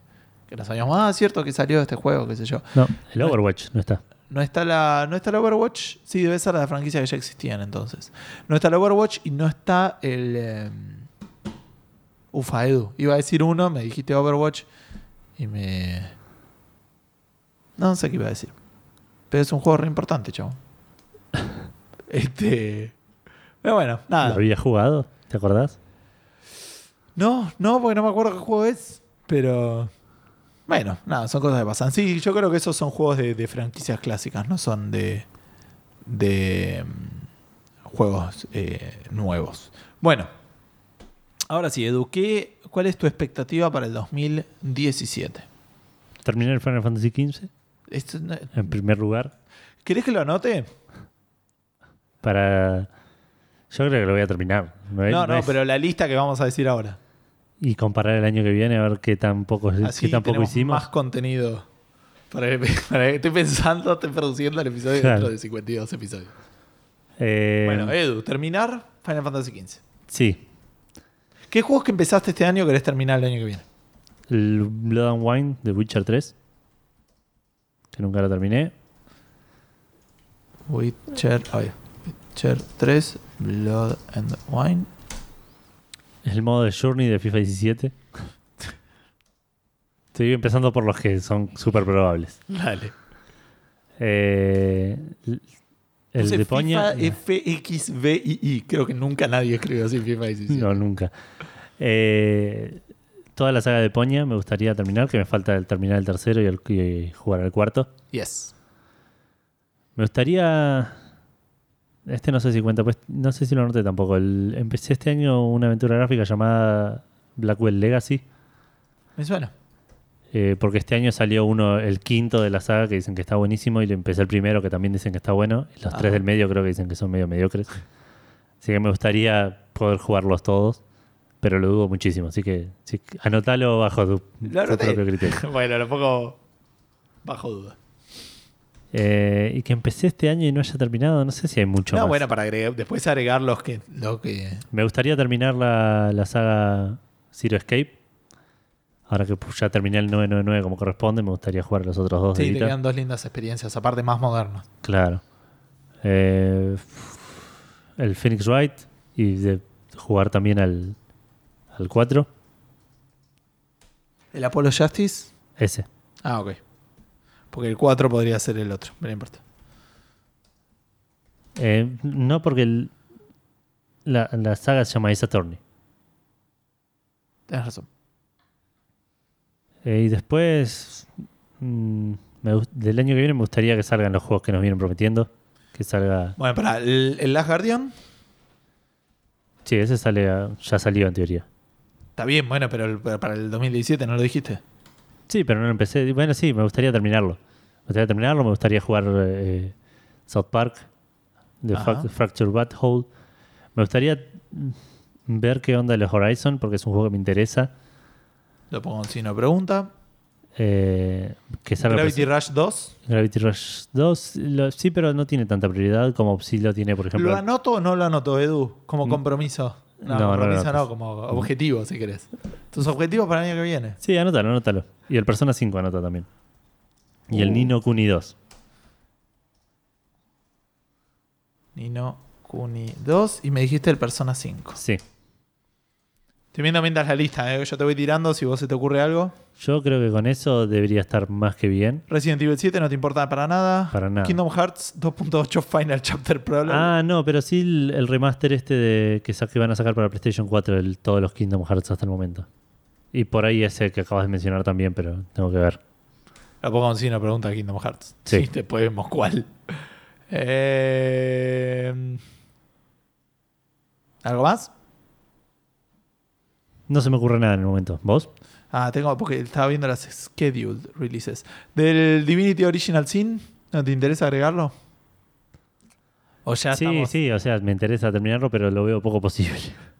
A: que no sabíamos. Ah, cierto que salió este juego, qué sé yo.
B: no, el Overwatch no está.
A: No está la. No está el Overwatch. Sí, debe ser la franquicia que ya existían entonces. No está el Overwatch y no está el. eh, ufa, Edu. Iba a decir uno, me dijiste Overwatch y me. No sé qué iba a decir. Pero es un juego re importante, chavo. este. Pero bueno,
B: ¿Lo
A: nada.
B: había jugado? ¿Te acordás?
A: No, no, porque no me acuerdo qué juego es. Pero. Bueno, nada, son cosas que pasan. Sí, yo creo que esos son juegos de, de franquicias clásicas, no son de. de. mm, juegos eh, nuevos. Bueno. Ahora sí, Edu, ¿qué- ¿cuál es tu expectativa para el 2017?
B: Terminé el Final Fantasy XV
A: Esto no-
B: en primer lugar
A: ¿Querés que lo anote?
B: para... Yo creo que lo voy a terminar. es-
A: No, no,
B: es-
A: pero la lista que vamos a decir ahora.
B: Y comparar el año que viene a ver qué tampoco,
A: Así
B: qué tampoco
A: tenemos
B: hicimos.
A: más contenido. Para el- para- estoy pensando, estoy produciendo el episodio
B: Claro.
A: dentro de 52 episodios.
B: Eh,
A: Bueno, Edu, terminar Final Fantasy XV.
B: Sí,
A: ¿Qué juegos que empezaste este año querés terminar el año que viene?
B: el Blood and Wine de Witcher 3, que nunca lo terminé.
A: Witcher, ay, Witcher 3, Blood and Wine.
B: El modo de Journey de FIFA 17. Estoy empezando por los que son súper probables.
A: Dale.
B: Eh, el de Poña.
A: FIFA FXVII. Creo que nunca nadie escribió así FIFA 17.
B: No, nunca. Eh, toda la saga de Poña me gustaría terminar, que me falta el terminar el tercero y, el, y jugar al cuarto.
A: Yes.
B: Me gustaría. Este no sé si cuenta, pues no sé si lo noté tampoco. El- empecé este año una aventura gráfica llamada Blackwell Legacy,
A: Me suena.
B: eh, porque este año salió uno, el quinto de la saga, que dicen que está buenísimo, y le empecé el primero, que también dicen que está bueno. Y los
A: Ajá.
B: tres del medio creo que dicen que son medio mediocres. Así que me gustaría poder jugarlos todos, pero lo dudo muchísimo. Así que sí, anotalo bajo tu,
A: Lo
B: tu
A: anoté.
B: propio criterio.
A: bueno, lo pongo bajo duda.
B: Eh, y que empecé este año y no haya terminado, no sé si hay mucho
A: no,
B: más.
A: bueno, para agregar, después agregar los que, los que.
B: Me gustaría terminar la, la saga Zero Escape. Ahora que pues, ya terminé el 999 como corresponde, me gustaría jugar los otros dos de
A: Sí, te
B: Vita.
A: quedan dos lindas experiencias, aparte más modernas.
B: Claro. Eh, el Phoenix Wright y de jugar también al, al 4.
A: El Apollo Justice.
B: Ese.
A: Ah, ok. Porque el 4 podría ser el otro. No importa.
B: Eh, no porque el- la, la saga se llama Ace Attorney.
A: Tienes razón.
B: Eh, y después, mm, me gust- del año que viene me gustaría que salgan los juegos que nos vienen prometiendo. Que salga...
A: Bueno, para el, el Last Guardian
B: Sí, ese sale a- ya salió en teoría.
A: está bien, bueno, pero el- pero para el 2017 no lo dijiste.
B: Sí, pero no lo empecé. Bueno, sí, me gustaría terminarlo. Me gustaría terminarlo, me gustaría jugar eh, South Park, The
A: Ajá.
B: Frac- Fracture Bat Hole. Me gustaría mm, ver qué onda los Horizon, porque es un juego que me interesa.
A: Lo pongo en signo de pregunta.
B: Eh, que salga
A: Gravity
B: presen-
A: Rush 2.
B: Gravity Rush 2. lo- sí, pero no tiene tanta prioridad como si lo tiene, por ejemplo.
A: ¿Lo anoto o no lo anoto, Edu? Como
B: Mm.
A: compromiso. No,
B: No, no
A: compromiso
B: lo
A: no,
B: anotes.
A: como objetivo, si querés. Tus objetivos para el año que viene.
B: Sí, anótalo, anótalo. Y el Persona 5 anota también. Y el
A: Uh.
B: Nino Kuni 2.
A: Nino Kuni 2 y me dijiste el Persona 5.
B: Sí.
A: Estoy viendo mientras la lista, ¿eh? yo te voy tirando si vos se te ocurre algo.
B: Yo creo que con eso debería estar más que bien.
A: Resident Evil 7 no te importa para nada.
B: Para nada.
A: Kingdom Hearts 2.8 Final Chapter Problem.
B: Ah, no, pero sí el, el remaster este de, que, sa- que van a sacar para PlayStation 4, el, todos los Kingdom Hearts hasta el momento. Y por ahí ese que acabas de mencionar también, pero tengo que ver.
A: La pongo en sí una pregunta a Kingdom Hearts.
B: Sí.
A: Sí. Después vemos cuál. Eh, ¿Algo más?
B: No se me ocurre nada en el momento. ¿Vos?
A: Ah, tengo, porque estaba viendo las scheduled releases. Del Divinity Original Sin, ¿no te interesa agregarlo? O ya
B: sí,
A: estamos-
B: sí, o sea, me interesa terminarlo, pero lo veo poco posible.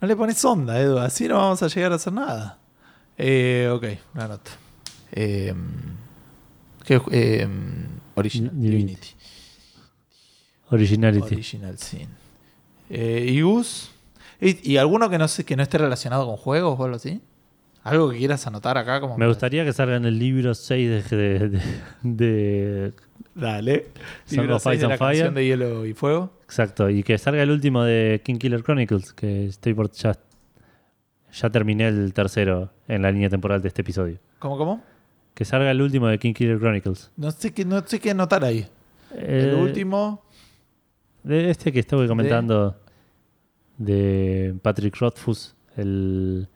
A: No le pones onda, Edu. Así no vamos a llegar a hacer nada. Eh, ok, una nota. Eh, ¿qué ju- eh, original. Divinity.
B: Divinity. Originality.
A: Original Sin. Eh, ¿Y Gus? ¿Y, y alguno que no, se- que no esté relacionado con juegos o algo así? ¿Algo que quieras anotar acá? Como
B: me gustaría que salga en el libro 6 de, de, de- de-
A: Dale.
B: Song
A: Libro
B: of
A: seis
B: Ice
A: de
B: and
A: la
B: Fire.
A: canción de Hielo y Fuego.
B: Exacto, y que salga el último de King Killer Chronicles, que estoy por... Ya, ya terminé el tercero en la línea temporal de este episodio.
A: ¿Cómo, cómo?
B: Que salga el último de King Killer Chronicles.
A: No sé qué, no sé qué anotar ahí. El
B: Eh,
A: último.
B: De este que estuve comentando de, Patrick Rothfuss, el,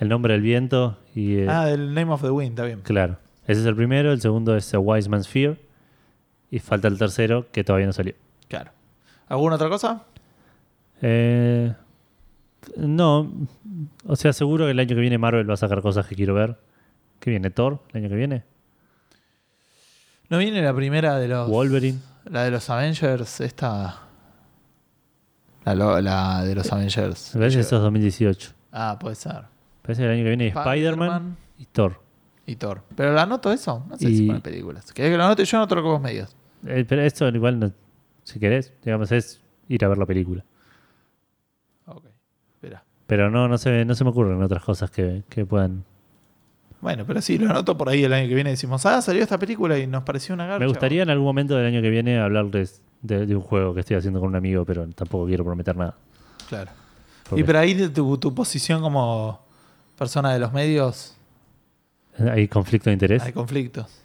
B: el nombre del viento y... eh,
A: Ah, el Name of the Wind, está bien.
B: Claro. Ese es el primero, el segundo es A Wise Man's Fear. Y falta el tercero, que todavía no salió.
A: Claro. ¿Alguna otra cosa?
B: Eh, no, o sea, seguro que el año que viene Marvel va a sacar cosas que quiero ver. ¿Qué viene? ¿Thor? ¿El año que viene?
A: ¿No viene la primera de los.
B: ¿Wolverine?
A: La de los Avengers, esta. La, lo- la de los Avengers.
B: Me parece que eso es 2018.
A: Ah, puede ser.
B: Parece que el año que viene hay Spider-Man
A: Spider-Man
B: y Thor.
A: y Thor. Pero la anoto eso. No sé si
B: Y-
A: pone películas. ¿Querés que lo anote? Yo anoto lo que vos me digas.
B: Eh, pero esto igual, no- si querés, digamos, es ir a ver la película.
A: Ok. Espera.
B: Pero no, no se, no se me ocurren otras cosas que, que puedan.
A: Bueno, pero sí, lo anoto por ahí el año que viene. Decimos, ah, salió esta película y nos pareció una garcha.
B: Me gustaría en algún momento del año que viene hablarles de, de un juego que estoy haciendo con un amigo, pero tampoco quiero prometer nada.
A: Claro.
B: Porque
A: Y pero ahí de tu, tu posición como persona de los medios,
B: Hay conflicto de interés.
A: hay conflictos.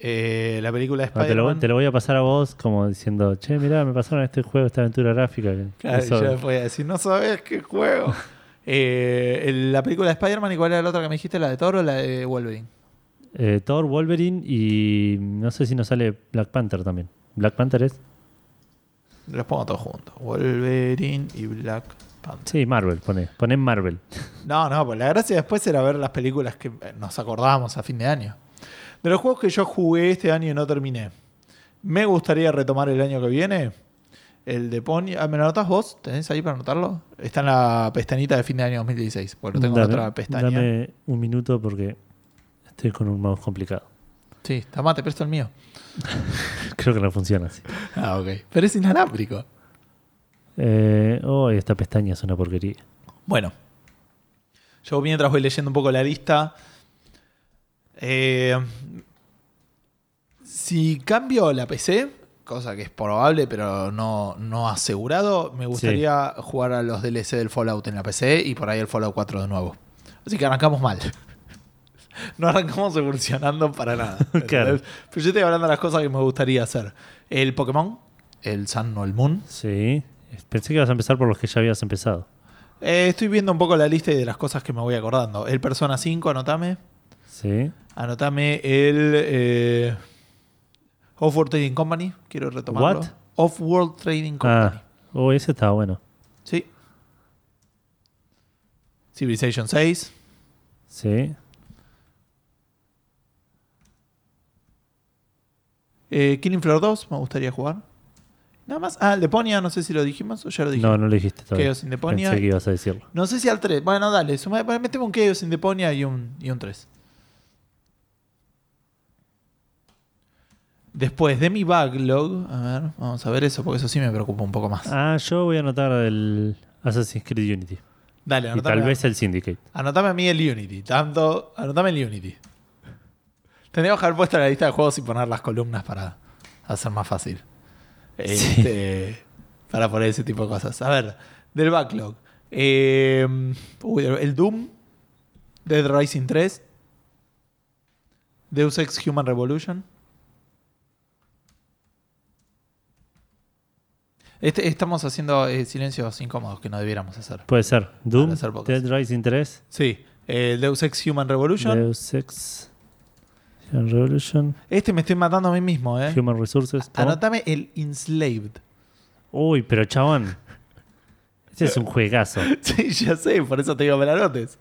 A: Eh, la película de
B: No, Ah, te, lo,
A: Spider-Man.
B: te lo voy a pasar a vos como diciendo, che, mirá, me pasaron este juego, esta aventura gráfica. que-
A: Claro,
B: eso-
A: yo voy a decir, no sabes qué juego. Eh, el- la película de Spider-Man, ¿y cuál era la otra que me dijiste? ¿La de Toro o la de Wolverine?
B: eh, Thor, Wolverine y no sé si nos sale Black Panther también. Black Panther es...
A: Los pongo todos juntos. Wolverine y Black Panther.
B: Sí, Marvel, pone, pone Marvel.
A: No, no, pues la gracia después era ver las películas que eh, nos acordábamos a fin de año. De los juegos que yo jugué este año y no terminé, me gustaría retomar el año que viene. El de Pony. Ah, ¿Me lo anotás vos? ¿Tenés ahí para anotarlo? Está en la pestañita de fin de año 2016. Bueno, lo tengo en otra pestaña.
B: dame un minuto porque estoy con un mouse complicado.
A: Sí, está mate, presto el mío.
B: Creo que no funciona así.
A: Ah, ok. Pero es inalámbrico.
B: Eh, oh, esta pestaña es una porquería.
A: Bueno, yo mientras voy leyendo un poco la lista. eh, si cambio la PC, cosa que es probable, pero no, no asegurado, me gustaría jugar a los DLC del Fallout en la PC y por ahí el Fallout 4 de nuevo. Así que arrancamos mal. No arrancamos evolucionando para nada. ¿entendés?
B: Claro.
A: Pero yo estoy hablando de las cosas que me gustaría hacer. El Pokémon, el Sun o el Moon,
B: Sí. Pensé que ibas a empezar por los que ya habías empezado.
A: Eh, estoy viendo un poco la lista y de las cosas que me voy acordando. El Persona 5, anotame.
B: Sí.
A: Anotame el eh, Off-World Trading Company. Quiero retomarlo.
B: What?
A: Off-World Trading Company.
B: Ah, oh, ese estaba bueno.
A: Sí. Civilization 6.
B: Sí.
A: Eh, Killing Floor 2, me gustaría jugar. Nada más. Ah, el Deponia, no sé si lo dijimos o ya lo dijimos.
B: No, no lo dijiste todavía.
A: Chaos in the Pony.
B: Pensé que ibas a decirlo.
A: No sé si al 3. Bueno, dale, suma, meteme un Chaos in Deponia y un, y un 3. Después de mi backlog, a ver, vamos a ver eso, porque eso sí me preocupa un poco más.
B: Ah, yo voy a anotar el Assassin's Creed Unity.
A: dale,
B: Y
A: anotame,
B: tal vez el Syndicate.
A: anotame a mí el Unity. Tanto, anotame el Unity. Tendríamos que haber puesto la lista de juegos y poner las columnas para hacer más fácil. Este, Para poner ese tipo de cosas. A ver, del backlog. Eh, uy, el Doom, Dead Rising 3, Deus Ex Human Revolution. Este, estamos haciendo eh, silencios incómodos que no debiéramos hacer.
B: Puede ser. Doom,
A: hacer pocas.
B: Dead Rising 3,
A: Sí, el Deus Ex Human Revolution.
B: Deus Ex, Human Revolution,
A: Este me estoy matando a mí mismo, ¿eh?
B: Human Resources. ¿no?
A: Anotame el Enslaved.
B: Uy, pero chabón. Este es un juegazo.
A: Sí, ya sé, por eso te digo que me la anotes.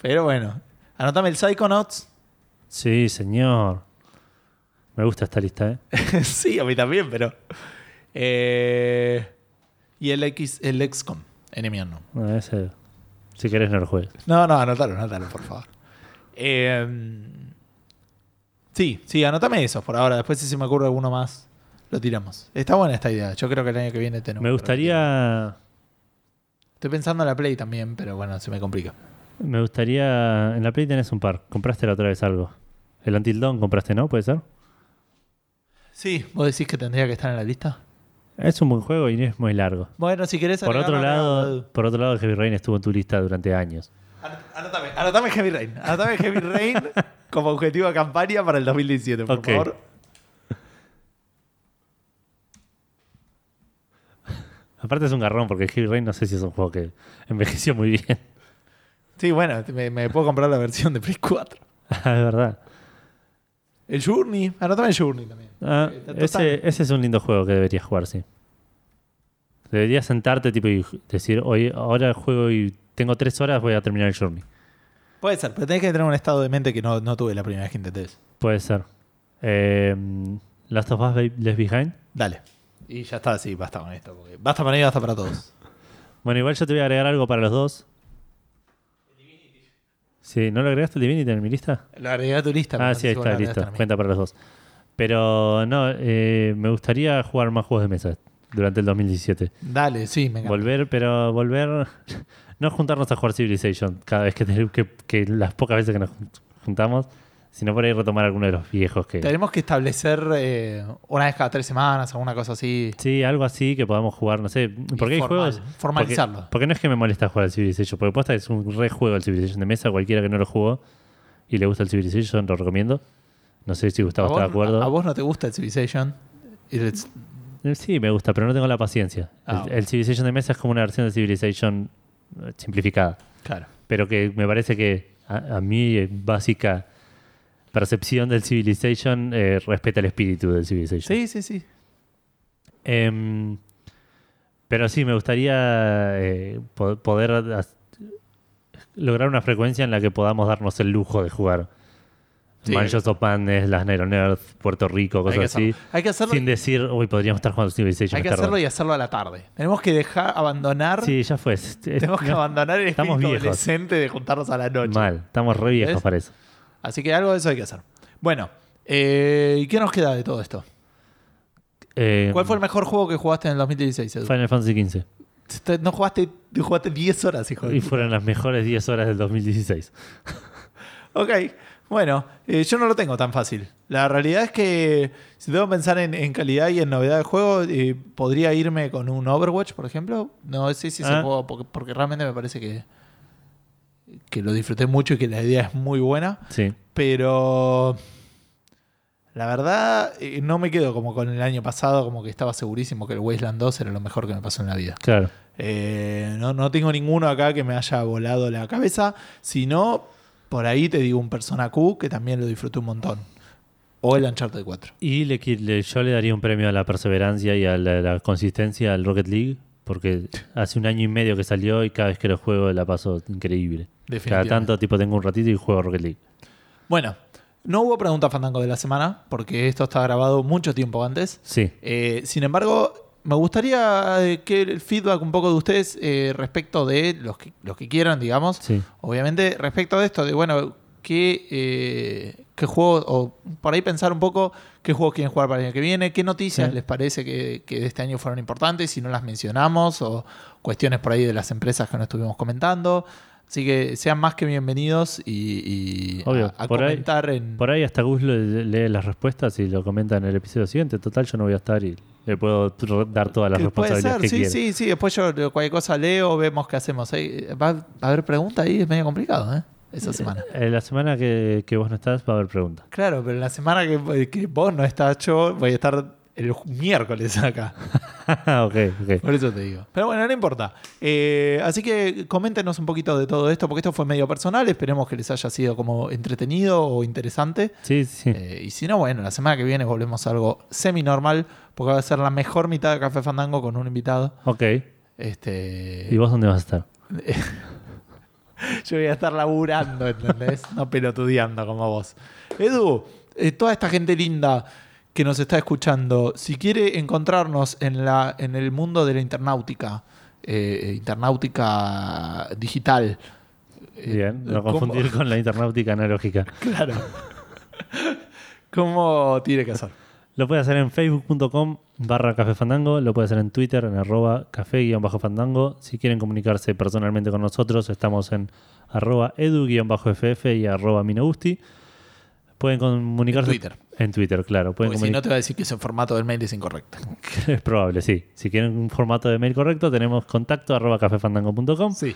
A: Pero bueno. Anotame el Psychonauts.
B: Sí, señor. Me gusta esta lista, ¿eh?
A: sí, a mí también, pero. Eh, y el, X, el XCOM, Enemy Unknown.
B: No, ese, si querés, no lo juegues.
A: No, no, anotalo, anotalo, por favor. Eh, sí, sí, anotame esos por ahora. Después, si se me ocurre alguno más, lo tiramos. Está buena esta idea. Yo creo que el año que viene tenemos.
B: Me gustaría.
A: Estoy pensando en la Play también, pero bueno, se me complica.
B: Me gustaría. En la Play tenés un par. Compraste la otra vez algo. El Until Dawn compraste, ¿no? ¿Puede ser?
A: Sí, vos decís que tendría que estar en la lista.
B: Es un buen juego y no es muy largo.
A: Bueno, si querés
B: Por
A: agregar,
B: otro
A: agregalo.
B: lado, por otro lado, Heavy Rain estuvo en tu lista durante años.
A: Anot- Anotame, anotame Heavy Rain. Anotame Heavy Rain como objetivo de campaña para el 2017, por
B: Ok.
A: favor.
B: Aparte es un garrón porque Heavy Rain no sé si es un juego que envejeció muy bien.
A: Sí, bueno, me, me puedo comprar la versión de Play 4.
B: Ah, es verdad.
A: El Journey, anotame el Journey también.
B: Ah,
A: Está total.
B: ese, ese es un lindo juego que deberías jugar, sí. Deberías sentarte tipo y decir, hoy ahora juego y tengo tres horas, voy a terminar el journey.
A: Puede ser, pero tenés que tener un estado de mente que no, no tuve la primera vez que intenté eso.
B: Puede ser. Eh, Last of Us Be- Left Behind.
A: Dale. Y ya está, sí, basta con esto. Porque basta para mí, basta para todos.
B: Bueno, igual yo te voy a agregar algo para los dos. Sí, ¿no lo agregaste el Divinity en mi lista?
A: Lo agregué a tu lista.
B: ah,
A: pero no
B: sí,
A: sé
B: ahí
A: si vos lo
B: está,
A: agregaste
B: listo.
A: a mí.
B: Cuenta para los dos. Pero no, eh, me gustaría jugar más juegos de mesa durante el 2017.
A: Dale, sí, me encanta.
B: Volver, pero volver. No juntarnos a jugar Civilization cada vez que, tenemos que, que las pocas veces que nos jun- juntamos, sino por ahí retomar alguno de los viejos que.
A: Tenemos que establecer eh, una vez cada tres semanas, alguna cosa así.
B: Sí, algo así que podamos jugar, no sé. Porque hay
A: formal-
B: juegos.
A: formalizarlo.
B: Porque, porque no es que me molesta jugar al Civilization, porque posta es un re juego el Civilization de mesa, cualquiera que no lo jugó y le gusta el Civilization, lo recomiendo. No sé si Gustavo está de acuerdo.
A: a vos no te gusta el Civilization. Y it's-
B: Eh, Sí, me gusta, pero no tengo la paciencia.
A: Ah,
B: el,
A: bueno.
B: el Civilization de mesa es como una versión de Civilization eh, simplificada,
A: Claro.
B: pero que me parece que a, a mi eh, básica percepción del Civilization eh, respeta el espíritu del Civilization.
A: Sí, sí, sí.
B: Em, pero sí, me gustaría eh, po- poder as- lograr una frecuencia en la que podamos darnos el lujo de jugar.
A: Sí.
B: Manchos of Madness, las Nero Nerds, Puerto Rico,
A: Hay que
B: cosas
A: hacerlo.
B: así.
A: Hay que hacerlo,
B: Sin decir, uy, podríamos estar jugando Civilization.
A: hay que
B: esta
A: hacerlo
B: ronda".
A: y hacerlo a la tarde. Tenemos que dejar, abandonar.
B: Sí, ya fue. Es- es-
A: Tenemos que
B: no,
A: abandonar el
B: estamos
A: espíritu
B: viejos.
A: adolescente de juntarnos a la noche.
B: Mal, estamos re viejos
A: ¿Ves?
B: para eso.
A: Así que algo de eso hay que hacer. Bueno, eh, ¿y qué nos queda de todo esto?
B: Eh,
A: ¿Cuál fue el mejor juego que jugaste en el 2016? Edu?
B: Final Fantasy XV.
A: Te- No jugaste, te jugaste 10 horas, hijo. de
B: Y
A: puta.
B: fueron las mejores 10 horas del 2016.
A: Ok, bueno, eh, yo no lo tengo tan fácil. La realidad es que si tengo que pensar en, en calidad y en novedad de juego, eh, podría irme con un Overwatch, por ejemplo. No sé si se
B: Ah.
A: puedo, porque, porque realmente me parece que, que lo disfruté mucho y que la idea es muy buena.
B: Sí.
A: Pero la verdad, eh, no me quedo como con el año pasado, como que estaba segurísimo que el Wasteland 2 era lo mejor que me pasó en la vida.
B: Claro.
A: Eh, no, no tengo ninguno acá que me haya volado la cabeza. Si no, por ahí te digo un Persona Q que también lo disfruté un montón. O el Uncharted 4.
B: Y le, qui- le- yo le daría un premio a la perseverancia y a la, la consistencia al Rocket League, porque hace un año y medio que salió y cada vez que lo juego la paso increíble. Cada
A: Definitivamente.
B: tanto tipo tengo un ratito y juego Rocket League.
A: Bueno, no hubo pregunta fandango de la semana, porque esto está grabado mucho tiempo antes.
B: Sí.
A: Eh, sin embargo, me gustaría eh, que el feedback un poco de ustedes eh, respecto de los que, los que quieran, digamos.
B: Sí.
A: Obviamente, respecto de esto, de bueno, qué, eh, qué juegos, o por ahí pensar un poco qué juegos quieren jugar para el año que viene, qué noticias
B: Sí.
A: les parece que, que de este año fueron importantes, si no las mencionamos, o cuestiones por ahí de las empresas que no estuvimos comentando. Así que sean más que bienvenidos y, y
B: Obvio,
A: a, a
B: por ahí-
A: comentar en.
B: Por ahí hasta Gus le- lee las respuestas y lo comenta en el episodio siguiente. Total, yo no voy a estar y le puedo tr- dar todas las
A: Que puede
B: responsabilidades
A: ser,
B: que
A: sí,
B: quiera.
A: sí, sí. Después yo eh, cualquier cosa leo, vemos qué hacemos. Ahí, eh, Va a haber preguntas ahí, es medio complicado, ¿eh? Esa semana.
B: Eh, la semana que, que vos no estás va a haber preguntas.
A: Claro, pero la semana que, eh, que vos no estás, yo voy a estar el ju- miércoles acá.
B: ok, ok.
A: Por eso te digo. Pero bueno, no importa. Eh, así que coméntenos un poquito de todo esto, porque esto fue medio personal. Esperemos que les haya sido como entretenido o interesante.
B: Sí, sí.
A: Eh, y si no, bueno, la semana que viene volvemos a algo semi-normal, porque va a ser la mejor mitad de Café Fandango con un invitado.
B: ok.
A: Este,
B: ¿Y vos dónde vas a estar?
A: Yo voy a estar laburando, ¿entendés? No pelotudeando como vos. Edu, eh, toda esta gente linda que nos está escuchando, si quiere encontrarnos en, la, en el mundo de la internautica, eh, internautica digital. eh,
B: Bien, no
A: ¿cómo-
B: confundir con la internautica analógica.
A: Claro. ¿Cómo tiene que hacer?
B: Lo puede hacer en facebook.com barra café fandango, lo puede hacer en Twitter en arroba café-fandango. Si quieren comunicarse personalmente con nosotros, estamos en arroba edu-ff y arroba minogusti. Pueden comunicarse
A: En Twitter.
B: En Twitter, claro. Pueden
A: Porque si no
B: comunicarse
A: te va a decir que ese formato del mail es incorrecto.
B: es probable, sí. Si quieren un formato de mail correcto, tenemos contacto arroba cafefandango.com.
A: Sí.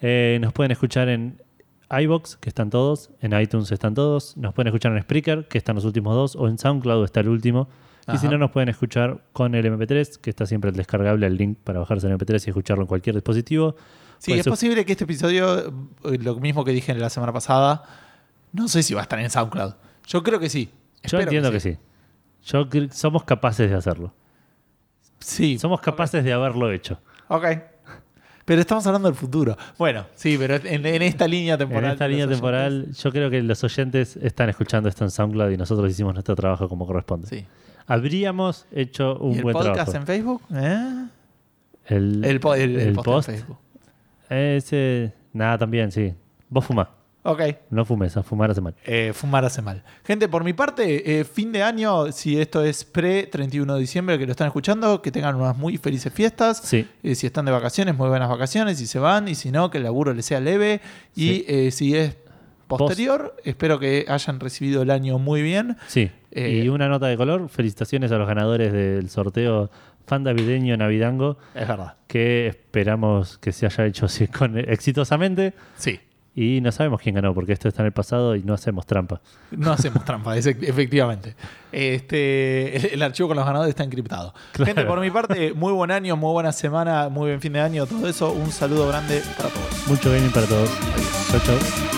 B: Eh, nos pueden escuchar en iBox, que están todos, en iTunes están todos, nos pueden escuchar en Spreaker, que están los últimos dos, o en SoundCloud está el último. Y
A: Ajá.
B: si no, nos pueden escuchar con el MP3, que está siempre el descargable, el link para bajarse el MP3 y escucharlo en cualquier dispositivo. Pues,
A: Sí,
B: Pueden
A: es
B: su-
A: posible que este episodio, eh, lo mismo que dije la semana pasada, no sé si va a estar en SoundCloud. Yo creo que sí.
B: Yo
A: Espero
B: entiendo que sí. Yo cre- somos capaces de hacerlo.
A: sí. Sí.
B: Somos capaces de haberlo hecho.
A: Ok. Pero estamos hablando del futuro. Bueno, sí, pero en, en esta línea temporal.
B: en esta
A: de
B: línea
A: los
B: temporal,
A: oyentes.
B: yo creo que los oyentes están escuchando esto en SoundCloud y nosotros hicimos nuestro trabajo como corresponde.
A: Sí.
B: Habríamos hecho
A: ¿Y
B: un
A: el
B: buen
A: podcast
B: trabajo.
A: en Facebook? ¿Eh?
B: El,
A: El, po- el- el
B: el
A: podcast
B: post,
A: en Facebook.
B: Ese. Nada, también, sí. Vos fumás.
A: Ok.
B: No fumes, a fumar hace mal.
A: Eh, fumar hace mal. Gente, por mi parte, eh, fin de año, si esto es pre-31 de diciembre que lo están escuchando, que tengan unas muy felices fiestas.
B: Sí.
A: Eh, si están de vacaciones, muy buenas vacaciones. Si se van y si no, que el laburo les sea leve. Y
B: Sí.
A: eh, si es posterior, espero que hayan recibido el año muy bien.
B: Sí.
A: Eh,
B: y una nota de color. Felicitaciones a los ganadores del sorteo Fan Navideño Navidango,
A: Es verdad.
B: que esperamos que se haya hecho así con, exitosamente.
A: Sí.
B: Y no sabemos quién ganó, porque esto está en el pasado y no hacemos trampa.
A: No hacemos trampa, es- efectivamente. Este, el, el archivo con los ganadores está encriptado.
B: Claro.
A: Gente, por mi parte, muy buen año, muy buena semana, muy buen fin de año, todo eso. Un saludo grande para todos.
B: Mucho gaming para todos. Chau, chau.